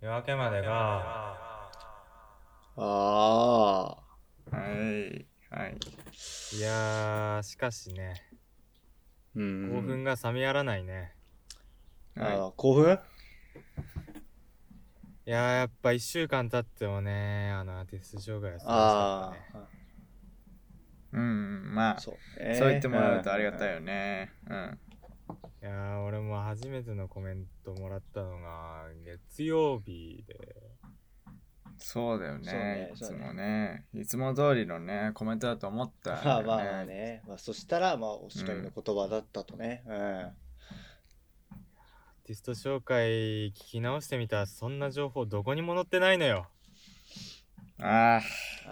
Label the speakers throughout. Speaker 1: 夜明けまでが
Speaker 2: ああ。はい。はい。
Speaker 1: いやーしかしね
Speaker 2: うん。
Speaker 1: 興奮が冷めやらないね、
Speaker 2: ああ、興奮
Speaker 1: いやーやっぱ1週間経ってもねあのアーティスト障害はすごい
Speaker 2: あ
Speaker 1: です
Speaker 2: あ。
Speaker 3: うん、まあ、そ
Speaker 2: そう。
Speaker 3: う言ってもらうとありがたいよね。うん。
Speaker 1: からねいやー俺も初めてのコメントもらったのが月曜日で
Speaker 3: そうだよ
Speaker 2: そうね
Speaker 3: ね。い
Speaker 2: そ
Speaker 3: つ
Speaker 2: うね
Speaker 3: もね。いつも通りのね、コメントだと思った
Speaker 2: うん。
Speaker 3: よ。
Speaker 2: まあまあまあね。まあ、そしたら、まあ、お叱りの言葉だったとね。うん。
Speaker 1: アーティスト紹介聞き直してみたらそんな情報どこにも載ってないのよ
Speaker 3: あ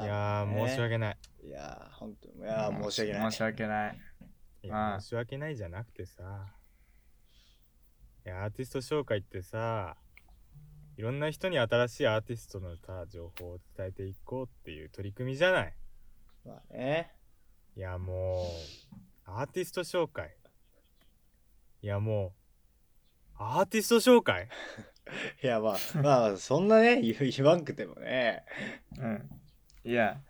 Speaker 1: いやー、申し
Speaker 2: ない。
Speaker 1: 訳ない
Speaker 2: いやー、本当に。い
Speaker 3: あ。
Speaker 2: やー、申し訳ない。
Speaker 3: 申し訳ない。
Speaker 1: い
Speaker 3: ま
Speaker 1: や
Speaker 3: あ
Speaker 1: 申し訳ないじゃなくてさいやアーティスト紹介ってさいろんな人に新しいアーティストのさ情報を伝えていこうっていう取り組みじゃない
Speaker 2: まあね。
Speaker 1: いやもうアーティスト紹介いやもうアーティスト紹介
Speaker 2: いや、まあ、 まあ、そんなね、言う言わんくてもね。
Speaker 3: うん。いや、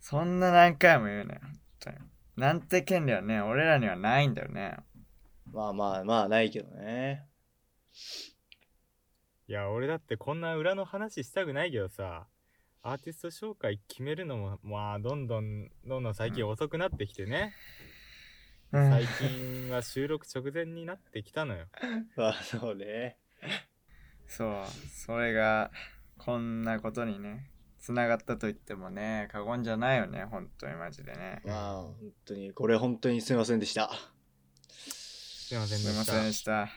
Speaker 3: そんな何回も言うなよ。本当になんて権利はね、俺らにはないんだよね。
Speaker 2: まあまあまあ、ないけどね。
Speaker 1: いや俺だってこんな裏の話したくないけどさアーティスト紹介決めるのもまあどんどんどんどん最近遅くなってきてね、
Speaker 3: うん
Speaker 1: 最近は収録直前になってきたのよ
Speaker 2: まあ、そうね。
Speaker 3: そう、それが、こんなことにね、つながったと言ってもね、過言じゃないよね、本当にマジでね。
Speaker 2: まあ、本当に、これ本当にすみませんでした。
Speaker 1: すいません
Speaker 3: す
Speaker 1: で
Speaker 3: いま
Speaker 1: した
Speaker 3: せんでした。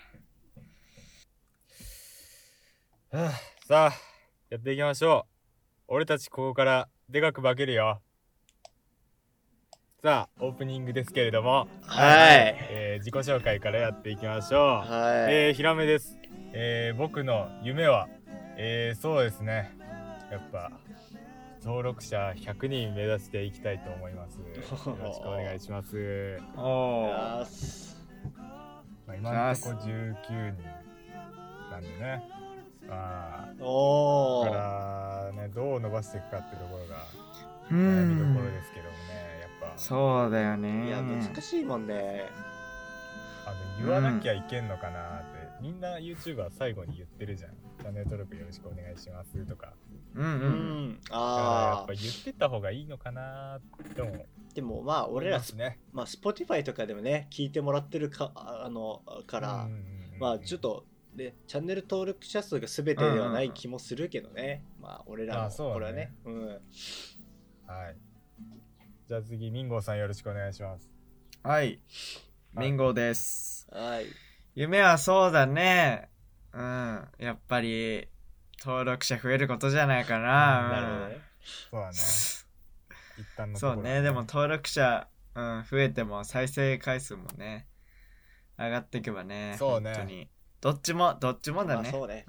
Speaker 1: はあさあやっていきましょう俺たちここからでかく化けるよさあオープニングですけれども
Speaker 2: はい。
Speaker 1: えー自己紹介からやっていきましょう、
Speaker 2: はい。
Speaker 1: えー、ヒラメです、えー、僕の夢は、えー、そうですねやっぱ登録者100人目指していきたいと思いますよろしくお願いします
Speaker 3: おー
Speaker 2: あーす
Speaker 1: まあ、今のとこ19人なんでね、まあ、
Speaker 2: お
Speaker 1: だ
Speaker 2: ー
Speaker 1: からね、どう伸ばしていくかってところが
Speaker 3: う
Speaker 1: 悩みどころ
Speaker 3: ん
Speaker 1: で。すけどもね、やっぱ、
Speaker 3: そうだよね。
Speaker 2: いや難しいもんね
Speaker 1: あの言わなきゃいけんのかなって、みんな YouTuber 最後に言ってるじゃん。チャンネル登録よろしくお願いしますとか。
Speaker 3: うんう。
Speaker 2: うん
Speaker 1: だからや
Speaker 2: あ
Speaker 1: っ
Speaker 2: あ
Speaker 1: ぱ言ってった方がいいのかなっても
Speaker 2: でもまあ
Speaker 1: 思
Speaker 2: 俺
Speaker 1: い
Speaker 2: ら
Speaker 1: ま、すね。
Speaker 2: まあ、Spotify とかでもね聞いてもらってるかああのから、
Speaker 1: うんうんうん
Speaker 2: まあちょっ、とでチャンネル登録者数が全てではな
Speaker 3: うんうんう
Speaker 2: い
Speaker 3: ん
Speaker 2: 気もするけどね、まあ俺ら
Speaker 1: あ
Speaker 2: も
Speaker 1: そうだね
Speaker 2: これはねうん
Speaker 1: はい。じゃあ次、ミンゴーさんよろしくお願いします。
Speaker 3: はい。ミンゴです。
Speaker 2: はい
Speaker 3: 夢はそうだね。うん。やっぱり、登録者増えることじゃないかな。うん
Speaker 2: なるほどね
Speaker 1: そうだね。一旦のとこ
Speaker 3: そ
Speaker 1: ろ
Speaker 3: うね、でも登録者、うん、増えても再生回数もね、上がっていけばね、
Speaker 1: そうね
Speaker 3: 本当に。どっちも、どっちも
Speaker 2: ま
Speaker 3: だ
Speaker 2: あ
Speaker 3: ね。
Speaker 2: そうね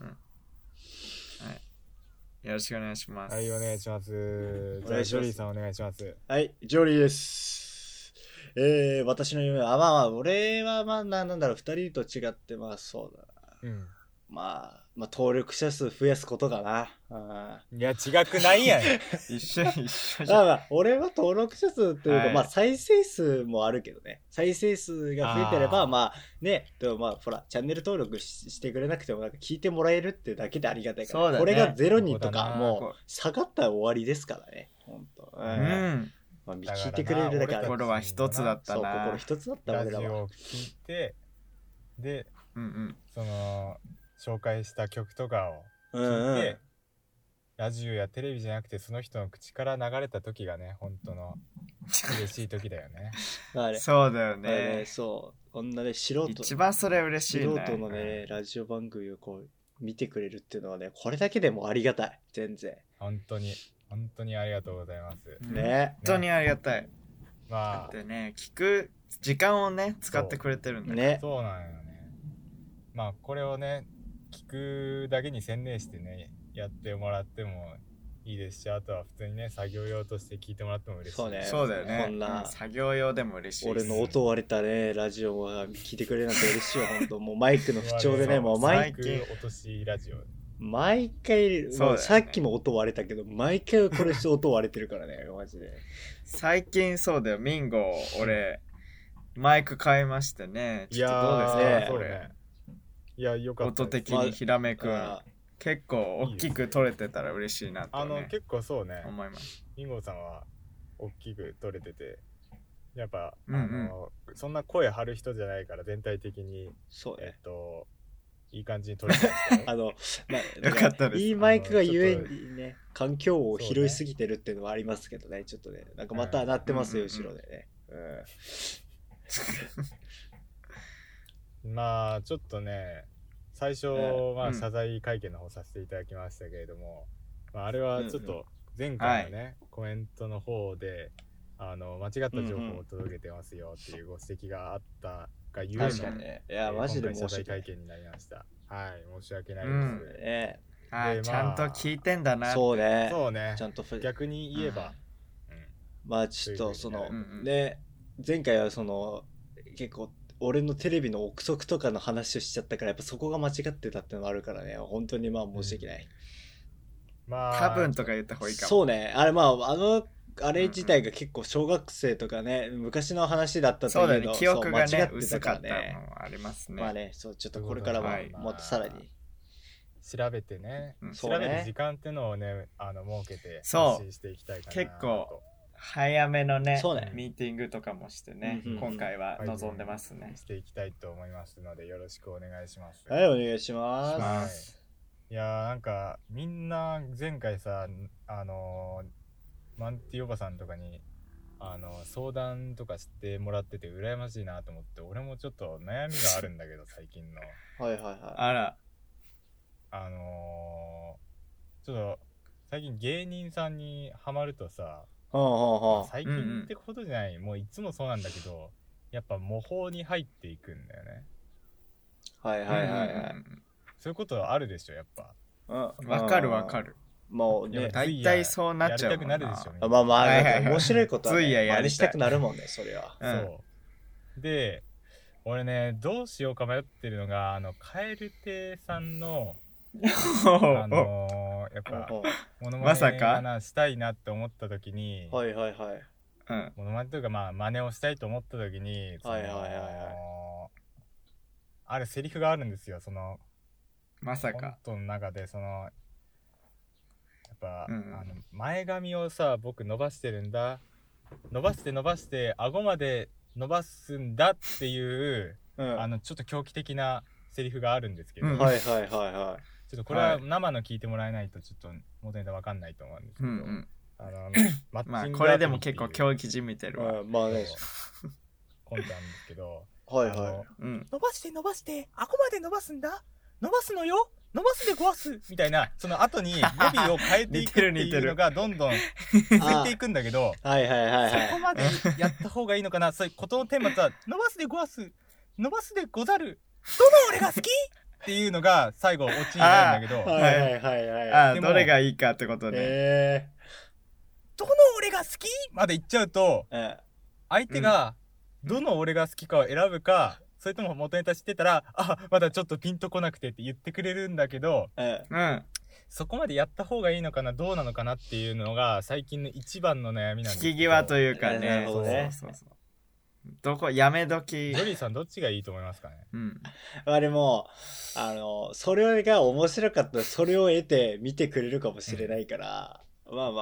Speaker 3: よろしくお願いします。
Speaker 1: はい、お願いします。じ
Speaker 2: お
Speaker 1: ゃ
Speaker 2: 願
Speaker 1: あ、
Speaker 2: いし
Speaker 1: ジョ
Speaker 2: ます
Speaker 1: リーさんお願いします。
Speaker 2: はいジョリーですえー、私の夢はあまあまあ俺はまあななんだろう2人と違ってまあそうだ
Speaker 1: うん。
Speaker 2: まあまあ登録者数増やすことかなうん
Speaker 1: いや、違くない やん。
Speaker 3: 一緒一緒じ
Speaker 2: ま
Speaker 3: ゃ
Speaker 2: あ
Speaker 3: ん。
Speaker 2: まあ、俺は登録者数というか、
Speaker 3: はい
Speaker 2: まあ再生数もあるけどね。再生数が増えてれば、
Speaker 1: あー
Speaker 2: まあね、でもまあほら、チャンネル登録ししてくれなくても、なんか聞いてもらえるってだけでありがたいから、
Speaker 3: そうだね
Speaker 2: これがゼロ人と
Speaker 1: そうだ
Speaker 2: か
Speaker 1: な、
Speaker 2: も
Speaker 3: こ
Speaker 2: う下がったら終わりですからね。本当。うん。
Speaker 3: う
Speaker 1: だか
Speaker 2: まあ、
Speaker 3: ん。
Speaker 1: らな
Speaker 2: 聞いてくれるだけあ
Speaker 1: 俺たち
Speaker 2: る
Speaker 3: 心は一つだった
Speaker 2: そう、心
Speaker 3: な。
Speaker 2: 一つだった
Speaker 1: ラ
Speaker 2: 俺
Speaker 1: ジ
Speaker 2: らは。
Speaker 1: オを聞いて、で、
Speaker 3: うんうん。
Speaker 1: その、紹介した曲とかを
Speaker 2: うん
Speaker 1: 聞
Speaker 2: う
Speaker 1: いて、
Speaker 2: ん。
Speaker 1: ラジオやテレビじゃなくて、その人の口から流れた時がね、本当の嬉しい時だよね。
Speaker 2: まあね、
Speaker 3: そうだよ
Speaker 2: まあね
Speaker 3: ね。
Speaker 2: そう、こんなね、素人。
Speaker 3: 一番それ嬉しい
Speaker 2: 素
Speaker 3: ね。
Speaker 2: 人のね、ラジオ番組をこう、見てくれるっていうのはね、これだけでもありがたい。全然。
Speaker 1: 本当に、本当にありがとうございます。
Speaker 3: うん。
Speaker 2: ね。
Speaker 3: 本当にありがたい。
Speaker 1: ま
Speaker 3: でね、聞く時間をね、使ってくれてるんだから
Speaker 1: あ、
Speaker 2: ね。
Speaker 1: そうなんよね。まあ、これをね、聞くだけに専念してね、やってもらってもいいですし、あとは普通にね、作業用として聞いてもらっても嬉しい。
Speaker 2: そうね
Speaker 3: そうだよね。
Speaker 2: こんな
Speaker 3: う作業用でも嬉しい。
Speaker 2: 俺の音割れたね、ラジオが聞いてくれるなんて嬉しいよ、本当もうマイクの不調で
Speaker 1: う
Speaker 2: ね、
Speaker 1: わ
Speaker 2: もうマ
Speaker 1: マ
Speaker 2: イ
Speaker 1: イ
Speaker 2: ク、
Speaker 1: ク落としラジオ。
Speaker 2: 毎回、
Speaker 3: そうだよね
Speaker 2: まあさっきも音割れたけど、毎回これして音割れてるからね、 マジで。
Speaker 3: 最近そうだよ、ミンゴ、俺、マイク買いましてね。
Speaker 1: い
Speaker 3: ちょっと
Speaker 1: や
Speaker 3: どうです
Speaker 1: ー
Speaker 3: か、
Speaker 1: そ
Speaker 3: こ
Speaker 1: う
Speaker 3: れ。
Speaker 1: ね。いや、よかった
Speaker 3: 音
Speaker 1: です。
Speaker 3: 的にひらめくん、
Speaker 2: あ
Speaker 3: 結構大きく取れてたら嬉しいなと、ね、
Speaker 1: あの、結構そうね。
Speaker 3: 思 います。
Speaker 1: ミンゴさんは大きく取れてて、やっぱ、
Speaker 3: うんうん
Speaker 1: あのそんな声張る人じゃないから全体的に、
Speaker 2: そう
Speaker 1: え
Speaker 2: ね。
Speaker 1: っと、いい感じに取れてますよ
Speaker 2: あの、まあ、
Speaker 3: よかったです
Speaker 2: いいマイクが
Speaker 1: あの
Speaker 2: ゆえ
Speaker 1: ち
Speaker 2: にね、環境を拾いすぎてるっていうのはありますけどね、ちょっとね、なんかまた鳴ってますよ、
Speaker 3: うん
Speaker 2: 後ろでね。うん
Speaker 1: まあ、ちょっとね、最初、
Speaker 2: う
Speaker 1: ま
Speaker 3: う
Speaker 1: あ、
Speaker 3: ん
Speaker 1: 謝罪会見の方させていただきましたけれども、まあ、あれはちょっと前回のね、コメントの方で、あの、間違った情報を届けてますよっていうご指摘があったがゆえの、
Speaker 2: 確かにね。い
Speaker 1: えー
Speaker 2: や、マジで
Speaker 1: 今回
Speaker 2: 申
Speaker 1: 謝
Speaker 2: し
Speaker 1: 罪会
Speaker 2: 訳ない。
Speaker 1: 見になりました。はい、申し訳ないです。
Speaker 3: うん
Speaker 2: ね、
Speaker 3: あー、
Speaker 1: で
Speaker 3: ちゃ
Speaker 1: まあ
Speaker 3: んと聞いてんだな。
Speaker 2: そうね。
Speaker 1: そうね
Speaker 2: ちゃんとふ
Speaker 1: 逆に言えば、
Speaker 2: まあちょっとその
Speaker 3: うんうん
Speaker 2: ね前回はその結構俺のテレビの憶測とかの話をしちゃったからやっぱそこが間違ってたってのもあるからね本当にまあ申し訳ない、
Speaker 1: まあ
Speaker 3: 多分とか言った方がいいかも。
Speaker 2: そうねあれまああのあれ自体が結構小学生とかね、昔の話だったと
Speaker 3: そうだ
Speaker 2: いう
Speaker 3: よね
Speaker 2: の、
Speaker 3: 記憶が
Speaker 2: そう間違
Speaker 3: ね、
Speaker 2: って
Speaker 3: 薄
Speaker 2: たか
Speaker 3: からった
Speaker 2: ね
Speaker 3: のもありますね。
Speaker 2: まあねそうちょっとこれからは
Speaker 3: はい
Speaker 2: もっとさらに、
Speaker 1: 調べてね、
Speaker 3: うん
Speaker 2: そ
Speaker 1: 調
Speaker 2: うね
Speaker 1: べる時間ってのをねあの設けて
Speaker 3: そう
Speaker 1: 発信していきたいかなと
Speaker 3: 結構早めのね
Speaker 2: そうね
Speaker 3: ミーティングとかもしてね、
Speaker 2: うんうんうん
Speaker 3: 今回は望んでますね。
Speaker 1: していきたいと思いますのでよろしくお願いします、
Speaker 2: はいお願いします
Speaker 3: しま
Speaker 1: はい
Speaker 3: す
Speaker 1: いやーなんかみんな前回さあのーマンティおばさんとかにあの相談とかしてもらってて羨ましいなと思って俺もちょっと悩みがあるんだけど最近の
Speaker 2: はいはいは
Speaker 3: あら、
Speaker 1: あのーちょっと最近芸人さんにハマるとさ
Speaker 2: いほうほうほ
Speaker 1: 最近ってことじゃない、もういつもそうなんだけどやっぱ模倣に入っていくんだよね
Speaker 2: うはいはいはいはい
Speaker 3: い
Speaker 1: そういうことあるでしょやっぱ
Speaker 2: うん
Speaker 3: わかるわかる。
Speaker 2: もう
Speaker 1: い
Speaker 2: ね
Speaker 1: や
Speaker 3: だいたいそう
Speaker 1: や
Speaker 3: なっ
Speaker 1: り
Speaker 3: ちゃ
Speaker 1: た
Speaker 3: う
Speaker 1: く
Speaker 3: もん
Speaker 1: なるでしょみんな
Speaker 2: まあまあ、
Speaker 3: はいはいはい
Speaker 2: 面白いことは、ね、
Speaker 3: ついややりたい
Speaker 2: 真似したくなるもんね、それは。
Speaker 3: うん
Speaker 1: そうで俺ねどうしようか迷ってるのがあの蛙亭さんのあのーやっぱ
Speaker 2: うん
Speaker 1: モノマ
Speaker 3: まさ
Speaker 1: ネ
Speaker 3: か
Speaker 1: かなしたいなって思った時に、
Speaker 2: はいはいはい。
Speaker 3: うん、
Speaker 1: モノマネというかまあ真似をしたいと思った時にその
Speaker 2: はいはいはいはい
Speaker 1: あるセリフがあるんですよその
Speaker 3: まさ
Speaker 1: コン
Speaker 3: か。
Speaker 1: トの中でそのやっぱ、
Speaker 3: うんうん
Speaker 1: あの前髪をさ僕伸ばしてるんだ伸ばして伸ばして顎まで伸ばすんだっていう、
Speaker 2: うん。
Speaker 1: あのちょっと狂気的なセリフがあるんですけど、
Speaker 3: うん
Speaker 1: ちょ
Speaker 2: はいはいはいは
Speaker 1: っとこれは
Speaker 3: はい
Speaker 1: 生の聞いてもらえないとちょっと元ネタわかんないと思うんですけ
Speaker 3: うん
Speaker 1: ど、
Speaker 3: うん、
Speaker 1: あの マッチング
Speaker 3: ま
Speaker 1: ア
Speaker 3: あ
Speaker 1: プリ
Speaker 3: これでも結構
Speaker 1: っていう
Speaker 3: 狂気じみてるわ。
Speaker 2: い。うん、まあね、
Speaker 1: コントなんですけど
Speaker 2: はい
Speaker 1: あ
Speaker 2: は
Speaker 1: の
Speaker 3: うん、
Speaker 1: 伸ばして伸ばして、あこまで伸ばすんだ伸ばすのよ伸ばすで壊すみたいな、その後 に語尾を変えていくって
Speaker 3: 似てる似て
Speaker 1: いう
Speaker 3: る
Speaker 1: のがどんどん
Speaker 2: い。
Speaker 1: 続い
Speaker 2: あ
Speaker 1: ていくんだけど、
Speaker 2: はいはいはい
Speaker 1: そ
Speaker 2: は
Speaker 1: こ
Speaker 2: い。
Speaker 1: までやった方がいいのかな、そういうことのテーマとは、伸ばすで壊す、伸ばすでござる、どの俺が好きっていうのが最後、オチになるんだけど、
Speaker 2: はいはいはいはい。
Speaker 3: あ
Speaker 1: で
Speaker 3: ー
Speaker 1: も
Speaker 3: どれがいいかってことね。
Speaker 2: え
Speaker 1: どの俺が好きまで言っちゃうと、
Speaker 2: えー。
Speaker 1: 相手がどの俺が好きかを選ぶか、それとも元ネタ知ってたら、あ、まだちょっとピンとこなくてって言ってくれるんだけど、
Speaker 2: うん。うん
Speaker 3: うん、
Speaker 1: そこまでやった方がいいのかなどうなのかなっていうのが最近の一番の悩みなんです
Speaker 3: 引き際と
Speaker 1: う
Speaker 3: いうか
Speaker 2: えーな
Speaker 3: ね。
Speaker 2: る
Speaker 3: そ
Speaker 2: ほ
Speaker 3: う
Speaker 2: どね
Speaker 3: そうそうそうどこやめ時
Speaker 1: ジ。ョリーさんどっちがいいと思いますかね
Speaker 3: うん、
Speaker 2: あれも、あの、それが面白かったら、それを得て見てくれるかもしれないから、まあま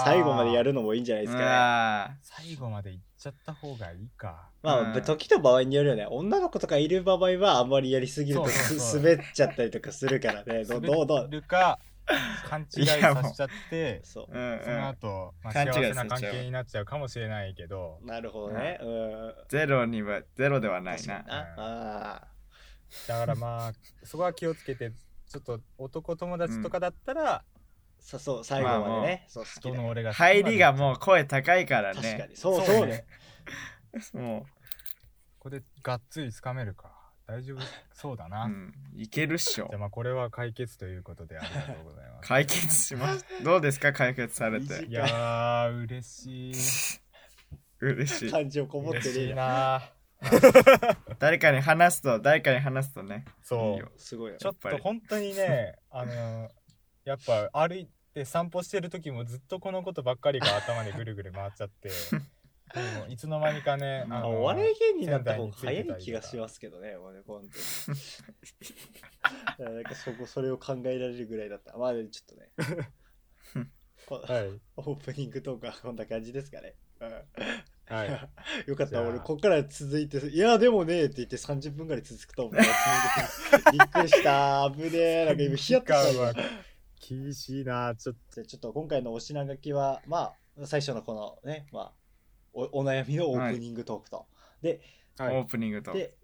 Speaker 1: あー
Speaker 2: 最後までやるのもいいんじゃないですかね。
Speaker 3: あ
Speaker 1: 最後まで行っちゃった方がいいか
Speaker 2: ま
Speaker 3: う
Speaker 2: あ、
Speaker 3: ん
Speaker 2: 時と場合によるよね。女の子とかいる場合は、あんまりやりすぎると
Speaker 1: そうそう
Speaker 2: す
Speaker 1: そう
Speaker 2: 滑っちゃったりとかするからね。どうどうどう
Speaker 1: 滑。るか勘違いさせちゃって
Speaker 2: そう。
Speaker 3: ーうん
Speaker 1: その
Speaker 3: うん。
Speaker 1: 後、まあ、
Speaker 3: 勘違
Speaker 1: 幸
Speaker 3: い
Speaker 1: せな
Speaker 3: さ
Speaker 1: 関
Speaker 3: せちゃう
Speaker 1: 係になっちゃうかもしれないけど
Speaker 2: なるほどね。うん。
Speaker 3: ゼロにはゼロではない
Speaker 2: 確か
Speaker 3: な
Speaker 2: に。な。あ
Speaker 1: だからまあそこは気をつけてちょっと男友達とかだったら、
Speaker 2: さそう、最後までね。そう、好
Speaker 1: ど
Speaker 2: き
Speaker 1: の
Speaker 2: だ。
Speaker 1: 俺が好きまで
Speaker 3: 入りがもう声高いから
Speaker 2: 確か
Speaker 3: ね。
Speaker 2: に。そう
Speaker 1: そ
Speaker 2: そう
Speaker 1: ね
Speaker 2: うね。
Speaker 3: も
Speaker 1: ここでがっつりつかめるか大丈夫そうだ
Speaker 3: う、
Speaker 1: な、
Speaker 3: うん、いけるっしょ
Speaker 1: じゃあ。まあこれは解決ということでありがとうございます
Speaker 3: 解決しました。どうですか解決されて
Speaker 2: 短。
Speaker 1: いやー嬉しい
Speaker 3: 嬉しい。
Speaker 2: 感情こもって
Speaker 1: 嬉
Speaker 2: ね
Speaker 1: し
Speaker 2: え
Speaker 1: い
Speaker 2: な。
Speaker 1: な
Speaker 3: 誰かに話すと誰かに話すとねい
Speaker 1: そ
Speaker 3: いうよ
Speaker 2: すごいな。
Speaker 1: ちょっと本当にね あのやっぱ歩いて散歩してる時もずっとこのことばっかりが頭でぐるぐる回っちゃって もういつの間にかね
Speaker 3: ま
Speaker 1: あ
Speaker 3: あ
Speaker 2: まあ
Speaker 1: の
Speaker 2: お笑い芸人になった方が
Speaker 1: 仙台
Speaker 2: 早
Speaker 1: に着いてたりと
Speaker 2: い
Speaker 1: か
Speaker 2: 気がしますけどね、俺コント。いやなんかそこ、それを考えられるぐらいだった。まあ、ちょっとね。 こ
Speaker 1: はい
Speaker 2: オープニングトークは こんな感じですかね。うん
Speaker 1: はい、
Speaker 2: よかっ
Speaker 1: じゃ
Speaker 2: た、
Speaker 1: あ
Speaker 2: 俺、こっから続いて、いや、でもね、って言って30分ぐらい続くと思う。びっくりした、危ねえ、なんか今、ヒヤッとした
Speaker 1: 時間は
Speaker 2: 今。
Speaker 1: 厳しいなちょっと
Speaker 2: じゃあちょっと今回のお品書きは、まあ、最初のこのね、まあ、おお悩みのオープニングトークと。で、
Speaker 1: はい
Speaker 3: オープニングと
Speaker 2: で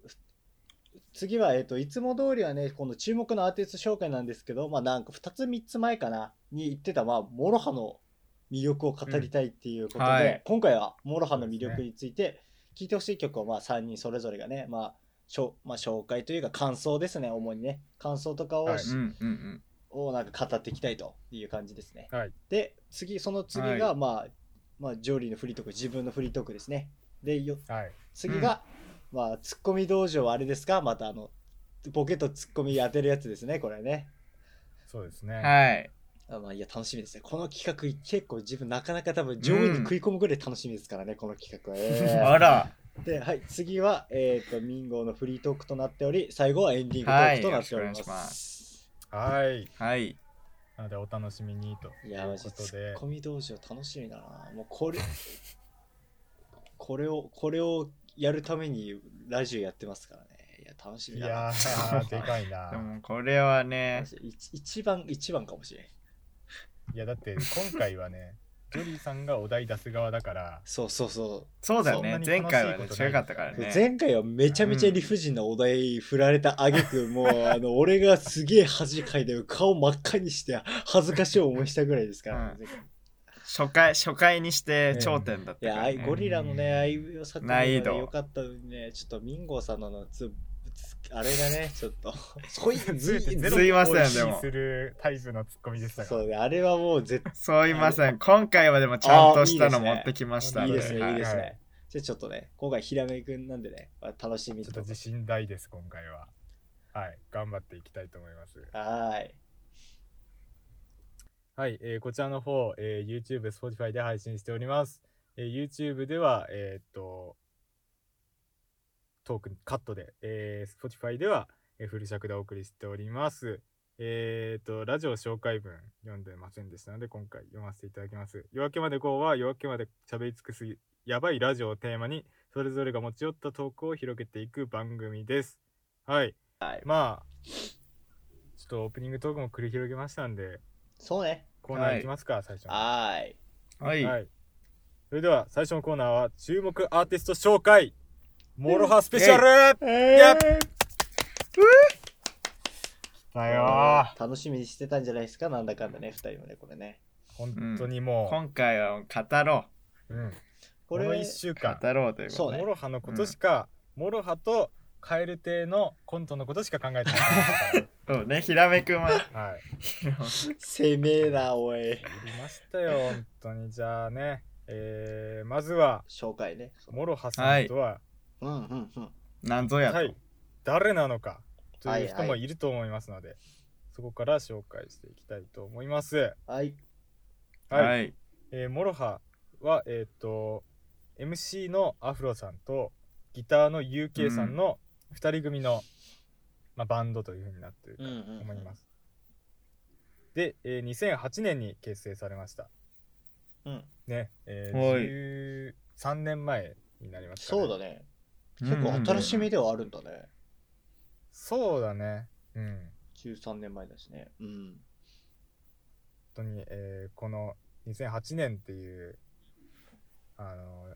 Speaker 2: 次は、えっといつも通りはねこの注目のアーティスト紹介なんですけど、まあ、なんか2つ3つ前かなに言ってた、まあ、モロハの魅力を語りたいっていうことで、
Speaker 3: うんはい
Speaker 2: 今回はモロハの魅力について聴いてほしい曲を、まあ、3人それぞれがね、まあしょまあ、紹介というか感想ですね主にね感想とかを,、
Speaker 1: はい
Speaker 3: うんうんうん
Speaker 2: をなんか語っていきたいという感じですね。
Speaker 1: はい
Speaker 2: で次その次が、
Speaker 3: は
Speaker 2: まあまあ、ジョーリーのフリートーク自分のフリートークですね。でよ
Speaker 1: はい
Speaker 2: 次が、まあツッコミ道場はあれですかまたあのボケとツッコミ当てるやつですねこれね
Speaker 1: そうですね、
Speaker 3: はい
Speaker 2: あまあいや楽しみですねこの企画結構自分なかなか多分上位に食い込むぐらい楽しみですからね、この企 画は、
Speaker 3: あ
Speaker 2: え
Speaker 3: ら
Speaker 2: ーではい次はえっ、とミンゴーのフリートークとなっており最後はエンディングト
Speaker 3: は
Speaker 2: ー
Speaker 3: い
Speaker 2: クとなっておりま
Speaker 3: よろし
Speaker 2: す、
Speaker 3: くお願い
Speaker 2: い
Speaker 3: しま
Speaker 1: はい
Speaker 3: はい
Speaker 1: なのでお楽しみにとい
Speaker 2: や
Speaker 1: う
Speaker 2: マ
Speaker 1: こ
Speaker 2: ジで
Speaker 1: と
Speaker 2: ツ
Speaker 1: で
Speaker 2: ッコミ道場楽しみだなもう これこれをこれをやるためにラジオやってますからねいや楽しみ
Speaker 1: い
Speaker 2: だな
Speaker 1: やーでかいな
Speaker 3: でもこれはね
Speaker 2: 一一番一番かもしれん
Speaker 1: いやだって今回はねジョリーさんがお題出す側だから
Speaker 2: そうそうそ
Speaker 3: そうだよ
Speaker 1: そ
Speaker 3: ね
Speaker 1: んなに
Speaker 3: 前
Speaker 1: 悲しいこと
Speaker 3: 回はね
Speaker 1: ない
Speaker 3: 違かったから
Speaker 2: う、
Speaker 3: ね
Speaker 2: 前回はめちゃめちゃ理不尽なお題振られた挙 句、もうあの俺がすげえ恥かいて顔真っ赤にして恥ずかしい思いしたぐらいですから、
Speaker 3: うん
Speaker 2: 前回い
Speaker 3: 初回初回にして頂点だった
Speaker 2: や
Speaker 3: か
Speaker 2: あ
Speaker 3: ら、
Speaker 2: い
Speaker 3: ね、
Speaker 2: ゴリラのねあいうえお作品が
Speaker 3: 難易
Speaker 2: ね
Speaker 3: 度
Speaker 2: よかったのにねちょっとミンゴーさんのあのつつあれが ねちょっとそ い
Speaker 1: ず れてゼロ
Speaker 3: すいません
Speaker 1: を意識
Speaker 3: でも
Speaker 1: するタイプのツッコミでした
Speaker 2: そ
Speaker 1: が
Speaker 2: うねあれはもう絶
Speaker 3: そういません今回はでもちゃんとした
Speaker 2: あ
Speaker 3: の
Speaker 2: ーいいですね
Speaker 3: 持ってきました
Speaker 2: 対い
Speaker 3: ん
Speaker 2: いです
Speaker 1: は
Speaker 2: ね
Speaker 1: い
Speaker 2: いいです
Speaker 1: は
Speaker 2: ねじゃあちょっとね今回ひらめくんなんでね楽しみ
Speaker 1: ちょっと自信大です今回ははい頑張っていきたいと思います
Speaker 2: はーい
Speaker 1: はい、えーこちらの方、えー YouTube、Spotify で配信しております。えー YouTube では、えーっと、トークカットで、えー Spotify では、えーフル尺でお送りしております。えーっと、ラジオ紹介文読んでませんでしたので、今回読ませていただきます。夜明けまで GO は夜明けまで喋り尽くすやばいラジオをテーマに、それぞれが持ち寄ったトークを広げていく番組です。はい。まあ、ちょっとオープニングトークも繰り広げましたんで、
Speaker 2: そうね
Speaker 1: コーナーいきますか、最初の
Speaker 2: はーい
Speaker 3: はい、
Speaker 1: はい。それでは最初のコーナーは注目アーティスト紹介モロハスペシャルやっだよー
Speaker 2: 楽しみにしてたんじゃないですかなんだかんだね2人もねこれね
Speaker 1: 本当にも
Speaker 3: 今回は語ろ
Speaker 1: う、うん
Speaker 2: こ
Speaker 1: こ
Speaker 2: れ
Speaker 1: の1週
Speaker 3: う
Speaker 1: 間
Speaker 3: 語ろうということ
Speaker 2: そうね
Speaker 1: モロハのことしか、モロハとカエル亭のコントのことしか考えてなかっ
Speaker 3: そうねひらめくんは
Speaker 1: たからはい
Speaker 2: 攻めなおい
Speaker 1: やりましたよ本当にじゃあねえー、まずは
Speaker 2: 紹介ね
Speaker 1: モロハさんとは、
Speaker 2: うんうんうん
Speaker 3: なんぞやと、
Speaker 1: はい、誰なのかと
Speaker 2: はいいうは
Speaker 1: 人
Speaker 2: い
Speaker 1: もいると思いますので、そこから紹介していきたいと思います。
Speaker 2: はい
Speaker 1: はい、
Speaker 3: はい
Speaker 1: えーモロハはえーっと MC のアフロさんとギターの UK さんの2人組の、まあ、バンドというふうになっている
Speaker 2: う
Speaker 1: か
Speaker 2: ん
Speaker 1: と思いますす。で、えー2008年に結成されました。
Speaker 2: うん
Speaker 1: ね、え
Speaker 3: はい
Speaker 1: ー、13年前になりますかね
Speaker 2: そうだね結構新しめではあるんだね
Speaker 1: そうだね。うん。
Speaker 2: 13年前だしねうん
Speaker 1: 本当に、えーこの2008年っていうあの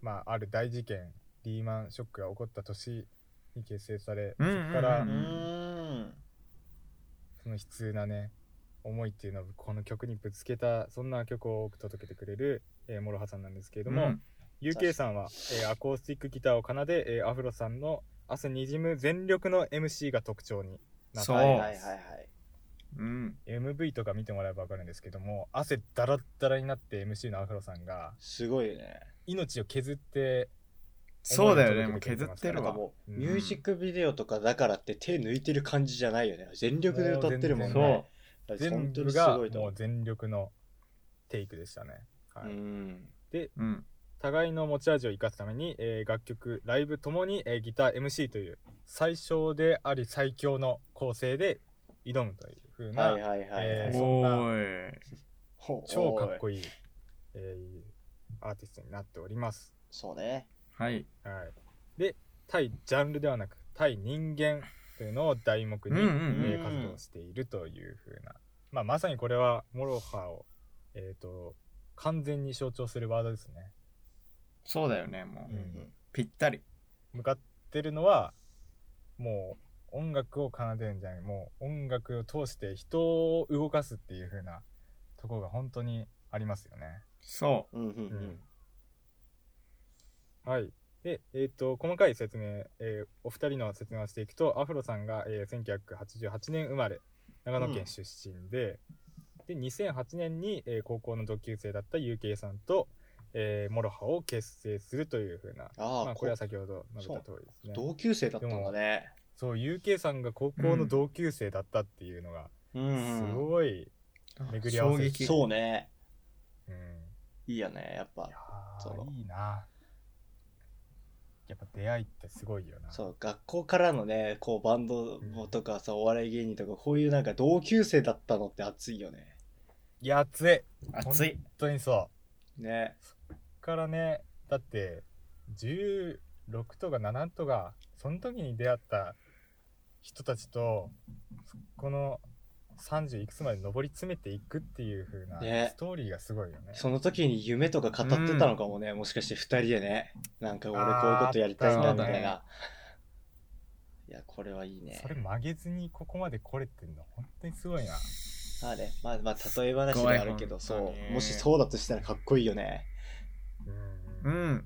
Speaker 1: まあある大事件リーマンショックが起こった年に結成され、
Speaker 3: うんうんうん
Speaker 1: そこから
Speaker 2: う
Speaker 3: う
Speaker 2: ーん
Speaker 1: その悲痛なね思いっていうのをこの曲にぶつけたそんな曲を多く届けてくれる、えー、モロハさんなんですけれども、
Speaker 3: うん
Speaker 1: UK さんは、えーアコースティックギターを奏で、えーアフロさんの汗にじむ全力の MC が特徴になってい
Speaker 3: そう
Speaker 2: はいはい
Speaker 1: ま
Speaker 2: はい
Speaker 1: す
Speaker 2: はい
Speaker 3: うん、
Speaker 1: MV とか見てもらえば分かるんですけども汗だらだらになって MC のアフロさんが
Speaker 2: すごいよね
Speaker 1: 命を削って
Speaker 3: そうだよ
Speaker 1: 思
Speaker 3: ね、
Speaker 1: い
Speaker 3: も
Speaker 1: を
Speaker 3: う
Speaker 1: 届けて
Speaker 3: 削っ
Speaker 1: くれ
Speaker 3: て
Speaker 1: てま
Speaker 2: な
Speaker 1: すら
Speaker 2: ん
Speaker 3: る
Speaker 2: か
Speaker 3: わ。
Speaker 2: もう
Speaker 1: うん
Speaker 2: ミュージックビデオとかだからって手抜いてる感じじゃないよね全力で歌ってるもんね
Speaker 1: も
Speaker 3: そ
Speaker 2: だか
Speaker 1: 全
Speaker 2: ら本当
Speaker 1: 部
Speaker 2: にす
Speaker 1: が
Speaker 2: ごいと
Speaker 1: も
Speaker 2: 思
Speaker 1: う全力のテイクでしたね、は
Speaker 2: う
Speaker 1: い
Speaker 2: うん
Speaker 3: う。うん。
Speaker 1: 互いの持ち味を生かすために、えー楽曲ライブともに、えーギター MC という最小であり最強の構成で挑むという風な、
Speaker 2: はいはいはい、
Speaker 1: えー
Speaker 3: お
Speaker 1: そんな
Speaker 3: ーい。
Speaker 2: ほ
Speaker 1: 超かっ
Speaker 2: おい
Speaker 1: こいい、えーアーティストになっております
Speaker 2: そうね
Speaker 3: はい。
Speaker 1: はい、で対ジャンルではなく対人間というのを題目に、
Speaker 3: うんうん
Speaker 2: うん
Speaker 1: えー活動しているというふうな、まあ、まさにこれはモロハを、えー、と完全に象徴するワードですね。
Speaker 3: そうだよね、も
Speaker 1: う
Speaker 3: う。
Speaker 1: ん
Speaker 3: ぴったり。
Speaker 1: 向かってるのはもう音楽を奏でるんじゃないもう音楽を通して人を動かすっていうふうなところが本当にありますよね。
Speaker 3: そ
Speaker 2: うんうんう
Speaker 1: うんんはい。で、えっ、と、細かい説明、えーお二人の説明をしていくと、アフロさんが、えー1988年生まれ、長野県出身で、で、2008年に、えー高校の同級生だった UK さんと、えー、モロハを結成するというふうな、
Speaker 2: ああ、
Speaker 1: まあ、こ
Speaker 2: こ
Speaker 1: れ
Speaker 2: れ
Speaker 1: は先ほど述べた通りですね。
Speaker 2: 同級生だったんだね
Speaker 1: そう、UK さんが高校
Speaker 3: う
Speaker 1: の
Speaker 3: ん
Speaker 1: 同級生だったっていうのが、
Speaker 2: うん
Speaker 1: す
Speaker 2: うん
Speaker 1: ごい、
Speaker 3: う。
Speaker 1: 巡り合
Speaker 3: 衝
Speaker 1: わせ
Speaker 3: 撃。
Speaker 2: そうね
Speaker 1: うん、
Speaker 2: いいよねやっぱ
Speaker 1: いや
Speaker 2: そう
Speaker 1: ーいいな。やっぱ出会いってすごいよな。
Speaker 2: そう学校からのねこうバンドとかさお笑い芸人とかこういうなんか同級生だったのって熱いよね
Speaker 1: いや、熱い。
Speaker 3: 熱い。
Speaker 1: 本当にそう。
Speaker 2: ね
Speaker 1: からねだって16とか7とかその時に出会った人たちとそこの30いくつまで上り詰めていくっていう風な
Speaker 2: ね
Speaker 1: ストーリーがすごいよね。
Speaker 2: その時に夢とか語ってたのかもね、もしかして2人でねなんか俺こういうことやりたいんだみたい
Speaker 1: あーあった
Speaker 2: な、
Speaker 1: ね
Speaker 2: いやこれはいいね
Speaker 1: それ曲げずにここまで来れてんの本当にすごいな。
Speaker 2: まあねまあまあ例え話ではあるけど
Speaker 3: すごい本当
Speaker 2: そう
Speaker 3: に
Speaker 2: もしそうだとしたらかっこいいよね
Speaker 1: うん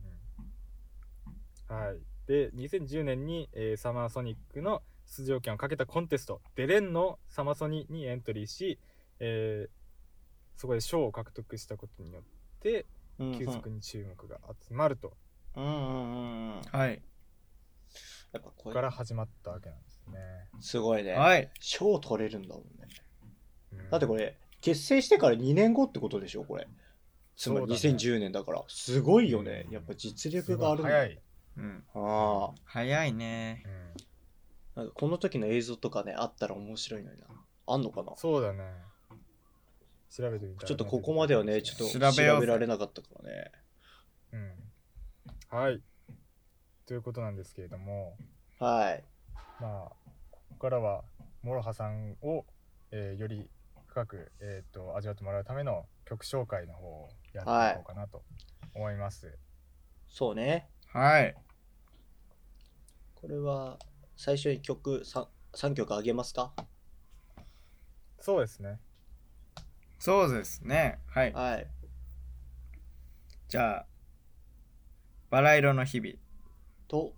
Speaker 1: はい。で2010年に、えーサマーソニックの出場権をかけたコンテスト「デレン」のサマソニにエントリーし、えーそこで賞を獲得したことによって
Speaker 2: うんうん
Speaker 1: 急速に注目が集まると、
Speaker 2: うんうんうんうんやっ
Speaker 3: はい。
Speaker 2: ぱこう
Speaker 1: ここ
Speaker 2: い
Speaker 1: か
Speaker 2: う
Speaker 1: ら始まったわけなんですね。
Speaker 2: すごいね、
Speaker 3: はい。
Speaker 2: 賞取れるんだもんね
Speaker 1: うん
Speaker 2: だってこれ結成してから2年後ってことでしょこれつまり
Speaker 1: そうだね
Speaker 2: 2010年だからすごいよねやっぱ実力がある
Speaker 1: す
Speaker 2: ん
Speaker 1: ごい早
Speaker 2: だ
Speaker 1: い、
Speaker 3: うん。
Speaker 2: あ
Speaker 3: 早いね。
Speaker 1: うん
Speaker 2: あなんかこの時の映像とかねあったら面白いのになあんのかな
Speaker 1: そうだね。調べてみたら
Speaker 2: ちょっとここまではね、
Speaker 1: 出て
Speaker 2: ち
Speaker 1: くる
Speaker 2: ょっと
Speaker 3: 調べよ
Speaker 2: 調
Speaker 3: う
Speaker 2: べ
Speaker 3: ぜ
Speaker 2: られなかったからね。
Speaker 1: うんはい。ということなんですけれども、
Speaker 2: はい。
Speaker 1: まあ、ここからは、モロハさんを、えーより深く、えー、と味わってもらうための曲紹介の方をやっていこうかなと思います。
Speaker 2: そうね。
Speaker 3: はい。
Speaker 2: これは、最初に曲 3, 3曲あげますか
Speaker 1: そうですね。
Speaker 3: そうですね。はい。
Speaker 2: はい。
Speaker 3: じゃあ、バラ色の日々
Speaker 2: と、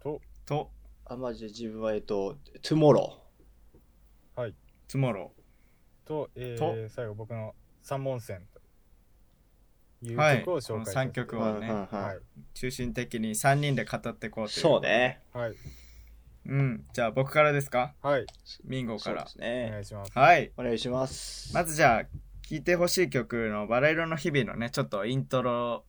Speaker 1: と、
Speaker 3: と、
Speaker 2: あ、まじ、自分は、えっと、トゥモロ
Speaker 1: はい。
Speaker 3: つもろ
Speaker 1: と、えー最後、僕の三門線という
Speaker 3: はい
Speaker 1: 曲を紹介させて
Speaker 3: こ
Speaker 2: ー。
Speaker 3: の三曲をね
Speaker 1: は
Speaker 2: はい
Speaker 1: い。
Speaker 3: う。中心的に3人で語ってこうという。
Speaker 2: そう。ね。
Speaker 1: はい。
Speaker 3: うん。じゃあ、僕からですか
Speaker 1: はい。
Speaker 3: ミンゴ
Speaker 2: そ
Speaker 3: か
Speaker 2: うで
Speaker 3: ら。
Speaker 2: す
Speaker 1: お願
Speaker 2: ね。
Speaker 1: いします。
Speaker 3: はい。
Speaker 2: お願いします。
Speaker 3: まずじゃあ、聴いてほしい曲のバラ色の日々のね、ちょっとイントロ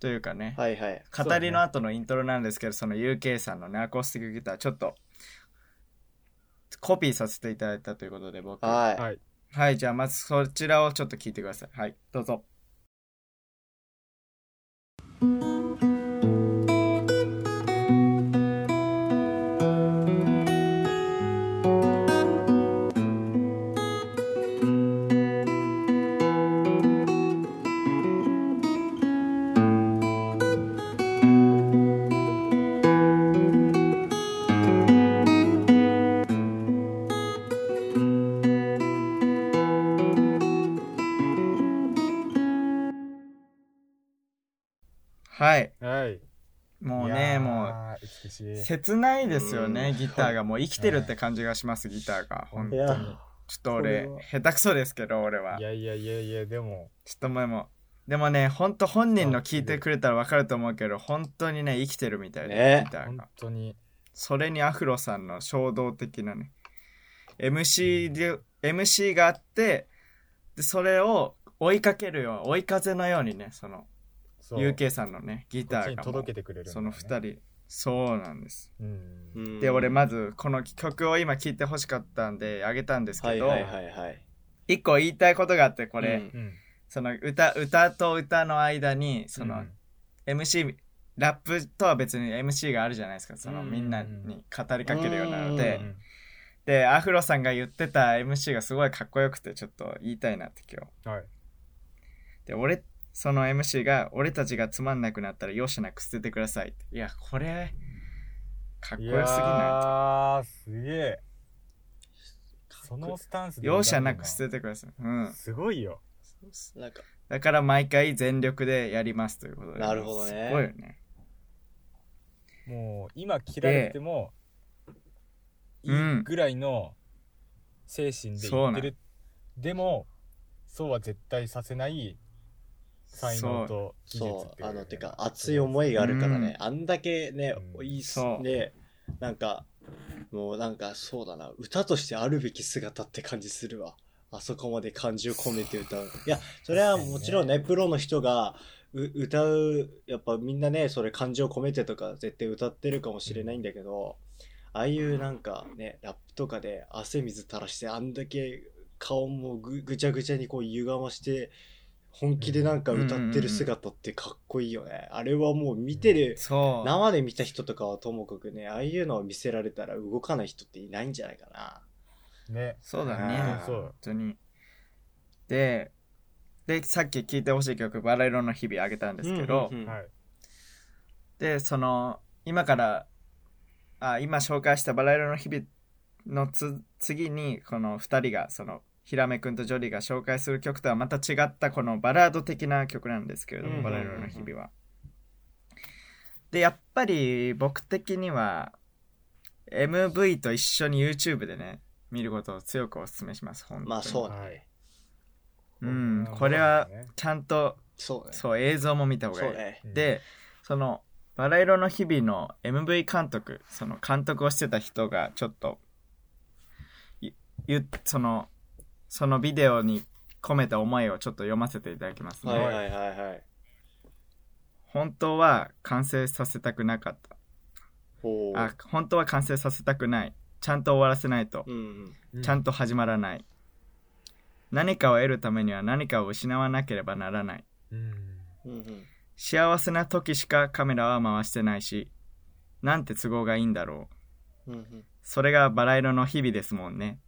Speaker 3: というかね、
Speaker 2: はいはい。
Speaker 3: 語りの後のイントロなんですけど、その UK さんのね、アコースティックギター、ちょっと、コピーさせていただいたということで、僕。
Speaker 2: は
Speaker 1: はい。
Speaker 3: はい、じゃあ、まずそちらをちょっと聴いてください。はい、どうぞ。はい。
Speaker 1: はい。
Speaker 3: もう
Speaker 1: い
Speaker 3: ね、
Speaker 1: やー
Speaker 3: もう、
Speaker 1: 美しい。
Speaker 3: 切ないですよ
Speaker 2: う
Speaker 3: ね
Speaker 2: ん
Speaker 3: ギターがもう生きてるって感じがしますギターがほん
Speaker 2: い。い
Speaker 3: ちょ
Speaker 2: や、
Speaker 3: っと俺
Speaker 2: これは
Speaker 3: 下手くそですけど俺はいちょ
Speaker 1: やいやいやいや、でも、
Speaker 3: っと前もうでもね、ほんと本人の聞いてくれたらわかると思うけど、本当にね、生きてるみたいで、
Speaker 2: ね
Speaker 3: ギター
Speaker 1: 本
Speaker 3: が。
Speaker 1: 当に
Speaker 3: それにアフロさんの衝動的なね、MC で、MC があって、で、それを追いかけるよう、追い風のようにね、その、
Speaker 1: そう
Speaker 3: UK さんのね、ギ
Speaker 1: こ
Speaker 3: タ
Speaker 1: っち
Speaker 3: ー
Speaker 1: に
Speaker 3: がもう
Speaker 1: 届けてくれるんだよ
Speaker 3: そ
Speaker 1: ね
Speaker 3: の二人、そうなんです。
Speaker 1: うん
Speaker 2: うん
Speaker 3: で、俺まずこの曲を今聴いてほしかったんであげたんです
Speaker 2: は
Speaker 3: け
Speaker 2: い
Speaker 3: ど、
Speaker 2: はいはいはい
Speaker 3: 一個言いたいことがあって、これ、
Speaker 1: うん
Speaker 3: その歌、歌と歌の間に、その、MC、ラップとは別に MC があるじゃないですか、その
Speaker 1: うん
Speaker 3: みんなに語りかけるようなの
Speaker 1: う
Speaker 3: で、
Speaker 1: ん
Speaker 3: で、アフロさんが言ってた MC がすごいかっこよくて、ちょっと言いたいなって今日。
Speaker 1: はい
Speaker 3: で、俺、その MC が、俺たちがつまんなくなったら容赦なく捨ててくださいって。いや、これ、かっこ
Speaker 1: い
Speaker 3: よすぎ
Speaker 1: や
Speaker 3: な
Speaker 1: ーすげえそのスタンス
Speaker 3: い
Speaker 1: で歌うの
Speaker 3: 容赦なく捨ててください。うん。
Speaker 1: すごいよ
Speaker 2: なんか
Speaker 3: だから毎回全力でやりますということで。
Speaker 2: なるほどね
Speaker 3: すごいよね。
Speaker 1: もう今切られてもい
Speaker 3: でうん
Speaker 1: いぐらいの精神で
Speaker 3: そ
Speaker 1: 言っ
Speaker 3: うなん
Speaker 1: てる、でもそうは絶対させない才能
Speaker 3: そう。
Speaker 1: と技術
Speaker 2: そ
Speaker 1: っていうう
Speaker 2: あのてか熱い思いがあるからね、あんだけね
Speaker 1: うん
Speaker 2: いいっす
Speaker 3: そう
Speaker 2: ねなんかもうなんかそうだな歌としてあるべき姿って感じするわあそこまで感情込めて歌ういやそれはもちろんねプロの人がう歌うやっぱみんなねそれ感情込めてとか絶対歌ってるかもしれないんだけどああいうなんかねラップとかで汗水垂らしてあんだけ顔もぐぐちゃぐちゃにこう歪まして本気でなんか歌ってる姿ってかっこいいよね。あれはもう見てる、
Speaker 3: そう。
Speaker 2: 生で見た人とかはともかくね、ああいうのを見せられたら動かない人っていないんじゃないかな。
Speaker 1: ね
Speaker 3: そうだね
Speaker 2: あ。ー
Speaker 1: そう
Speaker 3: 本当に。で、で、さっき聴いてほしい曲、バラ色の日々あげたんですけど、
Speaker 2: うんうんうん
Speaker 1: はい
Speaker 3: で、その、今から、あ、今紹介したバラ色の日々のつ次に、この二人が、その、ヒラメくんとジョリーが紹介する曲とはまた違った、このバラード的な曲なんですけれど
Speaker 2: うんう
Speaker 3: も、
Speaker 2: んう
Speaker 3: バ
Speaker 2: ん
Speaker 3: ラ色の日々は。で、やっぱり僕的には、MV と一緒に YouTube でね、見ることを強くお勧めします、本当に。
Speaker 2: まあそうね、
Speaker 1: はい
Speaker 3: うん、これは
Speaker 1: そうだね
Speaker 3: ちゃんと、
Speaker 2: そうね。
Speaker 3: そう、映像も見た方が
Speaker 2: そ
Speaker 3: いうい。
Speaker 2: ね。
Speaker 3: で、その、バラ色の日々の MV 監督、その監督をしてた人が、ちょっと、ゆ、ゆ、その、そのビデオに込めた思いをちょっと読ませていただきますね。
Speaker 2: はいはいはいはい。
Speaker 3: 本当は完成させたくなかった。
Speaker 2: ほう。
Speaker 3: あ、本当は完成させたくない。ちゃんと終わらせないと
Speaker 2: う。んうん。
Speaker 1: うん
Speaker 3: ちゃんと始まらない。何かを得るためには何かを失わなければならない。
Speaker 1: うん
Speaker 2: うんうん。
Speaker 3: 幸せな時しかカメラは回してないし、なんて都合がいいんだろう。
Speaker 2: うんうん。
Speaker 3: それがバラ色の日々ですもんね。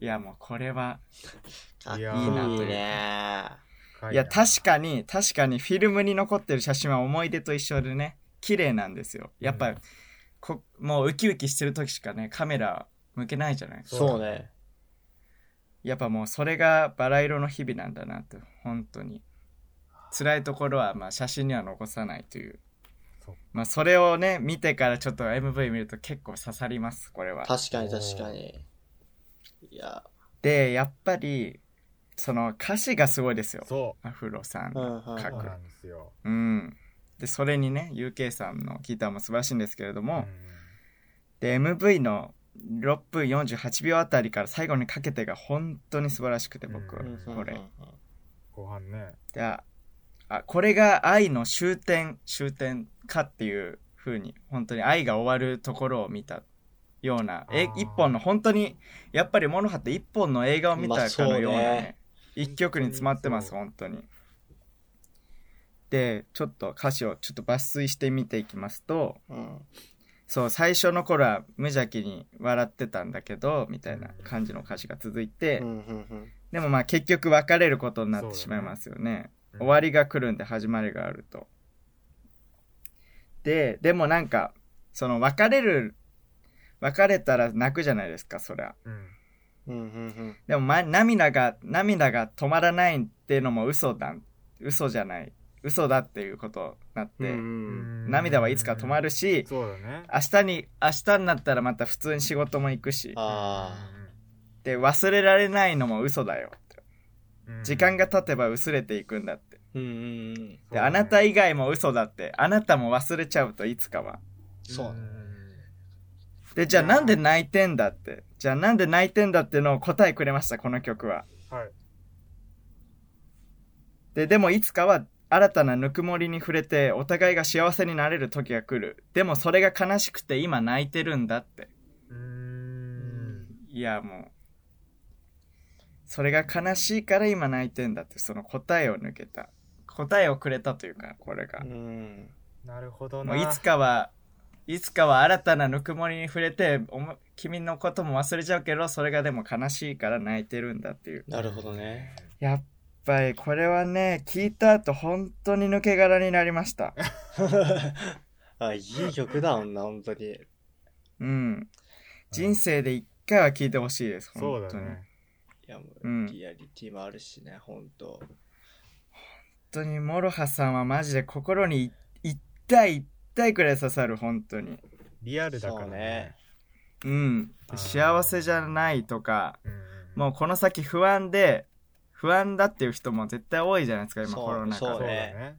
Speaker 3: いやもうこれは、
Speaker 2: かっこい
Speaker 1: い
Speaker 2: い
Speaker 1: や
Speaker 3: ー
Speaker 2: ね。
Speaker 1: 深
Speaker 3: いや
Speaker 1: な
Speaker 3: 確かに、確かにフィルムに残ってる写真は思い出と一緒でね、綺麗なんですよ。やっぱ、
Speaker 1: うん
Speaker 3: こもうウキウキしてる時しかね、カメラ向けないじゃない
Speaker 2: そうね。
Speaker 3: やっぱもうそれがバラ色の日々なんだなって、本当に。辛いところはまあ写真には残さないという
Speaker 1: そう。
Speaker 3: まあそれをね、見てからちょっと MV 見ると結構刺さります、これは。
Speaker 2: 確かに確かに。いや、
Speaker 3: で、やっぱり、その歌詞がすごいですよ。
Speaker 1: そ
Speaker 3: アフロさん
Speaker 2: うんう
Speaker 3: の。
Speaker 2: んうん。
Speaker 3: かっ
Speaker 1: う
Speaker 3: こいい
Speaker 1: なんですよ
Speaker 3: うん。で、それにね、UK さんのギターも素晴らしいんですけれども、
Speaker 1: う
Speaker 3: で、MV の6分48秒あたりから最後にかけてが本当に素晴らしくて、僕は
Speaker 1: うん
Speaker 3: これ。
Speaker 1: ん後半ね
Speaker 3: でああこれが愛の終点終点かっていう風に本当に愛が終わるところを見たようなえ
Speaker 1: あー
Speaker 3: 一本の本当にやっぱりモノハって一本の映画を見たかのような
Speaker 2: まあそう
Speaker 3: ね
Speaker 2: ね
Speaker 3: 一、曲に詰まってます本当にでちょっと歌詞をちょっと抜粋して見ていきますと
Speaker 2: うん。
Speaker 3: そう最初の頃は無邪気に笑ってたんだけどみたいな感じの歌詞が続いて、
Speaker 2: うんうんうん。
Speaker 3: でもまあ結局別れることになってし
Speaker 1: そうだ
Speaker 3: ま
Speaker 1: ね
Speaker 3: いますよね終わりが来るんで始まりがあると。で、でもなんか、その別れる、別れたら泣くじゃないですか、そりゃ。
Speaker 1: うん
Speaker 2: うんうん
Speaker 3: でも、ま、涙が、涙が止まらないっていうのも嘘だ、嘘じゃない、嘘だっていうことになっ
Speaker 2: うん。うん
Speaker 3: て、涙はいつか止まるし、
Speaker 1: そうだね
Speaker 3: 明日に、明日になったらまた普通に仕事も行くし、
Speaker 2: あ
Speaker 3: で、忘れられないのも嘘だよ。
Speaker 1: うん
Speaker 3: 時間が経てば薄れていくんだっ
Speaker 2: あ。
Speaker 3: て。
Speaker 2: うんうんうん。
Speaker 3: で、あなた以外も嘘だって、あなたも忘れちゃうといつかは。
Speaker 2: そうね。
Speaker 3: で、じゃあなんで泣いてんだって。じゃあなんで泣いてんだってのを答えくれました、この曲は。
Speaker 1: はい
Speaker 3: で、でもいつかは新たなぬくもりに触れて、お互いが幸せになれる時が来る。でもそれが悲しくて今泣いてるんだって。
Speaker 1: うーん
Speaker 3: いや、もう。それが悲しいから今泣いてんだって、その答えを抜けた。答えをくれたというか、これが。
Speaker 2: うん。
Speaker 1: なるほどな
Speaker 3: もういつかは、いつかは新たなぬくもりに触れて、おも君のことも忘れちゃうけど、それがでも悲しいから泣いてるんだっていう。
Speaker 2: なるほどね。
Speaker 3: やっぱりこれはね、聞いた後本当に抜け殻になりました。
Speaker 2: あ、いい曲だもんな、本当に。
Speaker 3: うん。人生で一回は聞いてほしいです。
Speaker 1: そう
Speaker 3: 本
Speaker 1: だ
Speaker 3: 当に
Speaker 1: ね
Speaker 2: いやもう、
Speaker 3: うん
Speaker 2: リアリティもあるしね、本当。
Speaker 3: 本当に、モロハさんはマジで心に一体一体くらい刺さる、本当に。
Speaker 1: リアルだから
Speaker 3: うん。
Speaker 1: あー
Speaker 3: 幸せじゃないとか、
Speaker 1: うん
Speaker 3: もうこの先不安で、不安だっていう人も絶対多いじゃないですか、今
Speaker 2: そう
Speaker 3: コロナ禍
Speaker 1: そ
Speaker 3: で
Speaker 1: うだね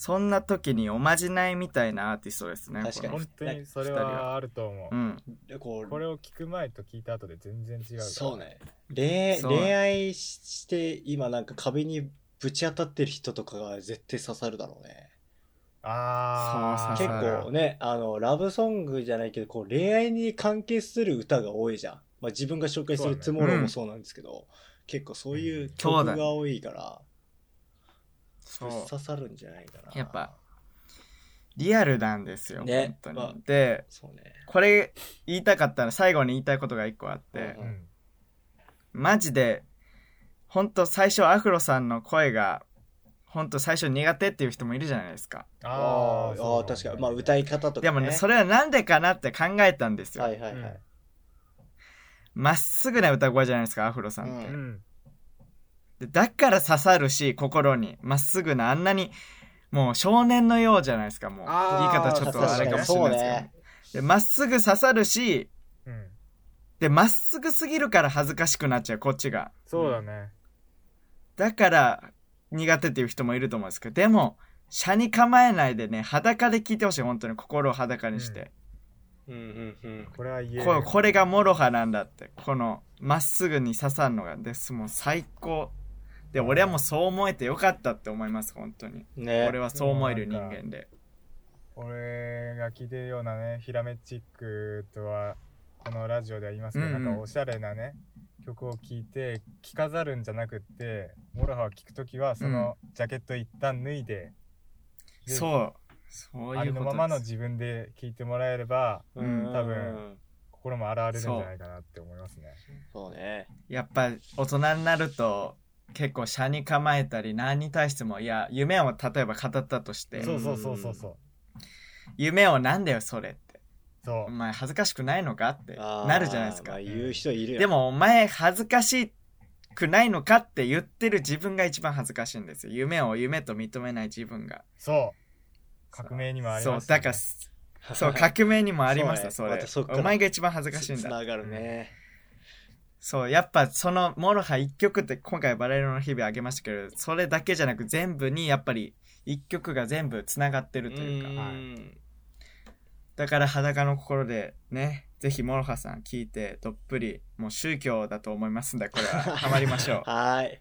Speaker 3: そんな時におまじないみたいなアーティストですね。
Speaker 2: 確か
Speaker 3: こ
Speaker 1: 本当にそれ
Speaker 3: 二人は
Speaker 1: はあると思う、
Speaker 3: のうん。
Speaker 2: でこう
Speaker 1: これを聞く前と聞いた後で全然違うから
Speaker 2: そうね。恋
Speaker 3: そう
Speaker 2: 恋愛しして、今なんか壁にぶち当たってる人とかが絶対刺さるだろうね。
Speaker 1: ああ
Speaker 3: そ
Speaker 2: 結
Speaker 3: う刺さる
Speaker 2: 構ね、あの、ラブソングじゃないけど、こう恋愛に関係する歌が多いじゃん。まあ自分が紹介する
Speaker 1: そ
Speaker 2: つ
Speaker 1: う
Speaker 3: だ
Speaker 2: も
Speaker 3: ね
Speaker 2: ろ
Speaker 3: うん
Speaker 2: もそうなんですけど、結構そういう
Speaker 3: そう
Speaker 2: 曲
Speaker 3: だね
Speaker 2: が多いから、
Speaker 3: そう。
Speaker 2: 刺さるんじゃないかな。
Speaker 3: やっぱ。リアルなんですよ。
Speaker 2: ね
Speaker 3: 本
Speaker 2: ま
Speaker 3: 当
Speaker 2: あ
Speaker 3: に。で、
Speaker 2: そうね。
Speaker 3: これ言いたかったら最後に言いたいことが一個あって
Speaker 2: う
Speaker 1: う、ん
Speaker 3: マジで、本当最初アフロさんの声が、本当最初苦手っていう人もいるじゃないですか。
Speaker 2: あ
Speaker 1: あ
Speaker 2: ー
Speaker 1: ー
Speaker 2: あー、確かに。まあ歌い方とか、ね。
Speaker 3: でもね、そ
Speaker 2: れ
Speaker 3: れはなんでかなって考えたんですよ。
Speaker 2: はいはいはい。
Speaker 3: まっすぐな歌声じゃないですか、アフロさんって。
Speaker 2: うん
Speaker 1: うん
Speaker 3: でだから刺さるし、心に。まっすぐな、あんなに、もう少年のようじゃないですか、もう。言い
Speaker 1: あー
Speaker 3: 方ちょっとあれかもしれないですけど。
Speaker 2: 確かに
Speaker 3: で、まっすぐ刺さるし、
Speaker 1: うん
Speaker 3: で、まっすぐすぎるから恥ずかしくなっちゃう、こっちが。
Speaker 1: そうだね
Speaker 3: だから、苦手っていう人もいると思うんですけど、でも、車に構えないでね、裸で聞いてほしい、本当に。心を裸にして。
Speaker 2: うんうんうん。
Speaker 1: これは言え
Speaker 3: これ
Speaker 1: る
Speaker 3: これがモロハなんだって。この、まっすぐに刺さるのが、です、もう最高。で、俺はもうそう思えてよかったって思います、本当に。
Speaker 2: ね
Speaker 3: 俺はそう思える人間で。
Speaker 1: 俺が聞いてるようなねひらめチックとはこのラジオでは言いますけど、
Speaker 3: うんうん
Speaker 1: なんかおしゃれなね曲を聴いて着飾るんじゃなくってモロハを聴くときはそのジャケット一旦脱いで、で
Speaker 3: そう。そう
Speaker 1: あ
Speaker 3: い
Speaker 1: り
Speaker 3: う
Speaker 1: の
Speaker 3: こ
Speaker 1: ままの
Speaker 3: とです。
Speaker 1: 自分で聴いてもらえれば
Speaker 2: うん、
Speaker 1: 多分。心も洗われるんじゃないかなって思いますね
Speaker 2: そうね。
Speaker 3: やっぱ大人になると結構車に構えたり何に対してもいや夢を例えば語ったとして
Speaker 1: そうそうそうそうそう
Speaker 3: 夢をなんだよそれって
Speaker 1: そう
Speaker 3: お前恥ずかしくないのかって
Speaker 2: あー
Speaker 3: なるじゃないです
Speaker 2: ま
Speaker 3: か
Speaker 2: あ、言う人いるよ。
Speaker 3: で、もお前恥ずかしくないのかって言ってる自分が一番恥ずかしいんですよ夢を夢と認めない自分が
Speaker 1: そう革命にもあり
Speaker 3: そ
Speaker 1: ま
Speaker 3: う
Speaker 1: した
Speaker 3: だ
Speaker 1: ね
Speaker 3: からそう革命にもありましたそ
Speaker 2: そうねま
Speaker 3: れ
Speaker 2: たそっから
Speaker 3: お前が一番恥ずかしいん
Speaker 2: つ
Speaker 3: だ
Speaker 2: ながるね。
Speaker 3: そう、やっぱその、モロハ一曲って今回バレロの日々あげましたけど、それだけじゃなく全部にやっぱり一曲が全部つながってるというか、
Speaker 1: はい
Speaker 2: うん
Speaker 3: だから裸の心でね、ぜひモロハさん聞いてどっぷり、もう宗教だと思いますんで、これは ハマりましょ
Speaker 2: はー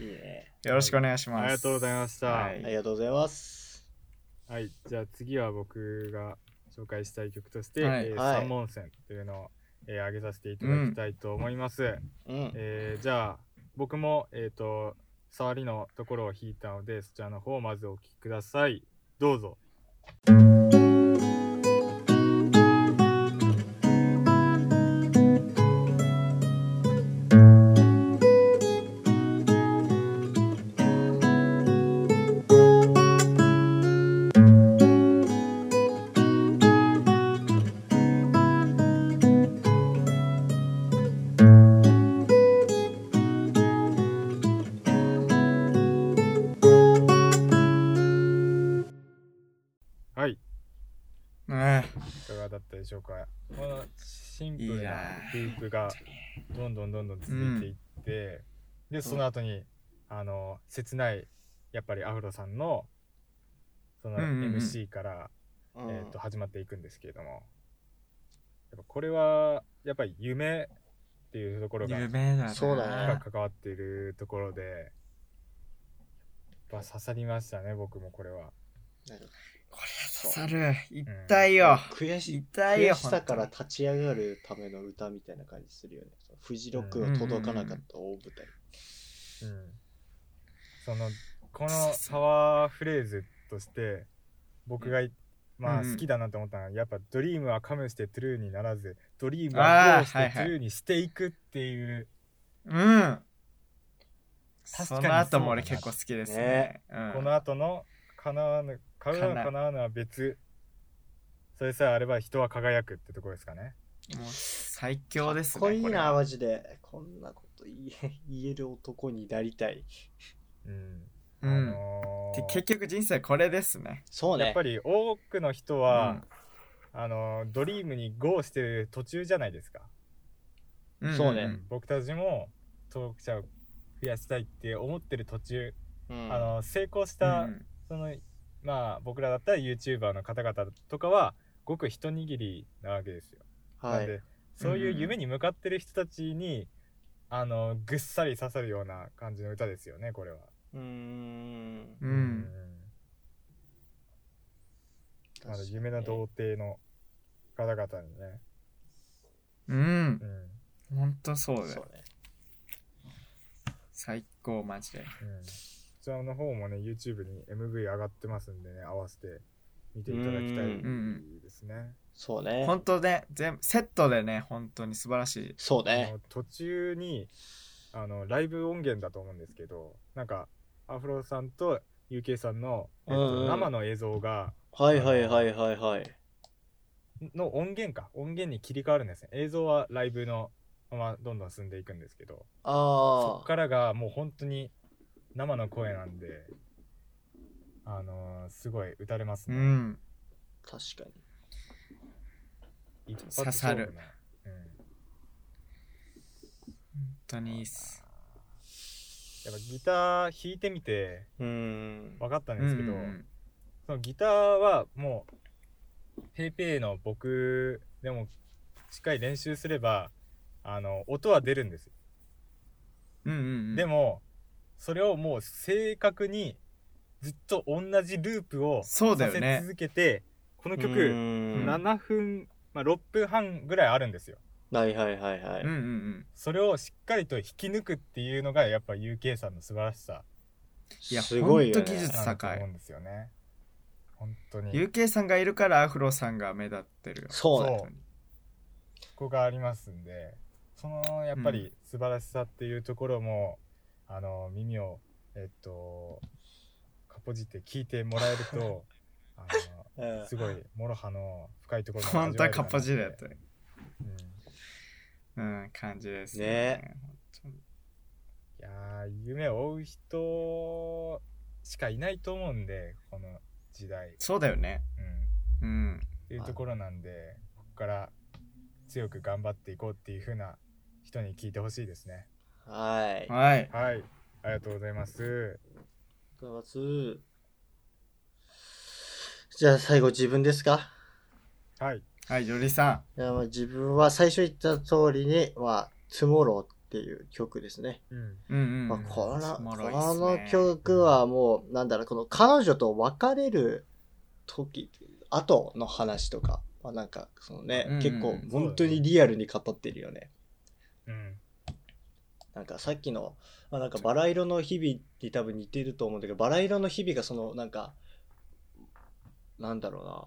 Speaker 2: い。いいね。
Speaker 3: う。よろしくお願いします。
Speaker 1: ありがとうございました
Speaker 3: はい
Speaker 2: ありがとうございます。
Speaker 1: はい、じゃあ次は僕が紹介したい曲として、
Speaker 3: はい
Speaker 1: えー
Speaker 2: はい
Speaker 1: 三本線というのを、えー挙げさせていただきたいと思います。
Speaker 2: うん。
Speaker 1: えーじゃあ僕も、えー、と触りのところを弾いたのでそちらの方をまずお聴きください。どうぞ。はい、いか
Speaker 3: うん
Speaker 1: がだったでしょうか。このシンプル
Speaker 3: い
Speaker 1: な
Speaker 3: や
Speaker 1: ループがどんどんどんどん続いていって、でその後にあの切ないやっぱりアフロさんのその
Speaker 3: うんうんうん
Speaker 1: MC から、
Speaker 2: うん
Speaker 1: えー、と始まっていくんですけれどもやっぱこれはやっぱり夢っていうところが
Speaker 3: 有名だな
Speaker 2: そうだね
Speaker 1: が関わっているところでやっぱ刺さりましたね僕もこれは。
Speaker 2: なるほ
Speaker 3: これは刺さる痛いよ、
Speaker 2: ど悔しい
Speaker 3: 痛いよ
Speaker 2: 悔しさから立ち上がるための歌みたいな感じするよね。そのフジロックの届かなかった大舞台。
Speaker 1: うんそのこのパワーフレーズとして僕がい、まあ
Speaker 3: うん
Speaker 1: 好きだなと思ったのは、やっぱ「ドリームはカムしてトゥルーにならずドリーム
Speaker 3: あ
Speaker 1: は
Speaker 3: ー
Speaker 1: どうし
Speaker 3: はい
Speaker 1: てト
Speaker 3: はい
Speaker 1: ゥルーにしていく」っていう
Speaker 3: うん
Speaker 1: 確
Speaker 3: そ
Speaker 1: かにそうだな
Speaker 3: の後も俺結構好きですね
Speaker 2: ね
Speaker 3: うん、
Speaker 1: この後の「叶わぬ買う
Speaker 3: 叶
Speaker 1: は叶わぬは別」それさえあれば人は輝くってとこですかね
Speaker 3: もう最強ですね
Speaker 2: かっこいい
Speaker 3: これ
Speaker 2: な、
Speaker 3: は
Speaker 2: マジで。こんなこと言え言える男になりたい。
Speaker 1: うん、
Speaker 3: うん
Speaker 1: あのー
Speaker 3: け結局人生これですね
Speaker 2: そう
Speaker 1: やっ
Speaker 2: ね
Speaker 1: ぱ。り多くの人は、あのードリームに GO してる途中じゃないですか
Speaker 3: うん
Speaker 2: そうね
Speaker 3: ん
Speaker 1: 僕たちも登録者を増やしたいって思ってる途中、
Speaker 2: うん
Speaker 1: あの成功し
Speaker 3: う
Speaker 1: た、
Speaker 3: ん
Speaker 1: そのまあ僕らだったら YouTuber の方々とかはごく一握りなわけですよ。
Speaker 2: は
Speaker 1: なん
Speaker 2: い。
Speaker 1: でそういう
Speaker 3: うん
Speaker 1: 夢に向かってる人たちに、あのぐっさり刺さるような感じの歌ですよねこれは。
Speaker 2: うーん。
Speaker 3: う、
Speaker 1: うんまだ夢の童貞の方々にね。
Speaker 3: うん
Speaker 1: うん
Speaker 3: 本当そうだ
Speaker 2: そ
Speaker 3: よ
Speaker 2: うね。
Speaker 3: 最高マジで
Speaker 1: うん、こちらの方もね YouTube に MV 上がってますんでね合わせて見ていただきたいですね。
Speaker 2: そうね。
Speaker 3: 本当ね全セットでね本当に素晴らしい
Speaker 2: そう
Speaker 1: あ
Speaker 2: ね。
Speaker 1: の途中にあのライブ音源だと思うんですけどなんかアフロさんと UK さんの、えっと
Speaker 2: うんうん
Speaker 1: 生の映像が
Speaker 2: はいはいはいはいはい。
Speaker 1: の音源か音源に切り替わるんですね映像はライブのままどんどん進んでいくんですけどそ
Speaker 2: あ
Speaker 1: っ
Speaker 2: あ。
Speaker 1: からがもう本当に生の声なんであのーすごい打たれます
Speaker 3: う
Speaker 1: ね。
Speaker 3: ん
Speaker 2: 確かに。
Speaker 1: 一発勝負
Speaker 3: 刺
Speaker 1: ねうん、
Speaker 3: 本当にいいっす
Speaker 1: やっぱギター弾いてみて
Speaker 2: うーん。
Speaker 1: 分かったんですけど、
Speaker 3: うんうん
Speaker 1: そのギターはもうペイペイの僕でもしっかり練習すればあの音は出るんですよ、
Speaker 3: うんうんうん
Speaker 1: でもそれをもう正確にずっと同じループをさ
Speaker 3: そうだよね
Speaker 1: せ続けて、この
Speaker 2: うー
Speaker 1: 曲
Speaker 2: ん
Speaker 3: な
Speaker 1: 7分、まあ、6分半ぐらいあるんですよ
Speaker 2: はいはいはいはい。
Speaker 3: うんうんうん
Speaker 1: それをしっかりと引き抜くっていうのがやっぱ UK さんの素晴らしさ
Speaker 3: いや
Speaker 2: すごいよ
Speaker 3: ほんと技
Speaker 2: ね
Speaker 3: 術。
Speaker 1: なんだと思うんですよね本当に
Speaker 3: UK さんがいるからアフロさんが目立ってるよ
Speaker 2: そうね。
Speaker 1: そうここがありますんでそのやっぱり素晴らしさっていうところも、あの耳をえっとかぽじって聞いてもらえると あ
Speaker 2: うん
Speaker 1: のすごいもろはの深いところが
Speaker 3: 本当はカッパ
Speaker 1: 味
Speaker 3: ジ
Speaker 1: わえ
Speaker 3: だ
Speaker 1: る
Speaker 3: っ
Speaker 1: かなって
Speaker 3: た
Speaker 1: うん
Speaker 3: うん感じです
Speaker 2: ね
Speaker 1: いやー夢を追う人しかいないと思うんでこの時代、
Speaker 3: そうだよね
Speaker 1: うん、
Speaker 3: うん
Speaker 1: っていうところなんで、ここから強く頑張っていこうっていう風な人に聞いてほしいですね。
Speaker 2: はい。あ
Speaker 3: はい
Speaker 1: はい、ありがとうございます。
Speaker 2: りがとうございます。じゃあ最後自分ですか
Speaker 1: はい、
Speaker 3: はいジョリさ
Speaker 2: いやまあ自分は最初言った通りに、まあ、Tomorrow っていう曲ですね。
Speaker 1: うん、
Speaker 3: んうん
Speaker 2: ま
Speaker 3: う
Speaker 2: あ、
Speaker 3: ん
Speaker 2: この、
Speaker 3: おも
Speaker 2: こ
Speaker 3: ろいっすね
Speaker 2: の曲はもう、なんだろう、この彼女と別れる時、後の話とか、まあ、なんか、そのね、
Speaker 3: うんうん
Speaker 2: 結構
Speaker 3: そうだ、ね
Speaker 2: 本当にリアルに語ってるよね。
Speaker 1: うん、
Speaker 2: なんかさっきの、まあ、なんかバラ色の日々に多分似てると思うんだけど、バラ色の日々がそのなんか、なんだろうな、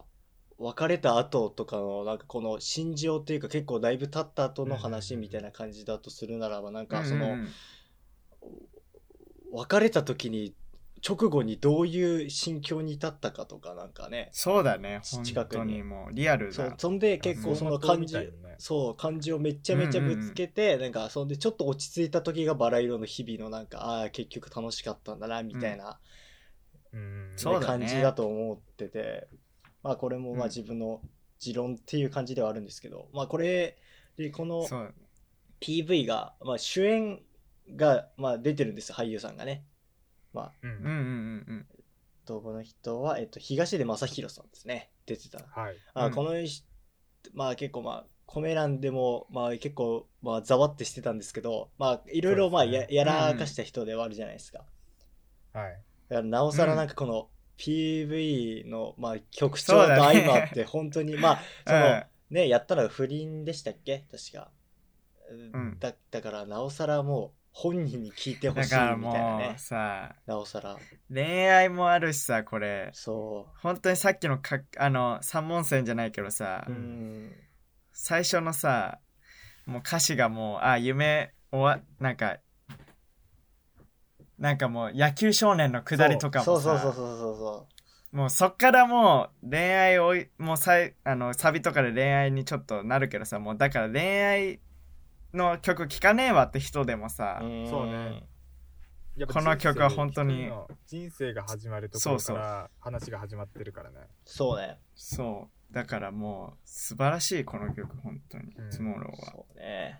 Speaker 2: 別れた後とかのなんかこの心情っていうか結構だいぶ経った後の話みたいな感じだとするならば、なんかそ
Speaker 3: うんうん
Speaker 2: の
Speaker 3: うん
Speaker 2: 別れた時に直後にどういう心境に至ったかとかなんかね、
Speaker 3: そうだね
Speaker 2: 近
Speaker 3: 本
Speaker 2: くに
Speaker 3: 当にもうリアル
Speaker 2: そ
Speaker 3: だ
Speaker 2: うそんで結構その感じ
Speaker 1: 相馬灯みたいなね
Speaker 2: そう感じをめっちゃめちゃぶつけて、なんかそんでちょっと落ち着いた時がバラ色の日々のなんかああー結局楽しかったんだなみたいな、
Speaker 1: うん、
Speaker 3: そうだね
Speaker 2: 感じだと思っててまあこれもま
Speaker 3: う
Speaker 2: あ
Speaker 3: ん
Speaker 2: 自分の持論っていう感じではあるんですけど、まあこれでこの
Speaker 3: そう
Speaker 2: PV が、まあ、主演が、まあ、出てるんですよ俳優さんがね。まあ、
Speaker 1: うん
Speaker 3: うんうんうん
Speaker 2: とこの人は、えっと、東出正宏さんですね。出てた。
Speaker 1: はい
Speaker 2: あ
Speaker 3: うん
Speaker 2: この人、まあ結構まあ、コメ欄でも、まあ結構、まあざわってしてたんですけど、まあいろいろまあ
Speaker 1: そうです
Speaker 2: や,、
Speaker 1: ね
Speaker 2: やらかした人ではあるじゃないですか。
Speaker 1: はい
Speaker 2: だからなおさらなんかこの PV の、まあ曲調
Speaker 3: そう
Speaker 2: と
Speaker 3: だね
Speaker 2: 相ま って本当に、まあ、そ
Speaker 3: うん。
Speaker 2: の、ね、やったのが不倫でしたっけ確か。
Speaker 3: ん
Speaker 2: だだからなおさらもう本人に聞いてほ
Speaker 3: だ
Speaker 2: しいみ
Speaker 3: か
Speaker 2: た
Speaker 3: ら
Speaker 2: いな
Speaker 3: も
Speaker 2: ね
Speaker 3: う。さ、
Speaker 2: なおさら。
Speaker 3: 恋愛もあるしさ、これ。
Speaker 2: そ
Speaker 3: 本当にさっきのか、あの、三文線じゃないけどさ、
Speaker 2: う。う
Speaker 1: うん
Speaker 2: ん。
Speaker 3: 最初のさ、もう歌詞がもう、あ、夢、終わ、なんか、なんかもう野球少年のくだりとかもさ、
Speaker 2: そうそうそうそうそうそ
Speaker 3: もうそっからもう恋愛をいもうさいあのサビとかで恋愛にちょっとなるけどさもうだから恋愛の曲聴かねえわって人でもさ、
Speaker 2: う。ん
Speaker 1: そうね。やっぱ
Speaker 3: この曲は本当
Speaker 1: 人生
Speaker 3: に
Speaker 1: の人生が始まるところか
Speaker 3: そうそう
Speaker 1: ら話が始まってるからね
Speaker 2: そうね。
Speaker 3: そうだからもう素晴らしいこの曲本当に、
Speaker 1: うん
Speaker 3: スモーローは
Speaker 2: そうね。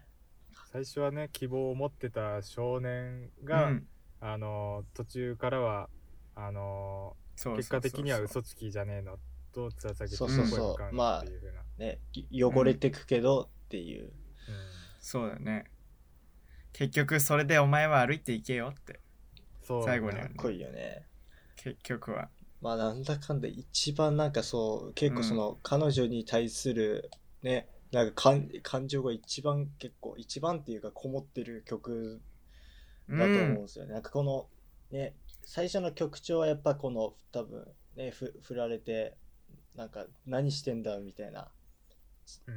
Speaker 1: 最初はね希望を持ってた少年が、
Speaker 3: うん
Speaker 1: あの途中からはあの
Speaker 3: そうそう
Speaker 1: 結
Speaker 3: そう
Speaker 1: 果的には嘘つきじゃねえのとつらさげて
Speaker 2: そう
Speaker 3: そう
Speaker 2: そう
Speaker 1: 声をかけるっていう風な
Speaker 2: ね、い汚れてくけどっていう。
Speaker 1: うん
Speaker 3: そうだね結局それでお前は歩いていけよって
Speaker 1: そう
Speaker 3: 最後にあ
Speaker 2: か
Speaker 3: る
Speaker 2: っこいいよね。
Speaker 3: 結局は
Speaker 2: まあなんだかんだ一番なんかそう、結構その彼女に対するね、なんか感感情が一番結構、一番っていうかこもってる曲
Speaker 3: う
Speaker 2: だと思うん
Speaker 3: ん
Speaker 2: ですよね。なんかこの、ね、最初の曲調はやっぱこの多分ね、ふ振られて、なんか何してんだみたいな。
Speaker 1: う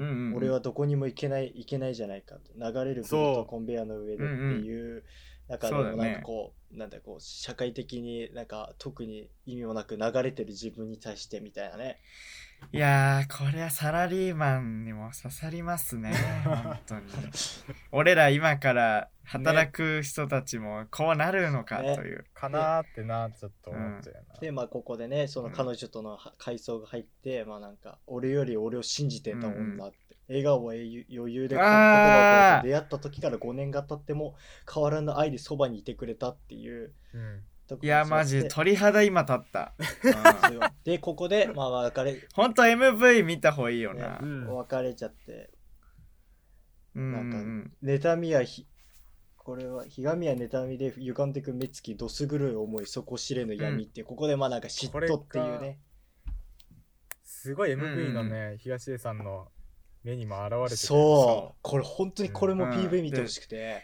Speaker 1: ん
Speaker 3: うんうん
Speaker 2: 俺はどこにも行けない行けないじゃないかと流れるビル
Speaker 1: そ
Speaker 2: と
Speaker 1: う
Speaker 2: コンベヤーの上でっていう中で
Speaker 3: そうだ
Speaker 2: も
Speaker 3: よね
Speaker 2: なんかこう、なんだこう社会的になんか特に意味もなく流れてる自分に対してみたいなね
Speaker 3: いやーこれはサラリーマンにも刺さります ね本当に俺ら今から働く人たちもこうなるのか
Speaker 2: ね
Speaker 3: という、
Speaker 1: かなーってなちょっと思っちゃうよな、
Speaker 2: でまあここでねその彼女とのは回想が入って、まあなんか俺より俺を信じてた
Speaker 3: うんうん
Speaker 2: 女って、笑顔は余裕で言葉
Speaker 3: あー
Speaker 2: を超えて出会った時から5年が経っても変わらぬ愛でそばにいてくれたっていう
Speaker 1: うん
Speaker 2: とこ
Speaker 3: いや
Speaker 2: そう
Speaker 3: マジ
Speaker 2: で
Speaker 3: 鳥肌今立った、 うん、
Speaker 2: でここでまあ別れ
Speaker 3: ほんと MV 見た方がいいよな、
Speaker 1: うん
Speaker 2: 別れちゃって、
Speaker 3: うん
Speaker 2: なんか
Speaker 3: うん
Speaker 2: 妬みやひこれはひがみや妬みで歪んでく目つきどす黒い思い底知れぬ闇って、ここでまあなんか嫉妬っていう
Speaker 1: これ
Speaker 2: ね
Speaker 1: すごい
Speaker 3: うんうん
Speaker 1: MV のね、東出さんの目にも現れてくる
Speaker 2: そうこれ本当にこれも
Speaker 3: うん
Speaker 2: PV 見てほしくて、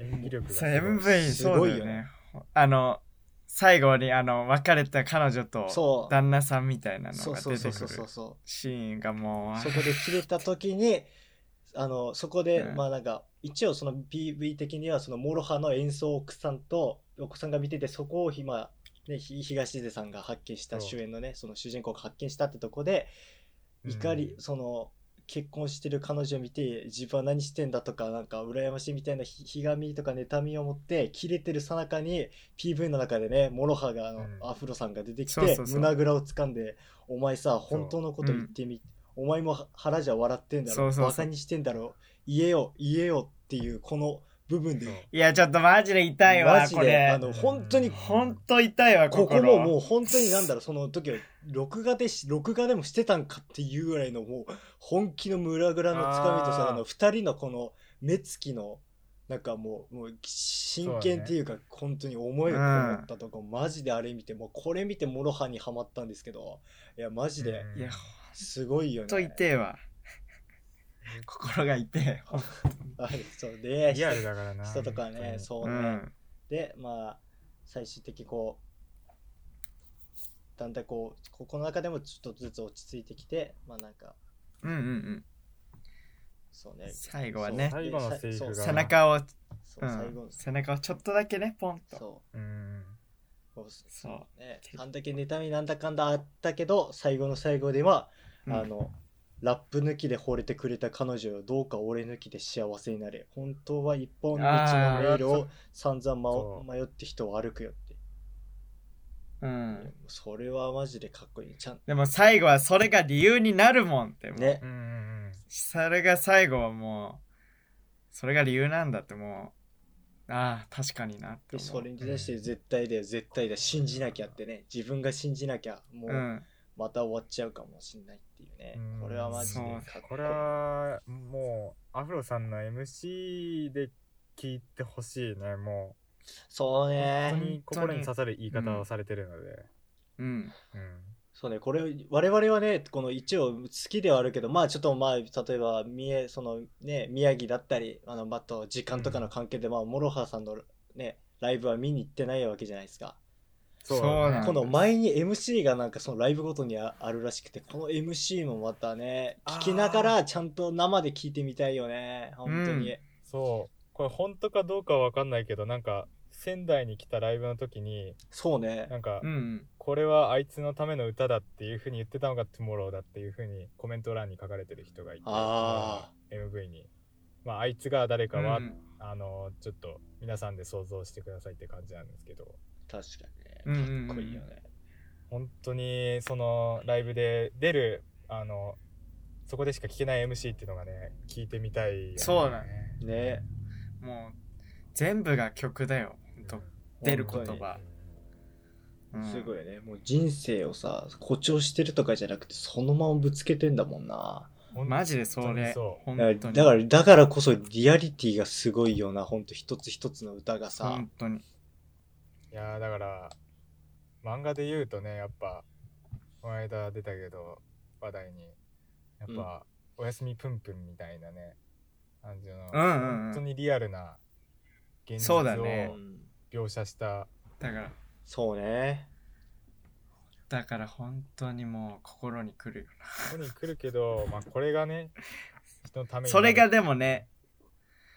Speaker 1: 演技力が
Speaker 3: そ
Speaker 1: すご
Speaker 3: う
Speaker 1: い
Speaker 3: MV
Speaker 2: す
Speaker 3: そう
Speaker 2: ごい
Speaker 3: だよ
Speaker 2: よ
Speaker 3: ね
Speaker 2: ね
Speaker 3: あの最後にあの別れた彼女と
Speaker 2: そう
Speaker 3: 旦那さんみたいなの
Speaker 2: そう
Speaker 3: が
Speaker 2: そう
Speaker 3: 出
Speaker 2: そ
Speaker 3: て
Speaker 2: うそ
Speaker 3: く
Speaker 2: うそう
Speaker 3: る
Speaker 2: そ
Speaker 3: シーンがもう
Speaker 2: こで切れた時にあのそこで、
Speaker 3: うん
Speaker 2: まあなんか一応その PV 的にはそのモロハの演奏を奥さんとお子さんが見ててそこを今、ね、ひ東出さんが発見した
Speaker 1: そう
Speaker 2: 主演のねその主人公が発見したってとこで怒り、
Speaker 1: うん
Speaker 2: その結婚してる彼女を見て自分は何してんだとかなんか羨ましいみたいなひひがみとか妬みを持って切れてるさなかに PV の中でねモロハがあの、
Speaker 1: うん
Speaker 2: アフロさんが出てき
Speaker 3: そうそ
Speaker 2: て
Speaker 3: うそう
Speaker 2: 胸ぐらを掴んで「お前さ本当のこと言ってみ、お前も腹じゃ笑ってんだろ
Speaker 3: そうそうそう
Speaker 2: バカにしてんだろ言えよ言えよ」っていうこの部分で
Speaker 1: そう
Speaker 3: いやちょっとマジで痛いわ
Speaker 2: マジ
Speaker 3: こ
Speaker 2: で
Speaker 3: れ
Speaker 2: あの本当に
Speaker 3: ほんと痛いわ
Speaker 2: こ
Speaker 3: 心
Speaker 2: こももう本当になんだろうその時は録画でし録画でもしてたんかっていうぐらいのもう本気のムラグラのつかみとさ
Speaker 1: あ
Speaker 2: あ
Speaker 1: ー
Speaker 2: の2人のこの目つきのなんかもうもう真剣っていうか本当に思いがこもったとこ、マジであれ見てもうこれ見てモロハにはまったんですけどいやマジで
Speaker 1: うん
Speaker 3: いや
Speaker 2: すごいよ
Speaker 3: ほん
Speaker 2: ね。
Speaker 3: と痛えわ心が痛え
Speaker 2: はいそうで
Speaker 1: リアルだからな
Speaker 2: 人とかね
Speaker 1: 本
Speaker 2: そう
Speaker 3: う
Speaker 2: ね、
Speaker 3: ん
Speaker 2: でまあ最終的にこうだんだんこうここの中でもちょっとずつ落ち着いてきてまあなんか
Speaker 3: うんうんうん
Speaker 2: そうね
Speaker 3: 最後はね
Speaker 2: そう
Speaker 1: 最後のセリフが
Speaker 2: そう
Speaker 3: 背中を、
Speaker 2: そううん最後の
Speaker 3: 背中をちょっとだけねポンと
Speaker 2: そ
Speaker 1: 当にうん
Speaker 2: うこう
Speaker 3: そ
Speaker 2: ねあんだけ妬みなんだかんだあったけど最後の最後では、
Speaker 3: うん
Speaker 2: あのラップ抜きで惚れてくれた彼女よどうか俺抜きで幸せになれ本当は一本道の迷路を散々まお迷って人を歩くよって
Speaker 3: う、うん、
Speaker 2: それはマジでかっこいいちゃん
Speaker 3: でも最後はそれが理由になるもんってもう
Speaker 2: ね
Speaker 1: うんうんうん
Speaker 3: それが最後はもうそれが理由なんだってもうああ、確かになっ
Speaker 2: で
Speaker 3: て
Speaker 2: そ
Speaker 3: 思う
Speaker 2: れに対して絶対だよ絶対だよ信じなきゃってね自分が信じなきゃも
Speaker 3: う。
Speaker 2: うんまた終わっちゃうかもしんないっていうね、
Speaker 1: うん
Speaker 2: これはマジで
Speaker 3: そう
Speaker 2: かっこ
Speaker 1: こ
Speaker 2: いい
Speaker 1: れはもうアフロさんの MC で聞いてほしいねもう本当
Speaker 2: そうね
Speaker 1: に心に刺さる言い方をされてるので、
Speaker 3: うん。
Speaker 1: うん
Speaker 2: そうねこれ我々はねこの一応好きではあるけどまあちょっとまあ例えば三重そのね宮城だったりあのあと時間とかの関係で、まあモロハさんのねライブは見に行ってないわけじゃないですか
Speaker 1: そう
Speaker 3: そう
Speaker 1: だ
Speaker 3: な
Speaker 1: ね
Speaker 3: ん
Speaker 2: この前に MC がなんかそのライブごとにああるらしくてこの MC もまたね聞きながらちゃんと生で聞いてみたいよね本当に、
Speaker 1: そうこれ本当かどうかは分かんないけどなんか仙台に来たライブの時に
Speaker 2: そうね
Speaker 1: なんか、
Speaker 3: うん。
Speaker 1: これはあいつのための歌だっていうふうに言ってたのが「TOMORROW」だっていうふうにコメント欄に書かれてる人がいて
Speaker 2: あ
Speaker 1: MV に、まあ、あいつが誰かは、
Speaker 3: うん
Speaker 1: あのちょっと皆さんで想像してくださいって感じなんですけど
Speaker 2: 確か
Speaker 3: うん
Speaker 2: に
Speaker 3: うんうん
Speaker 2: ねかっこいいよね
Speaker 1: 本当にそのライブで出るあのそこでしか聞けない MC っていうのがね聞いてみたいよね
Speaker 3: そうだ
Speaker 2: ね
Speaker 3: もう、全部が曲だよ。ほんと出る言葉。うん
Speaker 2: すごいよねもう人生をさ誇張してるとかじゃなくてそのままぶつけてんだもんな
Speaker 1: ほん
Speaker 3: マジでそ
Speaker 1: 本当に
Speaker 3: れ。
Speaker 1: そ
Speaker 3: 本
Speaker 2: だ
Speaker 3: 当
Speaker 2: から
Speaker 3: に。
Speaker 2: だからだからこそリアリティがすごいよなほんと一つ一つの歌がさ、
Speaker 3: 本当に。
Speaker 1: いやーだから漫画で言うとねやっぱこの間出たけど話題にやっぱ、おやすみぷんぷんみたいなね感じの、
Speaker 3: うんうんうん
Speaker 1: 本当にリアルな現実
Speaker 3: そうだ
Speaker 2: う
Speaker 3: ね
Speaker 1: を
Speaker 2: ん
Speaker 1: 描写した
Speaker 3: だから、
Speaker 2: そうね
Speaker 3: だから本当にもう心に来るよ
Speaker 1: ここに来るけど、まあ、これがね人のため
Speaker 3: な。
Speaker 1: に
Speaker 3: それがで
Speaker 1: も
Speaker 3: もね、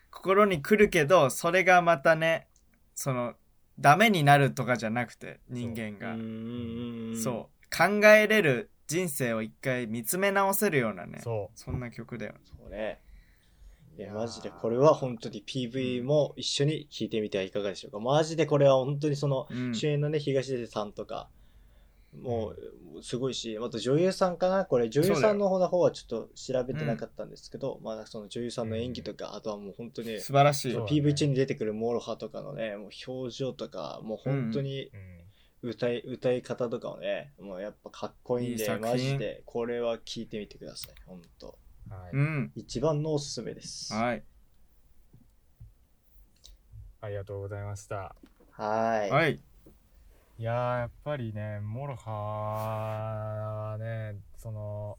Speaker 3: 心に来るけど、それがまたね、その、ダメになるとかじゃなくて、人間
Speaker 2: うん
Speaker 3: が。
Speaker 2: うんうん
Speaker 3: そう。考えれる人生を一回見つめ直せるようなね。
Speaker 1: そ
Speaker 3: そんな曲だよ。
Speaker 2: そうね
Speaker 1: うい
Speaker 2: いや
Speaker 1: やー
Speaker 2: マジでこれは本当に PV も一緒に聴いてみてはいかがでしょうか、マジでこれは本当にその
Speaker 3: うん。
Speaker 2: 主演のね東出さんとかもうすごいしまた女優さんかなこれ女優さんの方の方はちょっと調べてなかったんですけど、まあその女優さんの演技とか、あとはもう本当に
Speaker 3: 素晴らしい
Speaker 1: そうだね
Speaker 2: PV 中に出てくるモロハとかのねもう表情とかもう本当に
Speaker 1: うん
Speaker 2: 歌い,、歌い方とかをねもうやっぱかっこいいんで
Speaker 3: いい作品
Speaker 2: マジでこれは聴いてみてください本当
Speaker 1: はい
Speaker 3: うん。
Speaker 2: 一番のおすすめです
Speaker 3: はい。
Speaker 1: ありがとうございました
Speaker 2: はい
Speaker 3: はい。
Speaker 1: いやーやっぱりねモロハはねその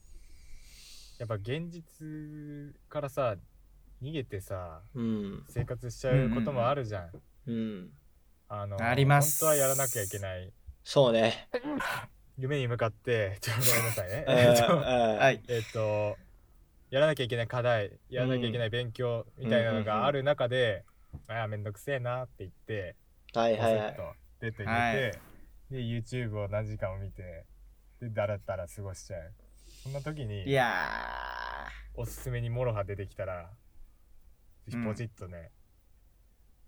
Speaker 1: やっぱ現実からさ逃げてさ
Speaker 2: うん
Speaker 1: 生活しちゃうこともあるじゃん,、
Speaker 2: うん
Speaker 1: あの
Speaker 3: あります
Speaker 1: 本当はやらなきゃいけない
Speaker 2: そうね。
Speaker 1: 夢に向かって ちょっとごめんなさいね
Speaker 2: うん
Speaker 1: えっと
Speaker 2: うん
Speaker 3: はい。
Speaker 1: えっとやらなきゃいけない課題やらなきゃいけない勉強みたいなのがある中で、ああめんどくせえなって言って
Speaker 2: はいはい
Speaker 1: ポ
Speaker 2: はい
Speaker 1: ツッ。と出て寝て、
Speaker 3: はい
Speaker 1: で YouTube を何時間も見てでだらだら過ごしちゃうそんな時
Speaker 3: い
Speaker 1: に
Speaker 3: や
Speaker 1: おすすめにモロハ出てきたらぜひ
Speaker 3: うん
Speaker 1: ポチッとね、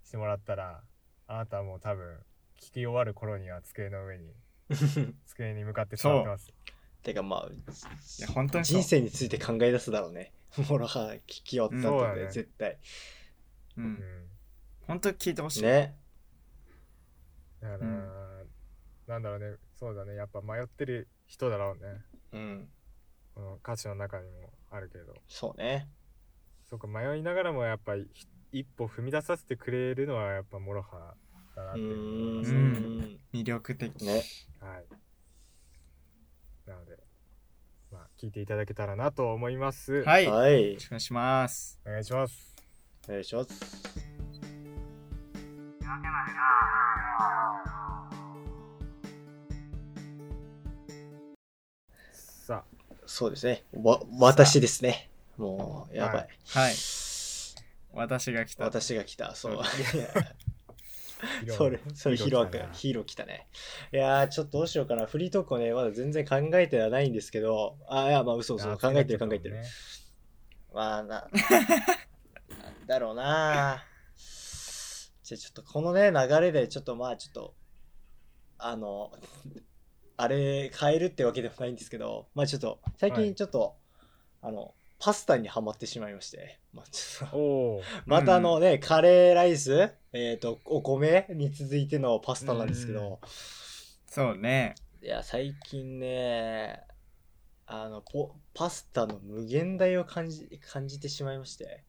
Speaker 1: してもらったらあなたはもう多分聞き終わる頃には机の上に机に向かって座ってます
Speaker 2: てかま
Speaker 3: ー。いや、本当
Speaker 2: あ、
Speaker 3: にそう
Speaker 2: 人生について考え出すだろうね。 モロハ聞き終わった
Speaker 1: うん
Speaker 2: 後
Speaker 1: そうだ
Speaker 2: で、
Speaker 1: ね
Speaker 2: 絶対。
Speaker 3: う。
Speaker 1: うんん
Speaker 3: 本当に聞いてほしい。
Speaker 2: ね。
Speaker 1: だから、
Speaker 3: うん
Speaker 1: なんだろうねそうだねやっぱ迷ってる人だろうね
Speaker 2: うん。
Speaker 1: この歌詞の中にもあるけど
Speaker 2: そうね。
Speaker 1: そうか迷いながらもやっぱり一歩踏み出させてくれるのはやっぱモロハだなっ
Speaker 2: う
Speaker 1: て思い
Speaker 2: ん
Speaker 1: ま
Speaker 2: う
Speaker 1: す
Speaker 3: う
Speaker 1: ね。
Speaker 2: ん。
Speaker 3: 魅力的。
Speaker 2: ね。
Speaker 1: はい。なので、まあ聞いていただけたらなと思います。い。
Speaker 3: はい。よ
Speaker 2: はい
Speaker 3: ろし。くお願いします。
Speaker 1: お願いします。
Speaker 2: お願いします。
Speaker 1: さあ、
Speaker 2: そうですね。わ、私ですね。もう、やば
Speaker 1: はいい。
Speaker 3: はい。私が来た。
Speaker 2: 私が来た。そう。
Speaker 1: ヒロ
Speaker 2: それ、それ、ヒロア君
Speaker 1: 来た、な
Speaker 2: ヒーロー来たね。いやー、ちょっとどうしようかな。フリートークをね、まだ全然考えてはないんですけど、あー、いや、まあ、嘘嘘、
Speaker 1: あ
Speaker 2: 考えてる考えてる。
Speaker 1: ね
Speaker 2: まあな、なんだろうな。じゃあちょっとこのね、流れでちょっとまあちょっと、あの、あれ変えるってわけでもないんですけど、まあちょっと、最
Speaker 1: は
Speaker 2: 近
Speaker 1: い
Speaker 2: ちょっと、あの、パスタにはまってしまいまして、まあ、ちょっと
Speaker 1: おー
Speaker 2: またあのね、カレーライス、えっとお米に続いてのパスタなんですけど、
Speaker 3: そうね。
Speaker 2: いや最近ねあのポパスタの無限大を感じ感じてしまいまして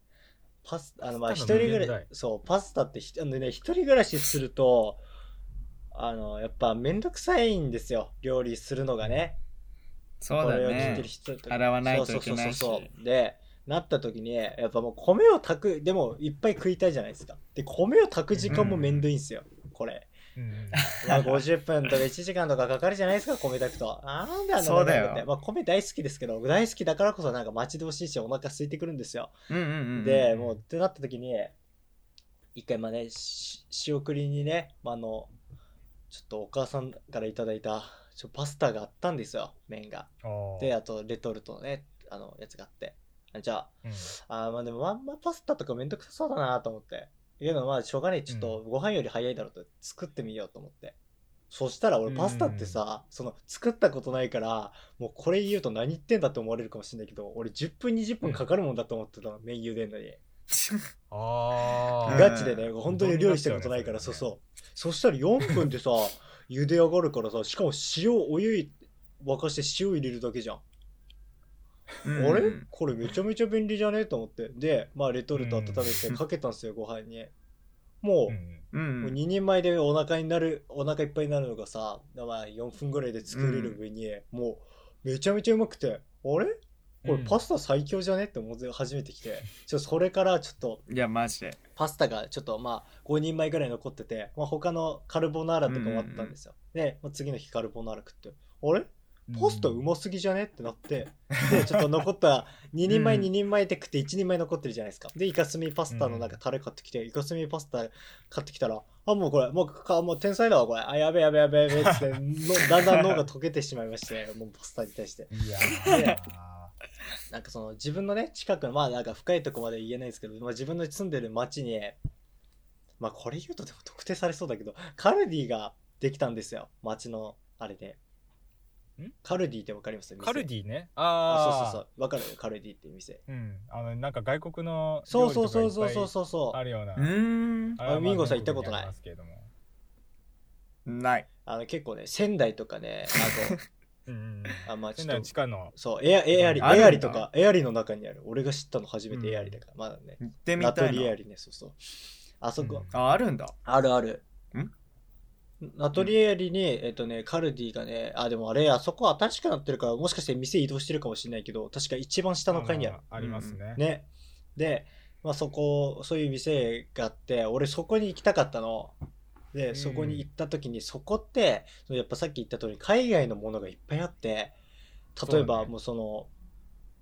Speaker 2: パスあのまあ
Speaker 1: パ
Speaker 2: 一
Speaker 1: ス
Speaker 2: 人
Speaker 1: タの無限大
Speaker 2: ぐらいそうパスタってひあの、ね、一人暮らしするとあのやっぱめんどくさいんですよ料理するのがね
Speaker 3: そうだ
Speaker 2: これを聞いて
Speaker 3: ね
Speaker 2: る。人とか
Speaker 3: 洗わないといけないし
Speaker 2: そうそうそうそうでなった時にやっぱもう米を炊くでもいっぱい食いたいじゃないですかで米を炊く時間もめんどいんですよ、これ
Speaker 1: うん
Speaker 2: ま あ50分とか1時間とかかかるじゃないですか、米炊くと。なんであんな長いのって
Speaker 3: そうだよ
Speaker 2: まあ米大好きですけど、大好きだからこそなんか待ち遠しいし、お腹空いてくるんですよ。
Speaker 3: うんうんうん。
Speaker 2: で、もうってなった時に、一回まあね、し仕送りにね、まあ、あの、ちょっとお母さんからいただいたちょパスタがあったんですよ、麺が。
Speaker 1: おー
Speaker 2: で、あとレトルトのね、あの、やつがあって。じゃあ、
Speaker 1: うん
Speaker 2: あーまあでもまんまパスタとかめんどくさそうだなと思って。いうのはまあしょうがねえ、ちょっとご飯より早いだろうと作ってみようと思って。そしたら俺パスタってさ、その作ったことないから、もうこれ言うと何言ってんだって思われるかもしれないけど、俺10分20分かかるもんだと思ってたの、麺茹でんのに。
Speaker 1: あー
Speaker 2: ガチでね、本当に料理したことないから、
Speaker 1: うん
Speaker 2: そうそう。そしたら4分 でさ、茹で上がるからさ、しかも塩、お湯い沸かして塩入れるだけじゃん。
Speaker 3: うん
Speaker 2: あれ
Speaker 3: うん
Speaker 2: これめちゃめちゃ便利じゃねと思ってでまあレトルト温めてかけたんですよ、ご飯にもう,、
Speaker 1: うん
Speaker 3: うん
Speaker 2: もう2人前でお腹になるお腹いっぱいになるのがさ、まあ、4分ぐらいで作れる上に、もうめちゃめちゃうまくてあれこれ
Speaker 1: うん
Speaker 2: パスタ最強じゃねって思って初めてきてちょそれからちょっと
Speaker 3: いや、マジで。
Speaker 2: パスタがちょっとまあ5人前ぐらい残ってて、まあ、他のカルボナーラとかもあったんですよ、で、まあ、次の日カルボナーラ食ってあれポスタうますぎじゃねってなって、で、ちょっと残った2人前
Speaker 3: うん
Speaker 2: 2人前で食って1人前残ってるじゃないですか。で、イカスミパスタのな
Speaker 1: う
Speaker 2: んか
Speaker 1: ん
Speaker 2: タレ買ってきて、イカスミパスタ買ってきたら、あ、もうこれ、もうか、もう天才だわ、これ。あ、やべやべやべやべっつって、のだんだん脳が溶けてしまいまして、もうパスタに対して。
Speaker 1: いやー
Speaker 2: なんかその自分のね、近くの、まあなんか深いとこまで言えないですけど、まあ自分の住んでる町に、まあこれ言うとでも特定されそうだけど、カルディができたんですよ。町の、あれで
Speaker 1: ん。
Speaker 2: カルディってわかります
Speaker 1: カル
Speaker 2: ィ
Speaker 1: ディね
Speaker 2: あ
Speaker 1: あ
Speaker 2: そう
Speaker 1: あ
Speaker 2: そうそうわかるカルディっていう店
Speaker 1: うんあのなんか外国の
Speaker 2: そ
Speaker 1: 料
Speaker 2: う
Speaker 1: 理
Speaker 2: そう
Speaker 1: とかい
Speaker 2: そ
Speaker 1: う
Speaker 2: そう
Speaker 1: っぱ
Speaker 2: そうそうそう
Speaker 1: いあるような
Speaker 3: うーん。
Speaker 1: あれは
Speaker 2: あミンゴさん行った
Speaker 1: 全
Speaker 2: こ
Speaker 1: 国に
Speaker 2: とな
Speaker 1: あ
Speaker 2: い
Speaker 1: りますけれども
Speaker 3: ない。
Speaker 2: あの結構ね仙台とかね
Speaker 1: うんうん
Speaker 2: あとあまあち
Speaker 1: 仙
Speaker 2: ょ
Speaker 1: 台
Speaker 2: っ
Speaker 1: の
Speaker 2: と
Speaker 1: 地下の
Speaker 2: そうエアエアリ
Speaker 3: あるん
Speaker 2: エ
Speaker 3: だ
Speaker 2: アリとかエアリの中にある俺が知ったの初めて
Speaker 1: うん
Speaker 2: エアリだから、まだね
Speaker 3: 行ってみ
Speaker 2: ナ
Speaker 3: た
Speaker 2: ト
Speaker 3: い
Speaker 2: リエ
Speaker 3: な
Speaker 2: ア。リねそうそうあそこ、
Speaker 1: うん
Speaker 3: あ、あるんだ。
Speaker 2: あるある
Speaker 3: ん
Speaker 2: ナトリエアリに、えっとね、カルディがね、あ、でもあれ、あそこ新しくなってるから、もしかして店移動してるかもしれないけど、確か一番下の階にある。
Speaker 1: ありますね
Speaker 2: ね。で、まあ、そこ、そういう店があって、俺そこに行きたかったの。
Speaker 1: う
Speaker 2: で、
Speaker 1: ん
Speaker 2: そこに行った時に、そこって、そのやっぱさっき言った通り、海外のものがいっぱいあって、例え
Speaker 1: そう
Speaker 2: ば
Speaker 1: ね
Speaker 2: もうその、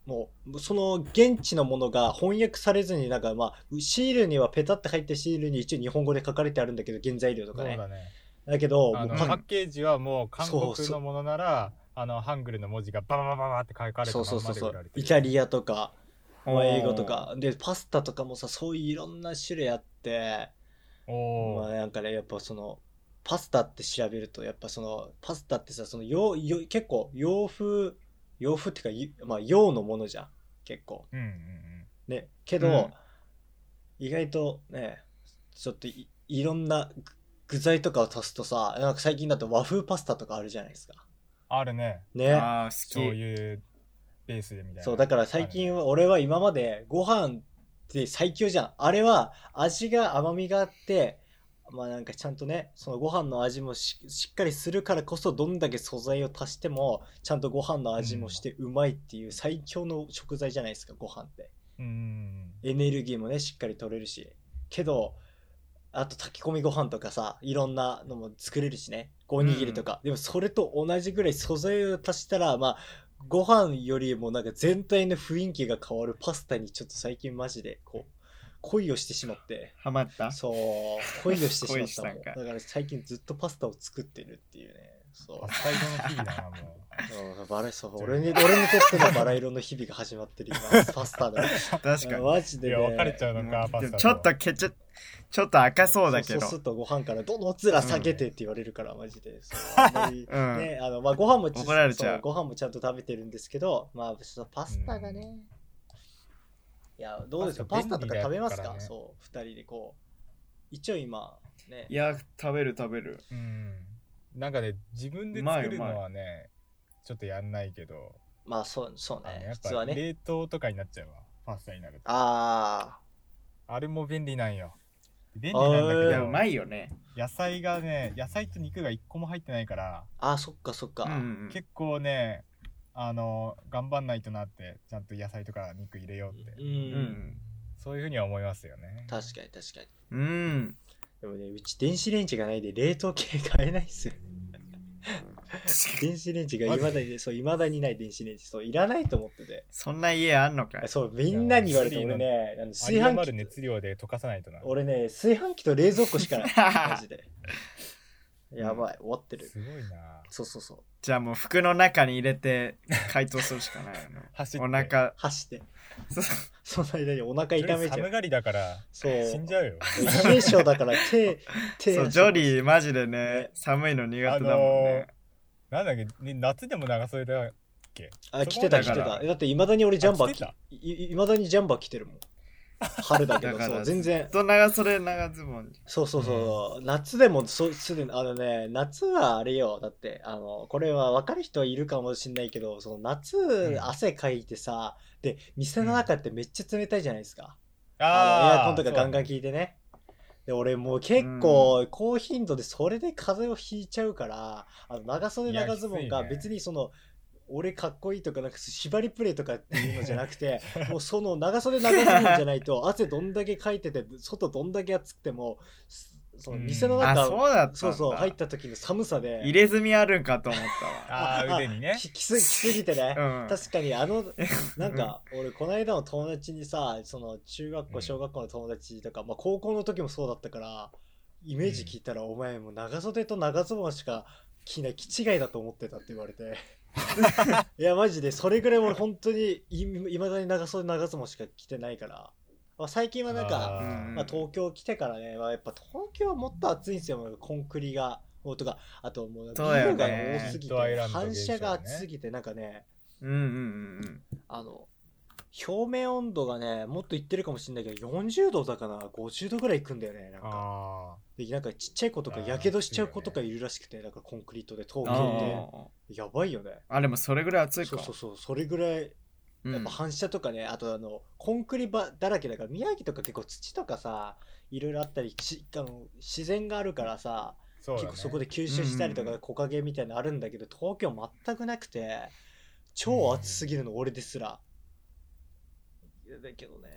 Speaker 2: もうその現地のものが翻訳されずになんかまあシールにはペタって入ってシールに一応日本語で書かれてあるんだけど原材料と
Speaker 1: そ
Speaker 2: か
Speaker 1: う
Speaker 2: ねだ
Speaker 1: だね
Speaker 2: けど
Speaker 1: あ
Speaker 2: もう
Speaker 1: の
Speaker 2: パ
Speaker 1: パ
Speaker 2: ッ
Speaker 1: ッケージはもう韓
Speaker 2: そう
Speaker 1: 国
Speaker 2: そ
Speaker 1: の
Speaker 2: う
Speaker 1: ものならあのハングルの文字がバババババって書かれた
Speaker 2: そうそ
Speaker 1: ま
Speaker 2: うんそ
Speaker 1: ま
Speaker 2: う
Speaker 1: で
Speaker 2: そ
Speaker 1: 売ら
Speaker 2: う
Speaker 1: れて
Speaker 2: イ
Speaker 1: る
Speaker 2: タリアとかまあ英語と
Speaker 3: おー。
Speaker 2: かでパスタとかもさそういういろんな種類あって
Speaker 1: お
Speaker 2: まあ
Speaker 1: お
Speaker 2: なんかねやっぱそのパスタって調べるとやっぱそのパスタってさその洋洋結構洋風洋風っていうか、まあ、洋のものじゃん結構
Speaker 1: うんうん
Speaker 2: ねけど、
Speaker 3: うん
Speaker 2: 意外とねちょっといいろんな具具材とかを足すとさなんか最近だと和風パスタとかあるじゃないですか
Speaker 1: あるね
Speaker 2: ね
Speaker 3: ああ、
Speaker 1: そう
Speaker 3: 好き。
Speaker 1: いうベースでみたいな
Speaker 2: そうだから最近
Speaker 1: は
Speaker 2: は俺は今までご飯って最強じゃんあれは味が甘みがあってまあなんかちゃんとねそのご飯の味もししっかりするからこそどんだけ素材を足してもちゃんとご飯の味もしてうまいっていう最強の食材じゃないですかご飯って
Speaker 1: うんうん
Speaker 2: エネルギーもねしっかり取れるしけどあと炊き込みご飯とかさいろんなのも作れるしねおにぎりとか、でもそれと同じぐらい素材を足したらまあご飯よりもなんか全体の雰囲気が変わるパスタにちょっと最近マジでこう恋をしてしまって
Speaker 3: ハマった
Speaker 2: そう恋をして
Speaker 3: 恋
Speaker 2: し
Speaker 3: し
Speaker 2: ま
Speaker 3: た
Speaker 2: ったも
Speaker 3: ん
Speaker 2: ん
Speaker 3: か
Speaker 2: だから最近ずっとパスタを作ってるっていうねそう
Speaker 1: あ最高の日々だなも
Speaker 2: うんバラそう俺に俺 にとってのバラ色の日々が始まってる今パスタの
Speaker 3: 確かに。
Speaker 2: マジ
Speaker 1: うい
Speaker 2: で、ね、
Speaker 1: や別れちゃうのかパスタ
Speaker 3: ちょっとケチュちょっと赤そうだけ
Speaker 2: そ
Speaker 3: ど
Speaker 2: うそうするとご飯からどのつら下げてって言われるから、マジ で。そうあんまり
Speaker 3: うん
Speaker 2: ね、あの、まあ、ご飯も
Speaker 3: 怒られちゃう
Speaker 2: そご飯もちゃんと食べてるんですけど、まあ、そのパスタがね、いや、どうですかパ
Speaker 1: パ
Speaker 2: ス
Speaker 1: ス
Speaker 2: タ
Speaker 1: タ便
Speaker 2: と
Speaker 1: 利
Speaker 2: か
Speaker 1: だよ
Speaker 2: 食べま
Speaker 1: だ
Speaker 2: すか
Speaker 1: からね
Speaker 2: そう、二人でこう。一応今、ね
Speaker 3: い。や食べる食べる
Speaker 1: うんなんかね自分で
Speaker 3: うまい
Speaker 1: 作る
Speaker 3: うまい
Speaker 1: のはねちょっとやんないけど
Speaker 2: まあ、そう、そう
Speaker 1: あの
Speaker 2: ね。
Speaker 1: やっ
Speaker 2: 普通
Speaker 1: ぱ
Speaker 2: はね。
Speaker 1: 冷凍とかになっちゃうわパスタになるとあ
Speaker 2: あ
Speaker 1: れも便利なんよ便利なんだ
Speaker 2: あー
Speaker 3: い
Speaker 1: け
Speaker 3: やう
Speaker 1: ど
Speaker 3: まいよね
Speaker 1: 野菜がね野菜と肉が1個も入ってないから
Speaker 2: ー、あー、そっかそっか。
Speaker 3: うんうん
Speaker 1: 結構ねあの頑張んないとなってちゃんと野菜とか肉入れようって
Speaker 2: う。
Speaker 3: うんん
Speaker 1: そういうふうには思いますよね
Speaker 2: 確かに確かに。
Speaker 3: うんうん
Speaker 2: でもね、うち電子レンジがないで冷凍系買えないっすよ。電子レンジがいまだにね、そう、いまだにない電子レンジ、そう、いらないと思ってて。
Speaker 3: そんな家あんのかい
Speaker 2: そう、みんなに言われて、
Speaker 1: いや
Speaker 2: 俺ね、あ
Speaker 1: あ
Speaker 2: の炊
Speaker 1: り
Speaker 2: 飯
Speaker 1: 余る
Speaker 2: 器、
Speaker 1: 熱量で溶かさないとな
Speaker 2: 俺ね、炊飯器と冷蔵庫 しかない。マジで。やばい、終わってる。
Speaker 1: すごいな
Speaker 2: そうそうそう。
Speaker 3: じゃあもう服の中に入れて解凍するしかない よね
Speaker 1: 走って
Speaker 3: お腹
Speaker 2: 走って。
Speaker 3: そう
Speaker 2: その間にお腹痛めちゃ
Speaker 1: 寒
Speaker 2: う。
Speaker 1: がりだから
Speaker 2: そう。
Speaker 1: 死んじゃうよ
Speaker 2: 冷え性だから 手、手
Speaker 3: そう
Speaker 2: 足
Speaker 3: ジョリーマジでね
Speaker 2: ね
Speaker 3: 寒いの苦
Speaker 1: あ
Speaker 3: 手だもん
Speaker 1: のー
Speaker 3: ね、
Speaker 1: なんだっけ、ね、夏でも長袖だっけ
Speaker 2: あ、着てた
Speaker 3: だ
Speaker 2: 着
Speaker 3: か
Speaker 2: て
Speaker 3: ら
Speaker 2: た。だっていまだに俺ジャンバー
Speaker 1: あ着てた
Speaker 2: 着、いいまだにジャンバー着てるもん。春だけど、
Speaker 3: だから
Speaker 2: そう、全然。
Speaker 3: ずっと長袖長ズボン
Speaker 2: そうそうそう。夏でも、そう、すでに、あのね、夏はあれよ。だって、あの、これは分かる人いるかもしんないけど、その夏
Speaker 1: ん、
Speaker 2: 汗かいてさ、で、店の中ってめっちゃ冷たいじゃないですか。あのエア
Speaker 1: あ
Speaker 2: コンとかガンガン
Speaker 1: き
Speaker 2: 効いてね。で、俺もう結構、高頻度でそれで風邪をひいちゃうから、あの長袖
Speaker 1: いや
Speaker 2: 長ズボンが
Speaker 1: きついね
Speaker 2: 別にその、俺かっこいいとか、なんか縛りプレイとかっていうのじゃな くて、もうその長袖長ズボンじゃないと、汗どんだけかいてて、外どんだけ暑くても、すその店の
Speaker 1: うん
Speaker 3: あ
Speaker 2: 中、
Speaker 3: そうだったんだ
Speaker 2: そうそう、入った時の寒さで、
Speaker 3: 入れ墨あるんかと思ったわ
Speaker 1: ああ腕にね
Speaker 2: ききすきすぎて ね。
Speaker 3: うん、
Speaker 2: 確かに あのなんか俺この間の友達にさその中学
Speaker 1: う
Speaker 2: 校
Speaker 1: ん
Speaker 2: 小学校の友達とか、まあ、高校の時もそうだったからイメージ聞いたら、お前もう長袖と長ズボンしか着ない気違いだと思ってたって言われ ていやマジでそれぐらい俺本当にいいまだに長袖長ズボンしか着てないから、まあ、最近はなんか
Speaker 1: あー
Speaker 2: まあ、東京来てからね、まあ、やっぱ東京はもっと暑いんですよ、もうコンクリが。もうとかあともうビル
Speaker 3: そうだよね
Speaker 2: が多すぎて、
Speaker 1: ビットアイランド
Speaker 2: 反
Speaker 1: 現象
Speaker 2: 射
Speaker 1: ね
Speaker 2: が暑すぎてなんかね
Speaker 3: うんうんうんうん
Speaker 2: あの表面温度がねもっといってるかもしれないけど40度だから50度ぐらいいくんだよねなんか
Speaker 1: あ
Speaker 2: でなんかちっちゃい子とか
Speaker 1: あー
Speaker 2: やけどしちゃう子とかいるらしくてなんかコンクリートで東
Speaker 3: あ
Speaker 2: 京でやばいよね
Speaker 3: ーあでもそれぐらい暑
Speaker 2: そう
Speaker 3: いか
Speaker 2: そうそうそれぐらいやっぱ反射とかね、あとあのコンクリばだらけだから宮城とか結構土とかさいろいろあったりしあの自然があるからさ、
Speaker 1: ーそうだ、
Speaker 2: 結
Speaker 1: ね、
Speaker 2: 構そこで吸収したりと
Speaker 3: うん
Speaker 2: か
Speaker 3: うん
Speaker 2: 木陰みたいなのあるんだけど東京全くなくて超暑すぎるの俺ですら。いやだけどね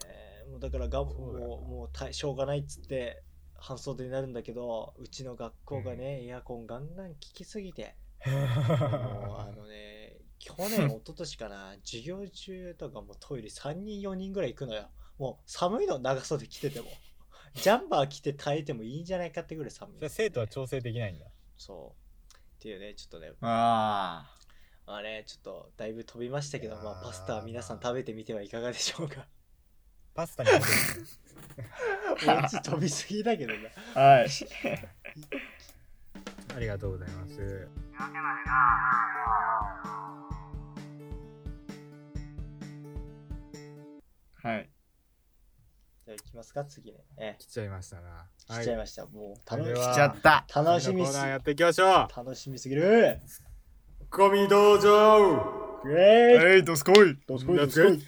Speaker 2: もうだからが
Speaker 1: そうだよな
Speaker 2: もうもうたしょうがないっつって半袖になるんだけどうちの学校がね、エアコンガンガン効きす ぎてもうあのね去年一昨年かな授業中とかもうトイレ3人4人ぐらい行くのよもう寒いの長袖着ててもジャンバー着て耐えてもいいんじゃないかってぐらい寒い、
Speaker 1: じゃあ生徒は調整できないんだ
Speaker 2: そう。っていうね、ちょっとね、
Speaker 3: あ
Speaker 2: まあね、ちょっとだいぶ飛びましたけど、
Speaker 1: いやー
Speaker 2: まあパスタは皆さん食べてみてはいかがでしょうか。
Speaker 1: パスタになる
Speaker 2: 俺ちょっと飛びすぎだけどな。
Speaker 3: あはい
Speaker 1: ありがとうございます
Speaker 3: はい
Speaker 2: じゃあ行きますか、次ね。え
Speaker 1: 来ちゃいましたな
Speaker 2: え、来ちゃいました。もう楽
Speaker 1: それは
Speaker 3: 来ちゃった
Speaker 2: し楽し
Speaker 1: 次の
Speaker 2: み
Speaker 1: コー
Speaker 2: す
Speaker 1: ナーやっていきましょ
Speaker 2: 楽しみすぎる。
Speaker 1: うゴミ道場
Speaker 2: イェーイ
Speaker 3: えいどすこい
Speaker 2: どす
Speaker 1: こいどすこい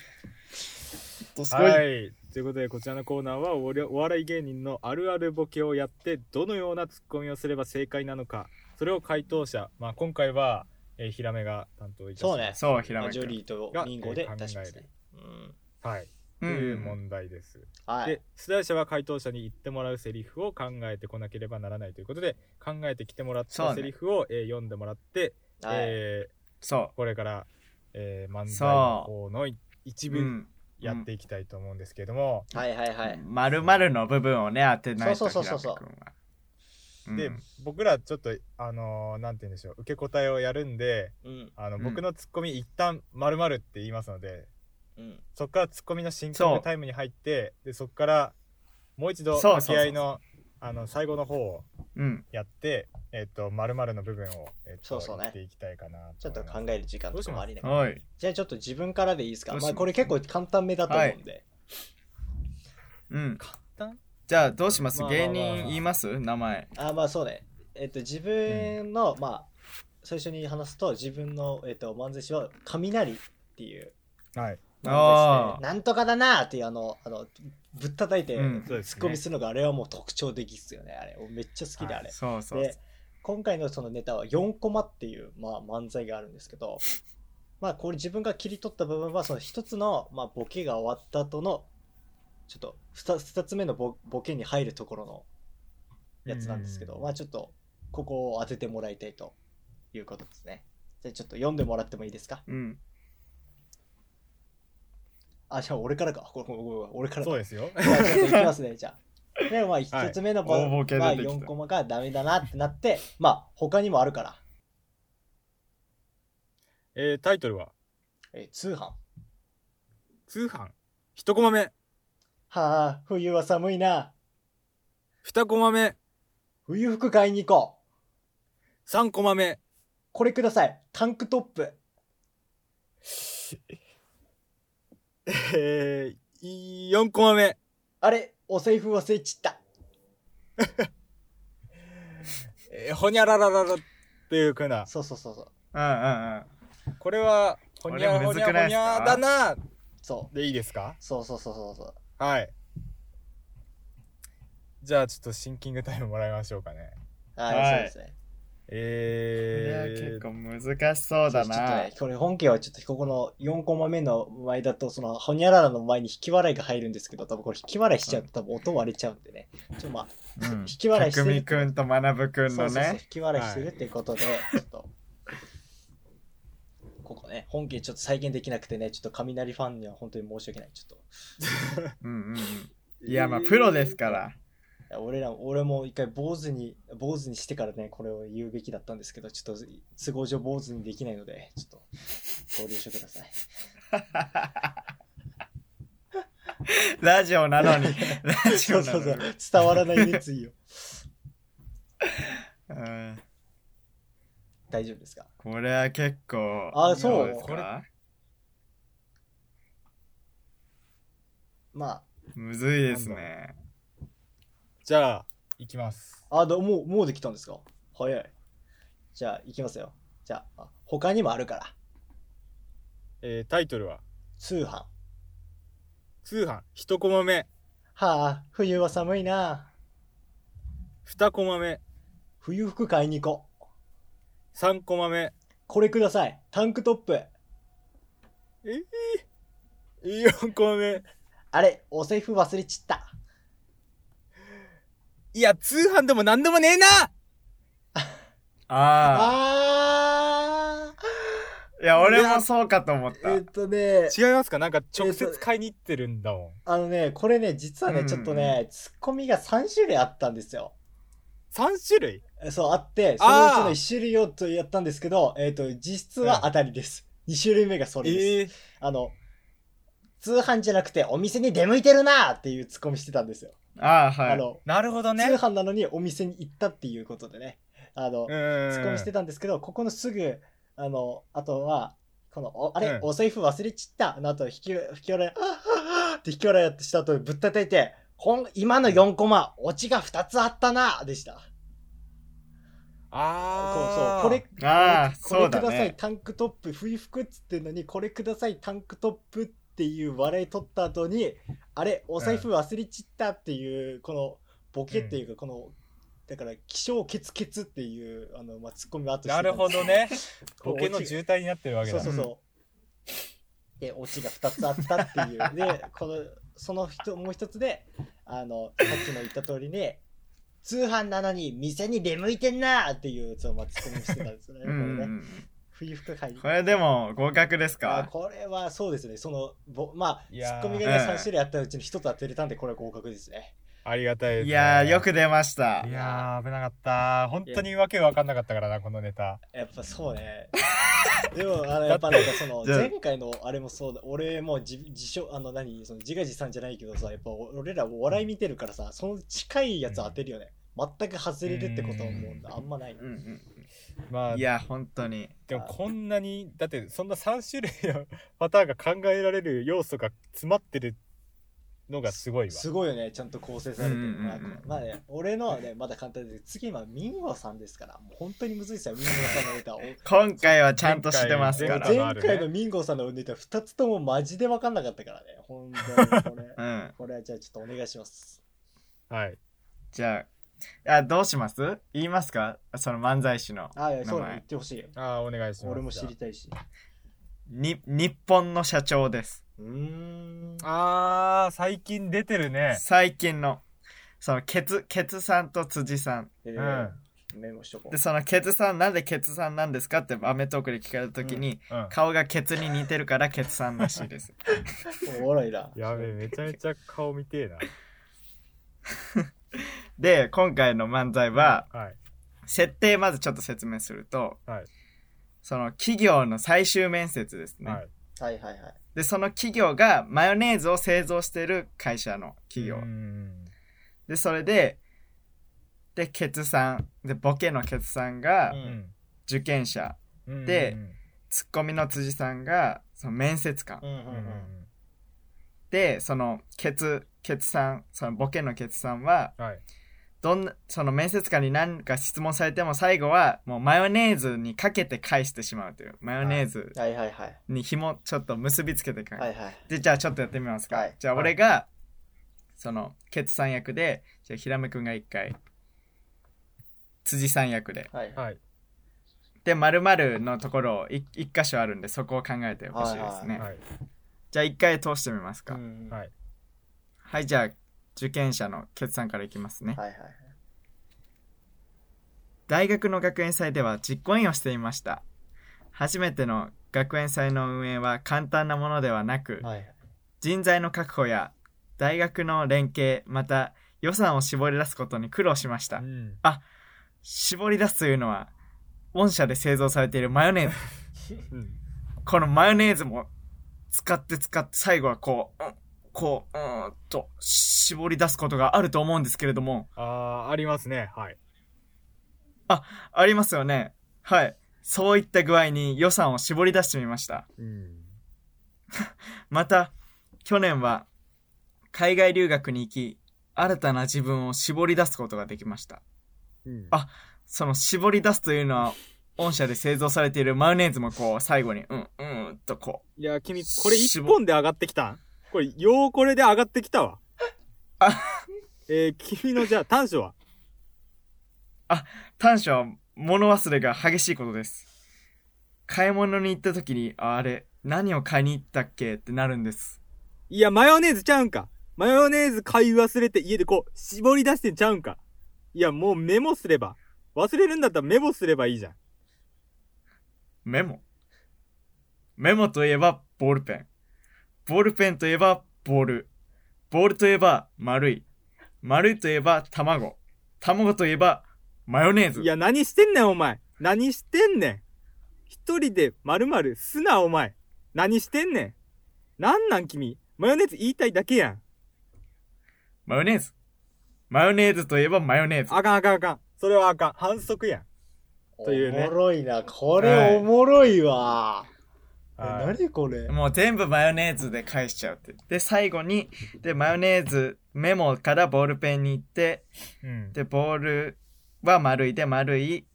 Speaker 3: どすこい、
Speaker 1: はいということでこちらのコーナーはおりお笑い芸人のあるあるボケをやってどのようなツッコミをすれば正解なのかそれを回答者、まあ、今回は、えー、ヒラメが担当いたします
Speaker 2: そうね
Speaker 3: そうひらめく
Speaker 2: ジョリーとミンゴで出しますね。うん。
Speaker 1: はいと
Speaker 3: うん
Speaker 1: いう問題です、
Speaker 2: は
Speaker 1: で
Speaker 2: い。
Speaker 1: 出題者は回答者に言ってもらうセリフを考えてこなければならないということで考えてきてもらっ
Speaker 3: そう
Speaker 1: た
Speaker 3: ね
Speaker 1: セリフを、えー読んでもらって、
Speaker 2: はい。
Speaker 1: え
Speaker 3: そ
Speaker 1: ーこれから、えー漫
Speaker 3: そう
Speaker 1: 才の方の一
Speaker 3: う、
Speaker 1: 部
Speaker 3: うん、
Speaker 1: やっていきたいと思うんですけれども、
Speaker 2: はいはいはい。
Speaker 3: まるまるの部分をね当てないと
Speaker 2: そうそうそうそうそう
Speaker 3: ひらめくんはうん
Speaker 1: で僕らちょっとあのーなんて言うんでしょう受け答えをやるんで
Speaker 2: うん。
Speaker 1: あの、
Speaker 3: うん
Speaker 1: 僕のツッコミ一旦まるまるって言いますので
Speaker 2: うん。
Speaker 1: そこからツッコミのシンキン
Speaker 3: そう
Speaker 1: グタイムに入ってでそこからもう一度
Speaker 3: そう
Speaker 1: 掛
Speaker 3: そうそう
Speaker 1: け合いのあの最後の方を
Speaker 3: うん
Speaker 1: やってえっ、とまるまるの部分を、えっと
Speaker 2: そうそうね
Speaker 1: やっていきたいかな
Speaker 2: ちょっと
Speaker 1: 思います
Speaker 2: 考える時間とかもありながら。
Speaker 3: はい
Speaker 2: じゃあちょっと自分からでいいですか。
Speaker 3: どう
Speaker 2: ま
Speaker 3: します
Speaker 2: あこれ結構簡単めだと思うんで。
Speaker 3: うん
Speaker 1: 簡単
Speaker 3: じゃあどうします
Speaker 1: まあまあま
Speaker 3: 芸
Speaker 1: あ
Speaker 3: 人言います名前
Speaker 2: あまあそうねえっと自分の、まあ最初に話すと自分の、えっと、漫才師は雷っていう
Speaker 1: はい
Speaker 3: あ
Speaker 2: 漫才
Speaker 3: ー
Speaker 2: 師でなんとかだなーっていうあのあのぶったたいて
Speaker 3: うん
Speaker 1: そうです
Speaker 2: ツッ
Speaker 1: ね
Speaker 2: コミするのがあれはもう特徴的っすよねあれめっちゃ好きであれ、
Speaker 3: そうそう
Speaker 2: で今回のそのネタは4コマっていう、まあ、漫才があるんですけ どまあこれ自分が切り取った部分はその一つの、まあ、ボケが終わった後のちょっと 2, つ目のボボケに入るところのやつなんですけど、
Speaker 1: うん
Speaker 2: まあちょっとここを当ててもらいたいということですねじゃあちょっと読んでもらってもいいですか
Speaker 3: うん
Speaker 2: あじゃあ俺からかこれこれこれ俺からか
Speaker 1: そうですよ
Speaker 2: じゃあちょっといきますね、じゃあ。で、まあ、一つ目のボ、
Speaker 3: 大ボケ出
Speaker 2: まあ、
Speaker 3: てきた
Speaker 2: 4コマがダメだなってなって、まあ、他にもあるから、
Speaker 1: えータイトルは
Speaker 2: えー通販。
Speaker 1: 通販一コマ目
Speaker 2: はあ、冬は寒いな。
Speaker 1: 二コマ目
Speaker 2: 冬服買いに行こう。
Speaker 1: 三コマ目
Speaker 2: これください。タンクトップ。
Speaker 1: えー、4コマ目
Speaker 2: あれ、お財布忘れちった。
Speaker 1: えー、ほにゃららららっていうくな
Speaker 2: そうそうそうそう。
Speaker 3: うんうんうん
Speaker 1: これはほにゃ
Speaker 3: これ
Speaker 1: ほ
Speaker 3: むず
Speaker 1: にゃ
Speaker 3: くない
Speaker 1: ほ
Speaker 3: っ
Speaker 1: に
Speaker 3: すか
Speaker 1: ゃだな
Speaker 2: そう。
Speaker 1: でいいですか
Speaker 2: そうそうそうそうそう。
Speaker 1: はいじゃあちょっとシンキングタイムもらいましょうかね
Speaker 2: はい、
Speaker 3: はい
Speaker 2: そうですね。
Speaker 3: これは
Speaker 1: えー、
Speaker 3: 結構難しそうだ
Speaker 2: ちょっと
Speaker 3: な
Speaker 2: ね、これ本家はちょっとここの4コマ目の前だと、その、ほにゃららの前に引き笑いが入るんですけど、多分これ引き笑いしちゃうと多分音割れちゃうんでね。ちょっとまあ、
Speaker 3: うん
Speaker 2: 引き笑いしてる
Speaker 3: 匠くんと学くん
Speaker 2: そう
Speaker 3: の
Speaker 2: そうそう引
Speaker 3: ね
Speaker 2: き笑いしてるっていうことで、ちょっとここね本家ちょっと再現できなくてねちょっと雷ファンには本当に申し訳ないちょっ
Speaker 3: うんうんうんいやまあプロですから
Speaker 2: と俺ら俺も一回坊主に坊主にしてからねこれを言うべきだったんですけどちょっと都合上坊主にできないのでちょっとご了承ください
Speaker 3: ラジオなのにラ ジ
Speaker 2: そ
Speaker 3: オ
Speaker 2: う
Speaker 3: な
Speaker 2: そ う
Speaker 3: のに
Speaker 2: そう伝わらない熱意を
Speaker 3: うん
Speaker 2: 大丈夫ですか
Speaker 3: これは結構
Speaker 2: あそう
Speaker 3: どですか
Speaker 2: まあ
Speaker 3: むずいですね
Speaker 1: じゃあいきます
Speaker 2: あどもうもうできたんですか早いじゃあ行きますよじゃああ他にもあるから
Speaker 1: えー、タイトルは
Speaker 2: 通販
Speaker 1: 通販一コマ目
Speaker 2: はあ冬は寒いな
Speaker 1: 二コマ目
Speaker 2: 冬服買いに行こう。
Speaker 1: 三コマ目
Speaker 2: これください。タンクトップ。
Speaker 1: えー、4コマ目
Speaker 2: あれ、お財布忘れちった。
Speaker 1: いや通販でも何でもねえな
Speaker 3: あ
Speaker 2: あ
Speaker 3: あいや俺もそうかと思っ
Speaker 2: ー
Speaker 3: た
Speaker 2: えっとね、
Speaker 1: 違いますかなんか直接買いに行ってるんだもん
Speaker 2: あのね、これね、実は
Speaker 3: う
Speaker 2: ね、
Speaker 3: ん
Speaker 2: ちょっとね、ツッコミが3種類あったんですよ。
Speaker 1: 三種類
Speaker 2: えそう、あって、そのう
Speaker 1: あー
Speaker 2: ちの1種類をとやったんですけど、えっ、と、実質は当たりです。2種類目がそれです。
Speaker 1: えー、
Speaker 2: あの、通販じゃなくて、お店に出向いてるなーっていうツッコミしてたんですよ。
Speaker 3: ああは
Speaker 2: あ
Speaker 3: い
Speaker 2: の、
Speaker 1: なるほどね
Speaker 2: 通販なのにお店に行ったっていうことでね。あの、ツッコミし
Speaker 1: た
Speaker 2: てたんですけど、ここのすぐ、あの、あとは、この、おあれ、
Speaker 1: うん
Speaker 2: お財布忘れちったの後、引き、引き笑い、ああああって引き笑いやってした後、ぶったたいて、こん今の4コマ、オチが2つあったな、でした。
Speaker 1: あ
Speaker 2: そう
Speaker 1: あ
Speaker 2: そう、これ、
Speaker 3: ああ
Speaker 2: これ
Speaker 3: そう
Speaker 2: これ
Speaker 3: だ
Speaker 2: ください、
Speaker 3: ね
Speaker 2: タンクトップ、冬服っつってんのに、これください、タンクトップっていう笑い取った後に、あれ、お財布忘れちったっていう、この、ボケっていうか、この、だから、気象ケツケツっていう、あの、まあ、ツッコミが後
Speaker 1: なるほどね
Speaker 2: こう
Speaker 1: ボケの渋滞になってるわけ
Speaker 2: そう
Speaker 1: だ
Speaker 2: そうそう。で、オチが2つあったっていう。 で、この、その人、もう一つで、あの、さっきの言った通りね、通販なのに店に出向いてんなーっていう、そのまあツッコミをしてたんですね。こ
Speaker 3: う
Speaker 2: れ
Speaker 3: んうんう
Speaker 2: ね
Speaker 3: ん
Speaker 2: 冬服買いに
Speaker 3: これでも合格です
Speaker 2: あ
Speaker 3: か
Speaker 2: これはそうですね、その、ぼまあ、
Speaker 1: い
Speaker 2: ツ
Speaker 1: や
Speaker 2: ッ
Speaker 1: ー
Speaker 2: コミが
Speaker 3: うん
Speaker 2: ね、3種類あったうちの1つ当てれたんで、これは合格ですね。
Speaker 1: ありがたいです、
Speaker 3: い
Speaker 1: ね、
Speaker 3: やーよく出ました
Speaker 1: いやー危なかった本当にわけわかんなかったからなこのネタ
Speaker 2: やっぱそうね。 でも、あの、やっぱなんかその、
Speaker 3: じゃあ
Speaker 2: 前回のあれもそうだ、俺も自自称、あの、何、その自画自賛じゃないけどさ、やっぱお俺らお笑い見てるからさ、その近いやつ当てるよね。全く外れるってことはもうあんまない。
Speaker 3: うんうん
Speaker 1: まあ
Speaker 3: いや本当に
Speaker 1: でもこんなにだってそんな3種類のパターンが考えられる要素が詰まってるのがすごいわ。
Speaker 2: すごいよね、ちゃんと構成されて
Speaker 3: うん
Speaker 2: る
Speaker 3: うんうんうん
Speaker 2: なんかまあね、俺のはね、まだ簡単で、次はミンゴさんですから、もう本当にむずいですよ、ミンゴさんのネ タを。
Speaker 3: 今回はちゃんとしてますか
Speaker 1: だ
Speaker 3: ら。
Speaker 1: 前
Speaker 2: 前回のミンゴさんのネタ2つともマジで分かんなかったからね、本当にこれ。
Speaker 3: うん。
Speaker 2: これはじゃあちょっとお願いします。
Speaker 1: はい。
Speaker 3: じゃあ、あどうします言いますかその漫才師の。
Speaker 2: ああ、いやそう
Speaker 3: 名前
Speaker 2: 言ってほしいよ。
Speaker 1: ああ、お願いします。
Speaker 2: 俺も知りたいし。
Speaker 3: に、日本の社長です。
Speaker 2: うーん。
Speaker 1: ああ、最近出てるね。
Speaker 3: 最近の。その、ケツ、ケツさんと辻さん。
Speaker 2: え
Speaker 1: う
Speaker 2: ー
Speaker 1: ん。
Speaker 2: メモしとこう
Speaker 3: で、。そのケツさん、なんでケツさんなんですかってアメトークで聞かれたときに、
Speaker 1: うん
Speaker 3: 顔がケツに似てるからケツさんらし いです。
Speaker 2: お笑いだ。
Speaker 1: やべえ、めちゃめちゃ顔見てえな。
Speaker 3: で、今回の漫才は、
Speaker 1: はい。
Speaker 3: 設定まずちょっと説明すると、
Speaker 1: はい
Speaker 3: その企業の最終面接ですね、
Speaker 1: はい。
Speaker 2: はいはいはい。
Speaker 3: で、その企業がマヨネーズを製造している会社の企業。
Speaker 1: うん
Speaker 3: で、それで、で、ケツさん、で、ボケのケツさんが
Speaker 2: う
Speaker 1: うんん。
Speaker 3: 受験者、
Speaker 1: うん
Speaker 3: で、ツッコミの辻さんがその面接官。
Speaker 2: うんうんう
Speaker 1: うんんうん
Speaker 3: で、そのケツ、ケツさん、そのボケのケツさんは、
Speaker 1: うん。はい。
Speaker 3: どんな、その面接官に何か質問されても最後はもうマヨネーズにかけて返してしまうという、マヨネーズ
Speaker 2: はいはいはい。
Speaker 3: に紐ちょっと結びつけていく、
Speaker 2: はいはい。
Speaker 3: でじゃあちょっとやってみますか、
Speaker 2: はい
Speaker 3: じゃあ
Speaker 1: はい
Speaker 3: 俺が、そのケツさん役でじゃあひらめくんが一回辻さん役で
Speaker 2: はいはい。
Speaker 1: はい。
Speaker 3: でまるのところをい一箇所あるんでそこを考えてほしいですね、
Speaker 1: はい。
Speaker 3: じゃあ一回通してみますか、
Speaker 2: うん
Speaker 1: はい
Speaker 3: はいじゃあ受験者のケツさんからいきますね、
Speaker 2: はいはい。
Speaker 3: 大学の学園祭では実行委員をしていました初めての学園祭の運営は簡単なものではなく、
Speaker 2: はいはい。
Speaker 3: 人材の確保や大学の連携また予算を絞り出すことに苦労しました、
Speaker 1: うん
Speaker 3: 絞り出すというのは御社で製造されているマヨネーズ
Speaker 1: うん
Speaker 3: このマヨネーズも使って使って最後はこう、うんこううーんと絞り出すことがあると思うんですけれども
Speaker 1: ああ、ありますね。はい。
Speaker 3: ありますよねはいそういった具合に予算を絞り出してみました
Speaker 1: うん。
Speaker 3: また去年は海外留学に行き新たな自分を絞り出すことができました
Speaker 1: うん
Speaker 3: あその絞り出すというのは、御社で製造されているマヨネーズもこう、最後に、うん、うん、とこう。
Speaker 1: いや、君、これ一本で上がってきたんこれ、ようこれで上がってきたわ。
Speaker 3: あ
Speaker 1: えー、君のじゃあ短所は
Speaker 3: 短所は物忘れが激しいことです。買い物に行った時に、ああれ、何を買いに行ったっけってなるんです。
Speaker 1: いや、マヨネーズちゃうんか。マヨネーズ買い忘れて家でこう、絞り出してちゃうんか。いや、もうメモすれば。忘れるんだったらメモすればいいじゃん。
Speaker 3: メモ。メモといえば、ボールペン。ボールペンといえば、ボール。ボールといえば、丸い。丸いといえば、卵。卵といえば、マヨネーズ。
Speaker 1: いや、何してんねん、お前。何してんねん。一人で丸々すな、お前。何してんねん。なんなん、君。マヨネーズ言いたいだけやん。
Speaker 3: マヨネーズ。マヨネーズといえば、マヨネーズ。
Speaker 1: あかん、あかん、あかん。それはあかん。反則やん。
Speaker 2: お
Speaker 1: というね
Speaker 2: もろいな。これおもろいわ。え
Speaker 1: はい
Speaker 2: 何これ
Speaker 3: もう全部マヨネーズで返しちゃうって。で、最後に、で、マヨネーズ、メモからボールペンに行って、
Speaker 1: うん。
Speaker 3: で、ボールは丸いで、丸い、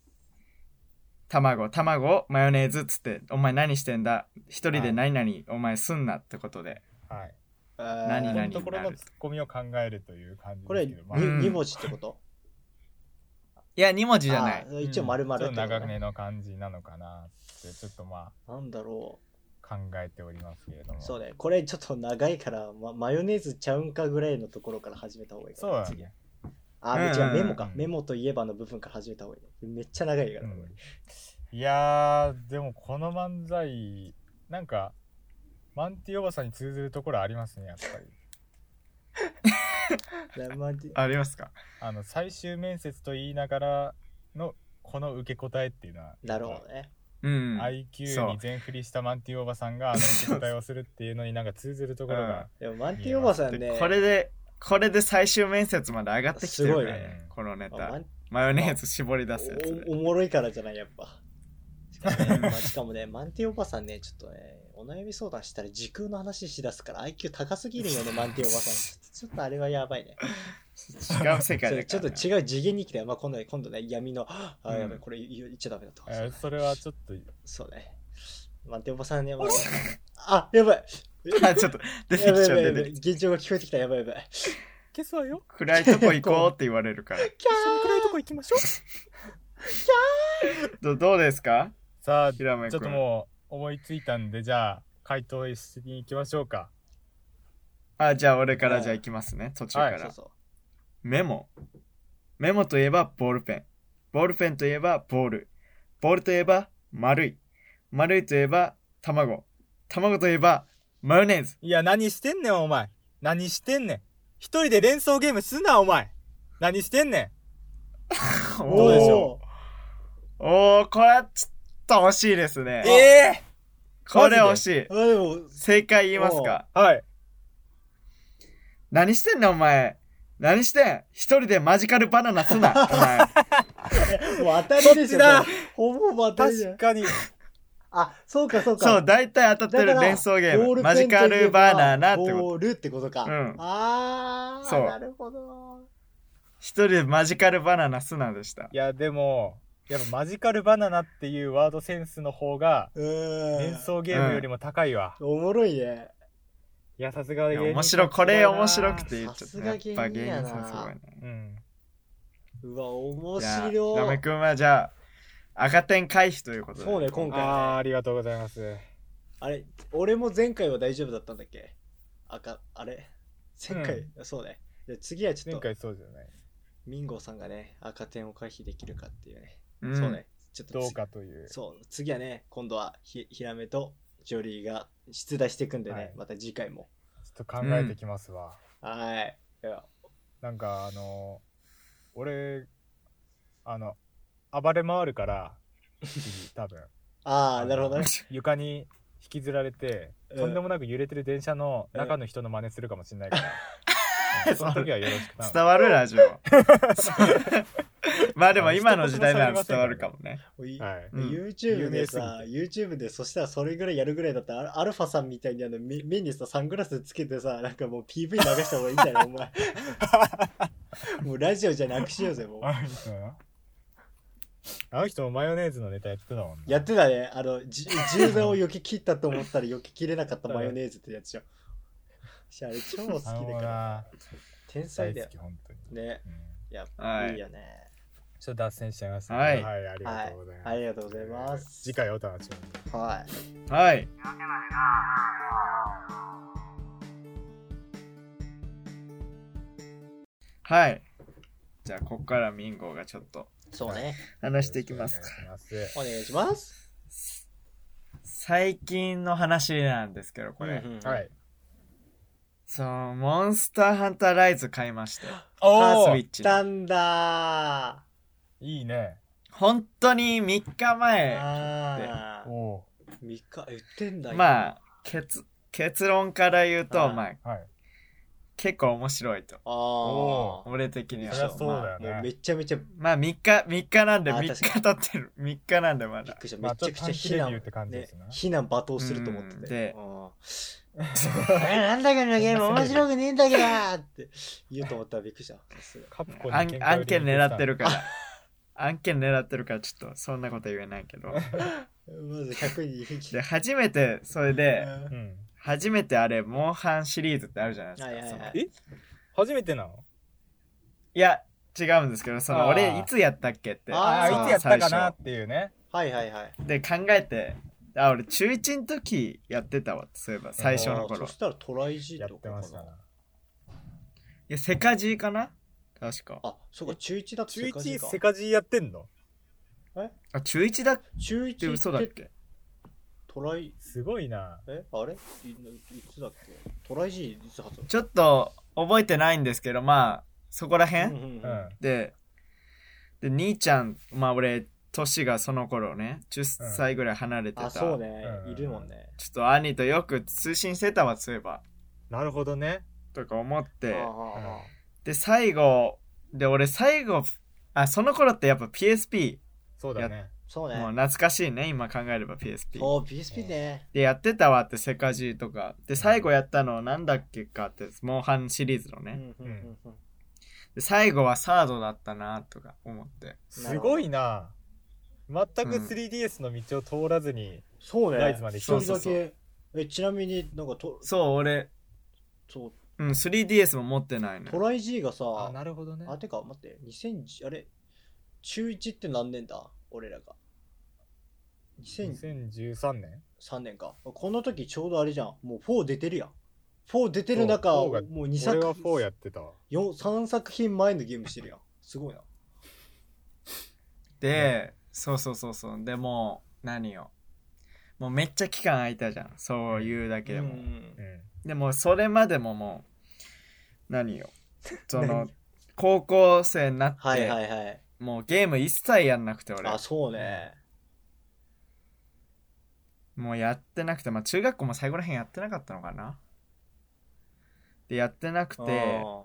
Speaker 3: 卵、卵、マヨネーズっつって、お前何してんだ一人で何々、お前すんなってことで。
Speaker 1: はい。
Speaker 3: 何
Speaker 2: 何
Speaker 3: 々
Speaker 1: このところのツッコミを考えるという感じ
Speaker 2: これ
Speaker 1: です
Speaker 2: に
Speaker 1: けど、
Speaker 3: うん
Speaker 2: 2文字ってこと
Speaker 3: いや、2文字じゃない。
Speaker 2: あ一応丸々って
Speaker 1: ちょ
Speaker 2: こ
Speaker 1: っと
Speaker 2: と
Speaker 1: 長
Speaker 2: ね
Speaker 1: めの感じなのかなって、ちょっとま
Speaker 2: なんだろ
Speaker 1: あ、考えておりますけれども。
Speaker 2: う。そう
Speaker 1: う
Speaker 2: ね。これちょっと長いから、まマヨネーズちゃうんかぐらいのところから始めた方がいいか
Speaker 1: そ
Speaker 2: な
Speaker 1: うだ
Speaker 2: 次
Speaker 1: ね。
Speaker 2: あ、
Speaker 3: うん
Speaker 2: 違う、メモか
Speaker 1: う。ん
Speaker 2: メモといえばの部分から始めた方がいい。めっちゃ長いから。
Speaker 1: う
Speaker 2: こ
Speaker 1: ん
Speaker 2: れ
Speaker 1: いやー、でもこの漫才、なんか、マンティおばさんに通ずるところありますね、やっぱり。
Speaker 2: ラマンティ
Speaker 3: ありますか
Speaker 1: あの、最終面接と言いながらの、この受け答えっていうのは、
Speaker 2: なるほどね。
Speaker 3: うん。
Speaker 1: IQ に全振りしたマンティおばさんが、あ の、受け答えをするっていうのになんか通ずるところが、
Speaker 2: でもマンティおばさんね
Speaker 3: で、これで、これで最終面接まで上がってきてるか
Speaker 2: す
Speaker 3: ら
Speaker 1: ごい
Speaker 3: ね
Speaker 1: ね
Speaker 3: このネ
Speaker 2: あマ
Speaker 3: タ
Speaker 2: ン。
Speaker 3: マヨネーズ絞り出すやつで
Speaker 2: おおもろいからじゃない、やっぱ。しかもね、まあ、しかもね、マンティおばさんね、ちょっとね、お悩み相談したら時空の話しだすから IQ 高すぎる よね、マンティおばさん。ちょちょっとあれはやばいね。
Speaker 3: 違う世界だからね、
Speaker 2: ちょっと違う次元に来たよ。まあ、今度ね、今度ね、闇の、あ
Speaker 3: う
Speaker 2: ー、
Speaker 3: ん
Speaker 2: やばい、これ言っちゃダメだと。
Speaker 1: えーそれはちょっと
Speaker 2: そうね。マンティおばさんね、まあ、あ、やばい。
Speaker 3: あちょっと出てきち
Speaker 2: やばいやばい
Speaker 3: ゃ
Speaker 2: や
Speaker 3: う
Speaker 2: ば
Speaker 3: 出
Speaker 2: い。
Speaker 3: てきちゃ
Speaker 2: 現状
Speaker 3: う
Speaker 2: が聞こえてきた、やばいやばい。
Speaker 1: 消すわ よ
Speaker 3: 暗いとこ行こうって言われるから
Speaker 1: 一緒に暗いとこ行きましょう
Speaker 3: どどうですか
Speaker 1: さあち
Speaker 3: ひらめくん
Speaker 1: ょっともう思いついたんでじゃあ回答しに行きましょうか
Speaker 3: あじゃあ俺からじゃあ行きますね途中か
Speaker 1: は
Speaker 3: ら、
Speaker 1: い
Speaker 2: そうそう。
Speaker 3: メモメモといえばボールペンボールペンといえばボールボールといえば丸い丸いといえば卵卵といえばマヨネーズ
Speaker 1: いや何してんねんお前何してんねん一人で連想ゲームすんなお前何してんねんどうでしょう
Speaker 3: おーおーこれはちょっと惜しいですね
Speaker 1: ええ
Speaker 3: これ惜しい
Speaker 2: おーあ、でも、
Speaker 3: 正解言いますか
Speaker 1: はい
Speaker 3: 何してんねんお前何してん一人でマジカルバナナ すなお前
Speaker 2: もう当たりでしょ。
Speaker 1: そっちだ
Speaker 2: もうほぼほぼ当たりじゃん
Speaker 1: 確。かに
Speaker 2: あ、そうかそうか。
Speaker 3: そう大体当たってる連想ゲームマジカルバナナってこと
Speaker 2: ボールってことか。
Speaker 3: うん
Speaker 2: あー、
Speaker 3: そう
Speaker 2: なるほど。
Speaker 3: 一人でマジカルバナナすなでした
Speaker 1: いやでもやっぱマジカルバナナっていうワードセンスの方が
Speaker 2: うーん。
Speaker 1: 連想ゲームよりも高いわ、
Speaker 2: おもろいね。
Speaker 1: いやさすが芸
Speaker 3: いや
Speaker 1: 人
Speaker 3: 面白これ面白くて言っちゃった、ね、や
Speaker 2: さす
Speaker 3: っ
Speaker 2: が
Speaker 3: ぱ
Speaker 2: 芸
Speaker 3: 芸
Speaker 2: 人や
Speaker 3: 人
Speaker 2: な
Speaker 3: さんすごいね
Speaker 1: うん
Speaker 2: うわ、面
Speaker 3: じゃあ
Speaker 2: 白い。
Speaker 3: ラメ君はじゃあ赤点回避ということで
Speaker 2: そうね、今回ね。
Speaker 1: あー
Speaker 2: あ
Speaker 1: ありがとうございます
Speaker 2: れ、俺も前回は大丈夫だったんだっけあか、あれ前回、そうね。じゃあ次はちょ
Speaker 1: 前
Speaker 2: っと、
Speaker 1: 回そうじゃない
Speaker 2: ミンゴーさんがね、赤点を回避できるかっていうね。
Speaker 3: うん
Speaker 2: そうね。ちょっと
Speaker 1: ど
Speaker 2: 次
Speaker 1: うかという
Speaker 2: そう、次はね、今度はひヒラメとジョリーが出題していくんでね、
Speaker 1: はい
Speaker 2: また次回も。
Speaker 1: ちょっと考えてきますわ、
Speaker 2: はい。いや
Speaker 1: なんかあの俺あの暴れ回る から次多分
Speaker 2: あ
Speaker 1: あ
Speaker 2: あ、
Speaker 1: の
Speaker 2: なるほどね。
Speaker 1: 床に引きずられて、
Speaker 2: うん
Speaker 1: とんでもなく揺れてる電車の中の人の真似するかもしれないから、 うんその時はよろしく
Speaker 3: 伝
Speaker 1: な
Speaker 3: わるラジオまあでも今の時代なら伝わるかもね
Speaker 2: おい
Speaker 1: はい
Speaker 3: うん
Speaker 2: YouTube でさ、
Speaker 1: 有
Speaker 2: YouTube でそしたらそれぐらいやるぐらいだったら、アルアルファさんみたいにあの目目にさ、サングラスつけてさ、なんかもう PV 流した方がいいんじ ゃないお前。もうラジオじゃなくしようぜ、もう。
Speaker 1: あの人あの人もマヨネーズのネタやってたもんね
Speaker 2: やってたね、あの、じ銃弾を避け切ったと思ったら避け切れなかったマヨネーズってやつ じゃん。私あれ超好き
Speaker 1: あの
Speaker 2: だから。
Speaker 1: な
Speaker 2: 天才
Speaker 1: 大
Speaker 2: だよ
Speaker 1: 好。き本当に、
Speaker 2: ね、
Speaker 1: うん
Speaker 2: やっぱ
Speaker 3: はい
Speaker 2: いいよね。
Speaker 1: ちょっと脱線しちゃいましたね
Speaker 3: はい
Speaker 1: はい、ありがとうございます、
Speaker 2: はいありがとうございます
Speaker 1: 次回お楽しみに
Speaker 2: はい。
Speaker 3: はいはいじゃあここからミンゴがちょっと
Speaker 2: そうね。
Speaker 3: 話していきますか
Speaker 1: お願いします
Speaker 2: お願いします。。
Speaker 3: 最近の話なんですけどこれ、
Speaker 1: はいい
Speaker 3: そう、モンスターハンターライズ買いまして。
Speaker 1: お
Speaker 3: カー
Speaker 1: お
Speaker 3: スウィッチ
Speaker 2: 来
Speaker 3: の。
Speaker 2: たんだー。
Speaker 1: いいね
Speaker 3: 本当に3日前、
Speaker 2: あ
Speaker 1: お
Speaker 2: あ。
Speaker 1: お
Speaker 2: 三日、言ってんだ
Speaker 3: まあ、結、結論から言う
Speaker 2: あ
Speaker 3: と、
Speaker 2: ー
Speaker 3: まあ、
Speaker 1: ーはい
Speaker 3: 結構面白いと。
Speaker 2: あ
Speaker 1: お
Speaker 2: ー。
Speaker 3: 俺的には。
Speaker 1: そりゃそうだよ
Speaker 2: もう
Speaker 1: ね
Speaker 2: めちゃめちゃ、
Speaker 3: まあ、まあ3日、3日なんで、
Speaker 2: あー
Speaker 3: 3日経ってる。3日なんで、
Speaker 2: び
Speaker 3: ま
Speaker 2: っ
Speaker 3: だ
Speaker 2: く。りした。
Speaker 1: ま
Speaker 2: め
Speaker 1: あ
Speaker 2: ちゃくちゃ非
Speaker 1: ちょっと短期レビ
Speaker 2: 難、
Speaker 1: ューって感じですね
Speaker 2: 非難罵倒すると思って
Speaker 3: うん
Speaker 2: て。
Speaker 3: で
Speaker 2: うん、えなんだかのゲーム面白くねえんだけどなーって言うと思ったらびっくりした。さすが
Speaker 1: カプコンに喧
Speaker 3: 案
Speaker 1: 嘩売りに
Speaker 3: 案件狙って
Speaker 1: る
Speaker 3: るから。案件狙ってるから、ちょっと、そんなこと言えない けど。
Speaker 2: まず100人引き
Speaker 3: で、初めて、それ
Speaker 2: う
Speaker 3: で、
Speaker 2: ん
Speaker 1: うん
Speaker 3: 初めてあれ、モンハンシリーズってあるじゃないですか。
Speaker 2: はいはい
Speaker 3: その
Speaker 2: はい。
Speaker 1: え初めてなの
Speaker 3: いや、違うんですけど、その、
Speaker 1: あー
Speaker 3: 俺、いつやったっけって。
Speaker 2: あー
Speaker 1: あ
Speaker 3: そ
Speaker 1: あ
Speaker 3: の
Speaker 1: いつやったか
Speaker 3: 最
Speaker 1: な
Speaker 3: 初
Speaker 1: っていうね
Speaker 2: はいはいはい。
Speaker 3: で考えてあ俺中1の時やってたわそういえば最初の
Speaker 2: あーそ
Speaker 3: 頃い
Speaker 2: したらトライ G
Speaker 1: や
Speaker 2: と
Speaker 1: っ
Speaker 2: か
Speaker 1: て
Speaker 2: か
Speaker 1: ま
Speaker 2: な
Speaker 1: したな
Speaker 3: やセカジーかな確か
Speaker 2: あ、そうか、中1だと
Speaker 1: 中
Speaker 2: 世界
Speaker 1: 1
Speaker 2: 中か
Speaker 1: セカジーやってんの
Speaker 3: あ中1だっ
Speaker 2: 中1ってて
Speaker 3: 嘘だっけ
Speaker 2: トライ、
Speaker 1: すごいな
Speaker 2: えあれいいつだっけトライ G いつ発売
Speaker 3: ちょっと覚えてないんですけどまあそこら辺、
Speaker 2: うんうん
Speaker 1: う
Speaker 2: うん
Speaker 1: ん
Speaker 3: でで兄ちゃんまあ俺年がその頃ね10歳ぐらい離れてた、
Speaker 2: あ、そうね
Speaker 1: う。ん
Speaker 2: いるもんね。
Speaker 3: ちょっと兄とよく通信してたわそういえば
Speaker 1: なるほどね
Speaker 3: とか思
Speaker 2: あ
Speaker 3: っ
Speaker 2: ー
Speaker 3: て
Speaker 2: あ
Speaker 3: で最後で俺最後あその頃ってやっぱ PSP
Speaker 1: そうだね。
Speaker 2: そう
Speaker 3: もう
Speaker 2: ね。
Speaker 3: 懐かしいね今考えれば PSP
Speaker 2: おー、PSP ね。
Speaker 3: でやってたわってセカジーとかで最後やったのなんだっけかってモンハンシリーズの
Speaker 2: う
Speaker 3: ね、
Speaker 2: んうんうんうん。
Speaker 3: で最後はサードだったなとか思って
Speaker 1: すごいな。全く 3DS の道を通らずに、
Speaker 2: そうね。
Speaker 1: ライズまで
Speaker 2: 一
Speaker 1: 来
Speaker 3: た
Speaker 2: 人だけ。え、ちなみになんかと、
Speaker 3: そう俺、
Speaker 2: そう、
Speaker 3: うん、3DS も持ってないね
Speaker 2: トライ G がさ、
Speaker 1: るほどね
Speaker 2: あ、てか、待って、2010、あれ、中1って何年だ俺らが。2003
Speaker 1: 2013年
Speaker 2: 年か。この時ちょうどあれじゃん。もう4出てるやん。4出てる中、
Speaker 1: そう4
Speaker 2: も
Speaker 1: が
Speaker 2: う2
Speaker 1: 俺
Speaker 2: 作
Speaker 1: は4やってたわ。
Speaker 2: 四3作品前のゲームしてるやん。すごいな。
Speaker 3: で、そうそうそうそうでもう何よもうめっちゃ期間空いたじゃんそういうだけでも、
Speaker 2: うん
Speaker 1: うん。
Speaker 3: でもそれまでももう 何よその
Speaker 1: 何
Speaker 3: 高校生になって、
Speaker 2: はいはいはい。
Speaker 3: もうゲーム一切やんなくて俺
Speaker 2: あ、そうね。
Speaker 3: もうやってなくてまあ中学校も最後らへんやってなかったのかなでやってなく
Speaker 2: あ
Speaker 3: て
Speaker 2: ー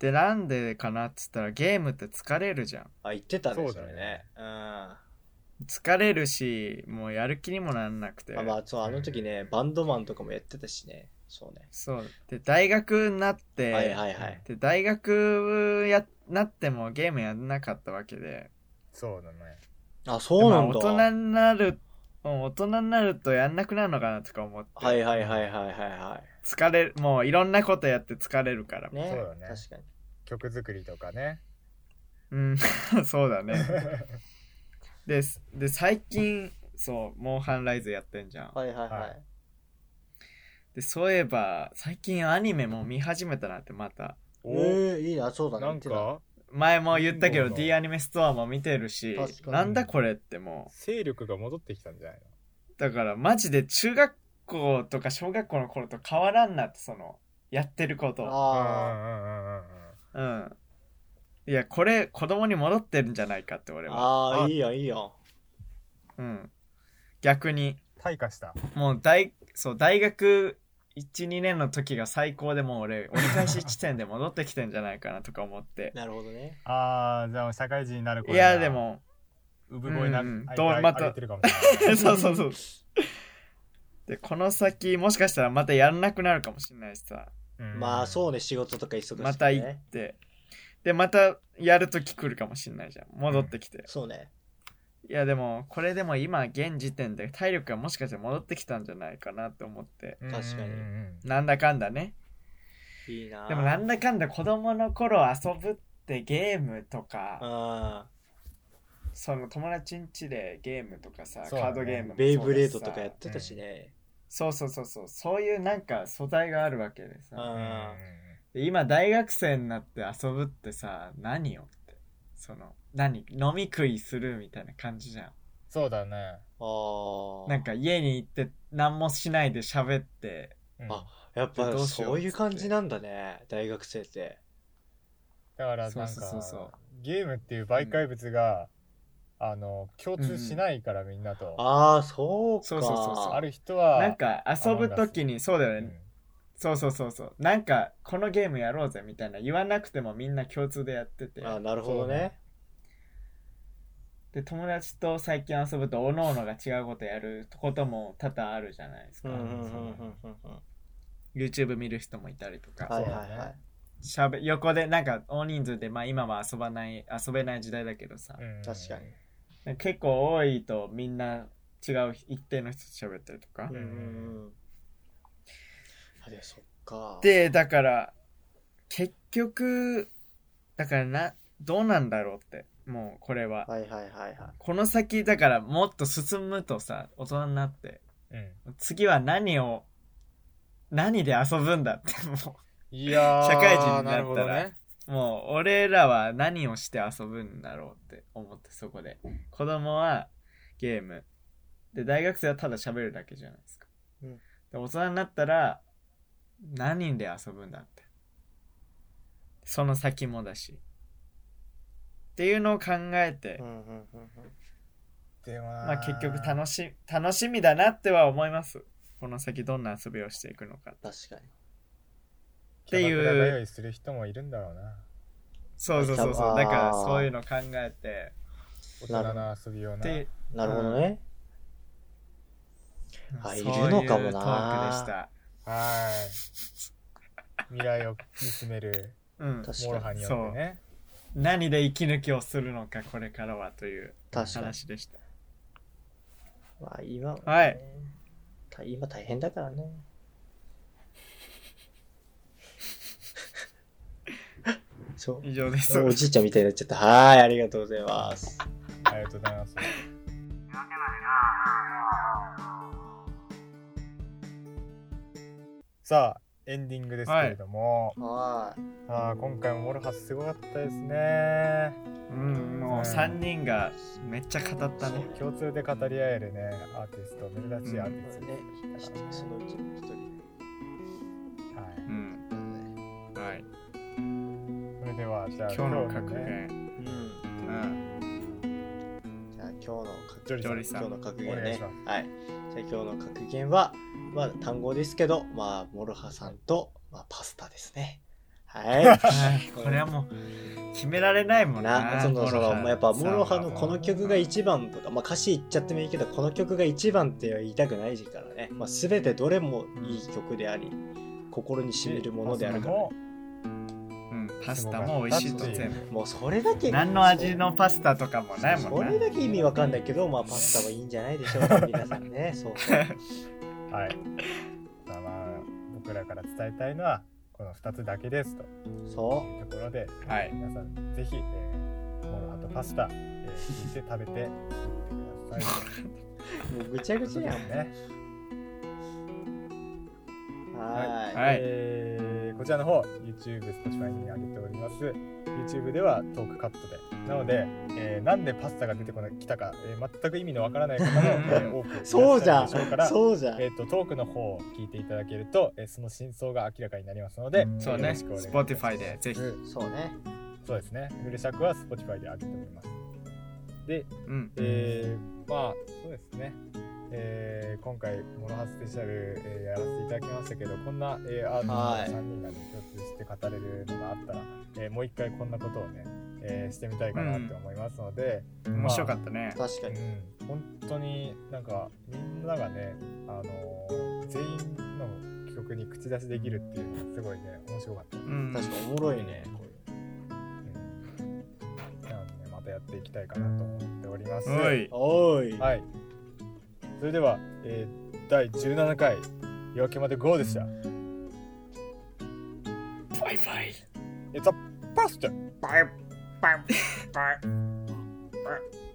Speaker 3: でなんでかなっつったらゲームって疲れるじゃん
Speaker 2: あ、言ってたね、
Speaker 1: そ
Speaker 2: そ
Speaker 1: だ
Speaker 2: う
Speaker 1: ね
Speaker 2: れね。うん。あ
Speaker 3: 疲れるしもうやる気にもなんなくて
Speaker 2: まあ、そう、あの時ね、バンドマンとかもやってたしね。そうね。
Speaker 3: そうで大学になって、
Speaker 2: はいはいはい。
Speaker 3: で大学やなってもゲームやんなかったわけで
Speaker 1: そうだね。
Speaker 2: あ、そうなん
Speaker 3: ま
Speaker 2: だ。
Speaker 3: あ大人になるうん大人になるとやんなくなるのかなとか思って、
Speaker 2: はいはいはいはいはいは
Speaker 3: 疲れるもういろんなことやって疲れるから
Speaker 2: い。ね
Speaker 1: そうだね
Speaker 2: 確かに。
Speaker 1: 曲作りとかね。
Speaker 3: うん そうだ ねですで最近そうモンハンライズやってんじゃん
Speaker 2: はいはいは。
Speaker 1: はい
Speaker 3: でそういえば最近アニメも見始めたなってまた
Speaker 2: え
Speaker 1: お
Speaker 2: ー、いいな、そうだね。
Speaker 1: なん
Speaker 2: 言っ
Speaker 1: か、
Speaker 3: 前も言ったけ
Speaker 1: そ
Speaker 3: ど
Speaker 1: うだ
Speaker 3: D アニメストアも見てるし
Speaker 2: 確かに
Speaker 3: なんだこれっても
Speaker 1: 勢力が戻ってきたんじゃないの
Speaker 3: うだからマジで中学校とか小学校の頃と変わらんなってそのやってるこ
Speaker 2: てた
Speaker 3: と
Speaker 1: う
Speaker 2: あ
Speaker 1: んうんうんうんうん。
Speaker 3: うんいやこれ子供に戻ってるんじゃないかって俺
Speaker 2: ー
Speaker 3: は
Speaker 2: あ
Speaker 1: あ
Speaker 2: ー、いいやんいいやん。
Speaker 3: うん逆に
Speaker 1: 退化した。
Speaker 3: もう大そう大学12年の時が最高でもう俺折り返し地点で戻ってきてんじゃないかなとか思って
Speaker 2: なるほどね。
Speaker 1: ああ、じゃあ社会人になる
Speaker 3: い
Speaker 1: 頃には
Speaker 3: やで。も
Speaker 1: 産声な、
Speaker 3: うんうん
Speaker 1: あい
Speaker 3: どう
Speaker 1: あい
Speaker 3: また
Speaker 1: あげてるかもしれない。
Speaker 3: そうそうそうでこの先もしかしたらまたやんなくなるかもしれないしさ
Speaker 1: うん
Speaker 2: まあ、そうね、仕事とか忙しくてね。
Speaker 3: また行ってでまたやる時来るかもしれないじゃん戻ってきて、
Speaker 2: そうね。
Speaker 3: いやでもこれでも今現時点で体力がもしかしたら戻ってきたんじゃないかなと思って
Speaker 1: うんうんうん
Speaker 2: 確かに
Speaker 3: なんだかんだね
Speaker 2: いいな。
Speaker 3: でもなんだかんだ子供の頃遊ぶってゲームとか、
Speaker 2: あ
Speaker 3: その友達ん家でゲームとかさ、カ
Speaker 1: そうだね
Speaker 3: ードゲームも
Speaker 2: ーベイブレー
Speaker 3: そ
Speaker 2: ド
Speaker 3: う
Speaker 2: と
Speaker 3: だしさ
Speaker 2: かやってたしね。
Speaker 3: そうそうそうそうそういうなんか素材があるわけで
Speaker 2: う
Speaker 3: さ、
Speaker 2: ん。
Speaker 3: で今大学生になって遊ぶってさ何よってその何飲み食いするみたいな感じじゃ
Speaker 1: そうだね。
Speaker 2: ああ。
Speaker 3: んなんか家に行って何もしないで喋って
Speaker 1: うん
Speaker 2: あやっぱ
Speaker 3: どうしよ
Speaker 2: そうういう感じなんだね、大学生って。
Speaker 1: だからなんか
Speaker 3: そうそうそうそう
Speaker 1: ゲームっていう媒介物が、あの共通しないからみんなと、
Speaker 2: ああ、そうか。
Speaker 3: そうそうそうそう
Speaker 1: ある人は
Speaker 3: なんか遊ぶ時にそうだよね、
Speaker 1: うん
Speaker 3: そうそうそうそうなんかこのゲームやろうぜみたいな言わなくてもみんな共通でやってて
Speaker 2: あーなるほどね。
Speaker 3: で友達と最近遊ぶとおのおのが違うことやることも多々あるじゃないです
Speaker 2: う
Speaker 3: か、
Speaker 2: んうんうん
Speaker 1: ね
Speaker 2: うんうんうん。
Speaker 3: YouTube 見る人もいたりとか、
Speaker 2: はいは
Speaker 1: そ
Speaker 2: い
Speaker 1: うだ
Speaker 2: は
Speaker 1: ね
Speaker 3: しゃべ横でなんか大人数で、まあ、今は遊ばない遊べない時代だけどさ、
Speaker 1: うん
Speaker 2: い。確かに。
Speaker 3: なんか結構多いとみんな違う一定の人と喋ったりとか、
Speaker 2: うん
Speaker 1: ん
Speaker 2: う
Speaker 1: うんん
Speaker 2: うん。あれ、そっか。、
Speaker 3: でだから結局だからなどうなんだろうってもうこれは、
Speaker 2: はいはいはいはい。
Speaker 3: この先だからもっと進むとさ大人になって
Speaker 1: うん
Speaker 3: 次は何を何で遊ぶんだって も
Speaker 1: いやー
Speaker 3: 社会人になったら
Speaker 1: るほどね
Speaker 3: うもう俺らは何をして遊ぶんだろうって思ってそこで子供はゲームで大学生はただ喋るだけじゃないですか、
Speaker 2: うん
Speaker 3: で大人になったら何で遊ぶんだってその先もだしっていうのを考えて、
Speaker 2: うんうんうんうん。
Speaker 1: でもな
Speaker 3: まあ結局楽し楽しみだなっては思いますこの先どんな遊びをしていくのか
Speaker 2: 確かに。
Speaker 1: キャバクラ
Speaker 3: っていう
Speaker 1: 通いする人もいるんだろうな
Speaker 3: そうそうそうそう
Speaker 2: あー
Speaker 3: だからそういうの考えて
Speaker 1: 大人の遊びをな
Speaker 3: て
Speaker 2: なるほどね。あいるのかもな
Speaker 3: そういうトークでした。
Speaker 1: はい未来を見つめる
Speaker 3: うん、
Speaker 2: 確
Speaker 1: モロ
Speaker 2: か
Speaker 1: ハ
Speaker 2: に。
Speaker 1: によってね
Speaker 3: 何で息抜きをするのかこれからはという
Speaker 2: 確かに。
Speaker 3: 話でした。
Speaker 2: まあ今はね、
Speaker 3: はい
Speaker 2: た今大変だ からね。そう。
Speaker 3: 以上です。
Speaker 2: おじいちゃんみたいになっちゃった。はーい、ありがとうございます。
Speaker 1: ありがとうございますさあエンディングですけれども、
Speaker 2: はーい。
Speaker 1: ああ今回もモロハすごかったですね
Speaker 3: うん、もう3人がめっちゃ語ったね。
Speaker 1: 共通で語り合えるねアーティスト珍しいアーティストでしたか
Speaker 2: そのうちの一人。
Speaker 1: ら、はい
Speaker 3: うん。はい。
Speaker 1: それではじゃあ
Speaker 3: 今日の
Speaker 1: 今
Speaker 3: 格
Speaker 1: 日ね
Speaker 3: 言。
Speaker 2: うん。
Speaker 3: うん。
Speaker 2: じゃあ今日の格
Speaker 1: ジョリ
Speaker 3: ジョリさん
Speaker 2: 今日の格
Speaker 1: お
Speaker 2: 言
Speaker 1: 願い
Speaker 2: ね
Speaker 1: しま。
Speaker 2: はい。じゃあ今日の格言は、まあ単語ですけど、まあ、モロハさんと、まあ、パスタですね。はい。
Speaker 3: はい。 これはもう決められないもん
Speaker 2: な
Speaker 3: な。
Speaker 2: そのその
Speaker 3: モロハ
Speaker 2: もうやっぱモロハ
Speaker 3: さ
Speaker 2: の
Speaker 3: んは
Speaker 2: この曲が一番とか、まあ、歌詞言っちゃってもいいけどこの曲が一番っては言いたくないからね、まあ、全てどれもいい曲であり心に染みるものであるから、ね、
Speaker 3: うん、パスタも美味しいと全部。
Speaker 2: もうそれだけ
Speaker 3: 何の味のパスタとかもないも
Speaker 2: そ
Speaker 3: んな
Speaker 2: れ。だけ意味わかんないけど、まあ、パスタはいいんじゃないでしょう か皆さんねそうそう
Speaker 1: はいまあまあ僕らから伝えたいのはこの2つだけですと
Speaker 2: そ
Speaker 1: いうところで
Speaker 3: はい。
Speaker 1: 皆さんぜひ、えー、モロハとパスタ、えー、聞いて食べてみてくださ い。
Speaker 2: うもうぐちゃぐちゃやん
Speaker 1: ね。
Speaker 2: はーい
Speaker 3: はい
Speaker 1: えーこちらの方 YouTube、Spotify に上げております。YouTube ではトークカットで。なので、えーなんでパスタが出てこなきたか、えー全く意味のわからない方も、えー多くいらっしゃる
Speaker 2: そうじゃ
Speaker 1: でしょうから
Speaker 2: ん。そうじゃん
Speaker 1: えっとトークの方を聞いていただけると、えーその真相が明らかになりますので、
Speaker 3: そう
Speaker 1: よ
Speaker 3: ね。
Speaker 1: ろしくお願いします
Speaker 3: Spotify でぜひ。
Speaker 2: そうね
Speaker 1: そうですね。フル尺は Spotify で上げております。で、
Speaker 3: うん。
Speaker 1: えー、まあそうですね、えー、今回「モノハスペシャル、えーやらせていただきましたけどこんな、えー、アーティストの3人が、ね、共通して語れるのがあったら、えーもう一回こんなことをね、えーしてみたいかなって思いますので、
Speaker 3: 面白かったね。
Speaker 2: 確か
Speaker 1: う
Speaker 2: に
Speaker 1: ん、本当になんかみんながね、あのー全員の曲に口出しできるっていうのがすごいね面白かった。
Speaker 3: うん。
Speaker 2: 確かにおもろいねこういう
Speaker 1: うんなのでね、またやっていきたいかなと思っております。
Speaker 3: おい。
Speaker 2: おーい
Speaker 1: はい。それでは、えー第17回夜明けまで GO でした。
Speaker 3: バイバイ。
Speaker 1: It's a pasta!
Speaker 3: Bye. Bye. Bye.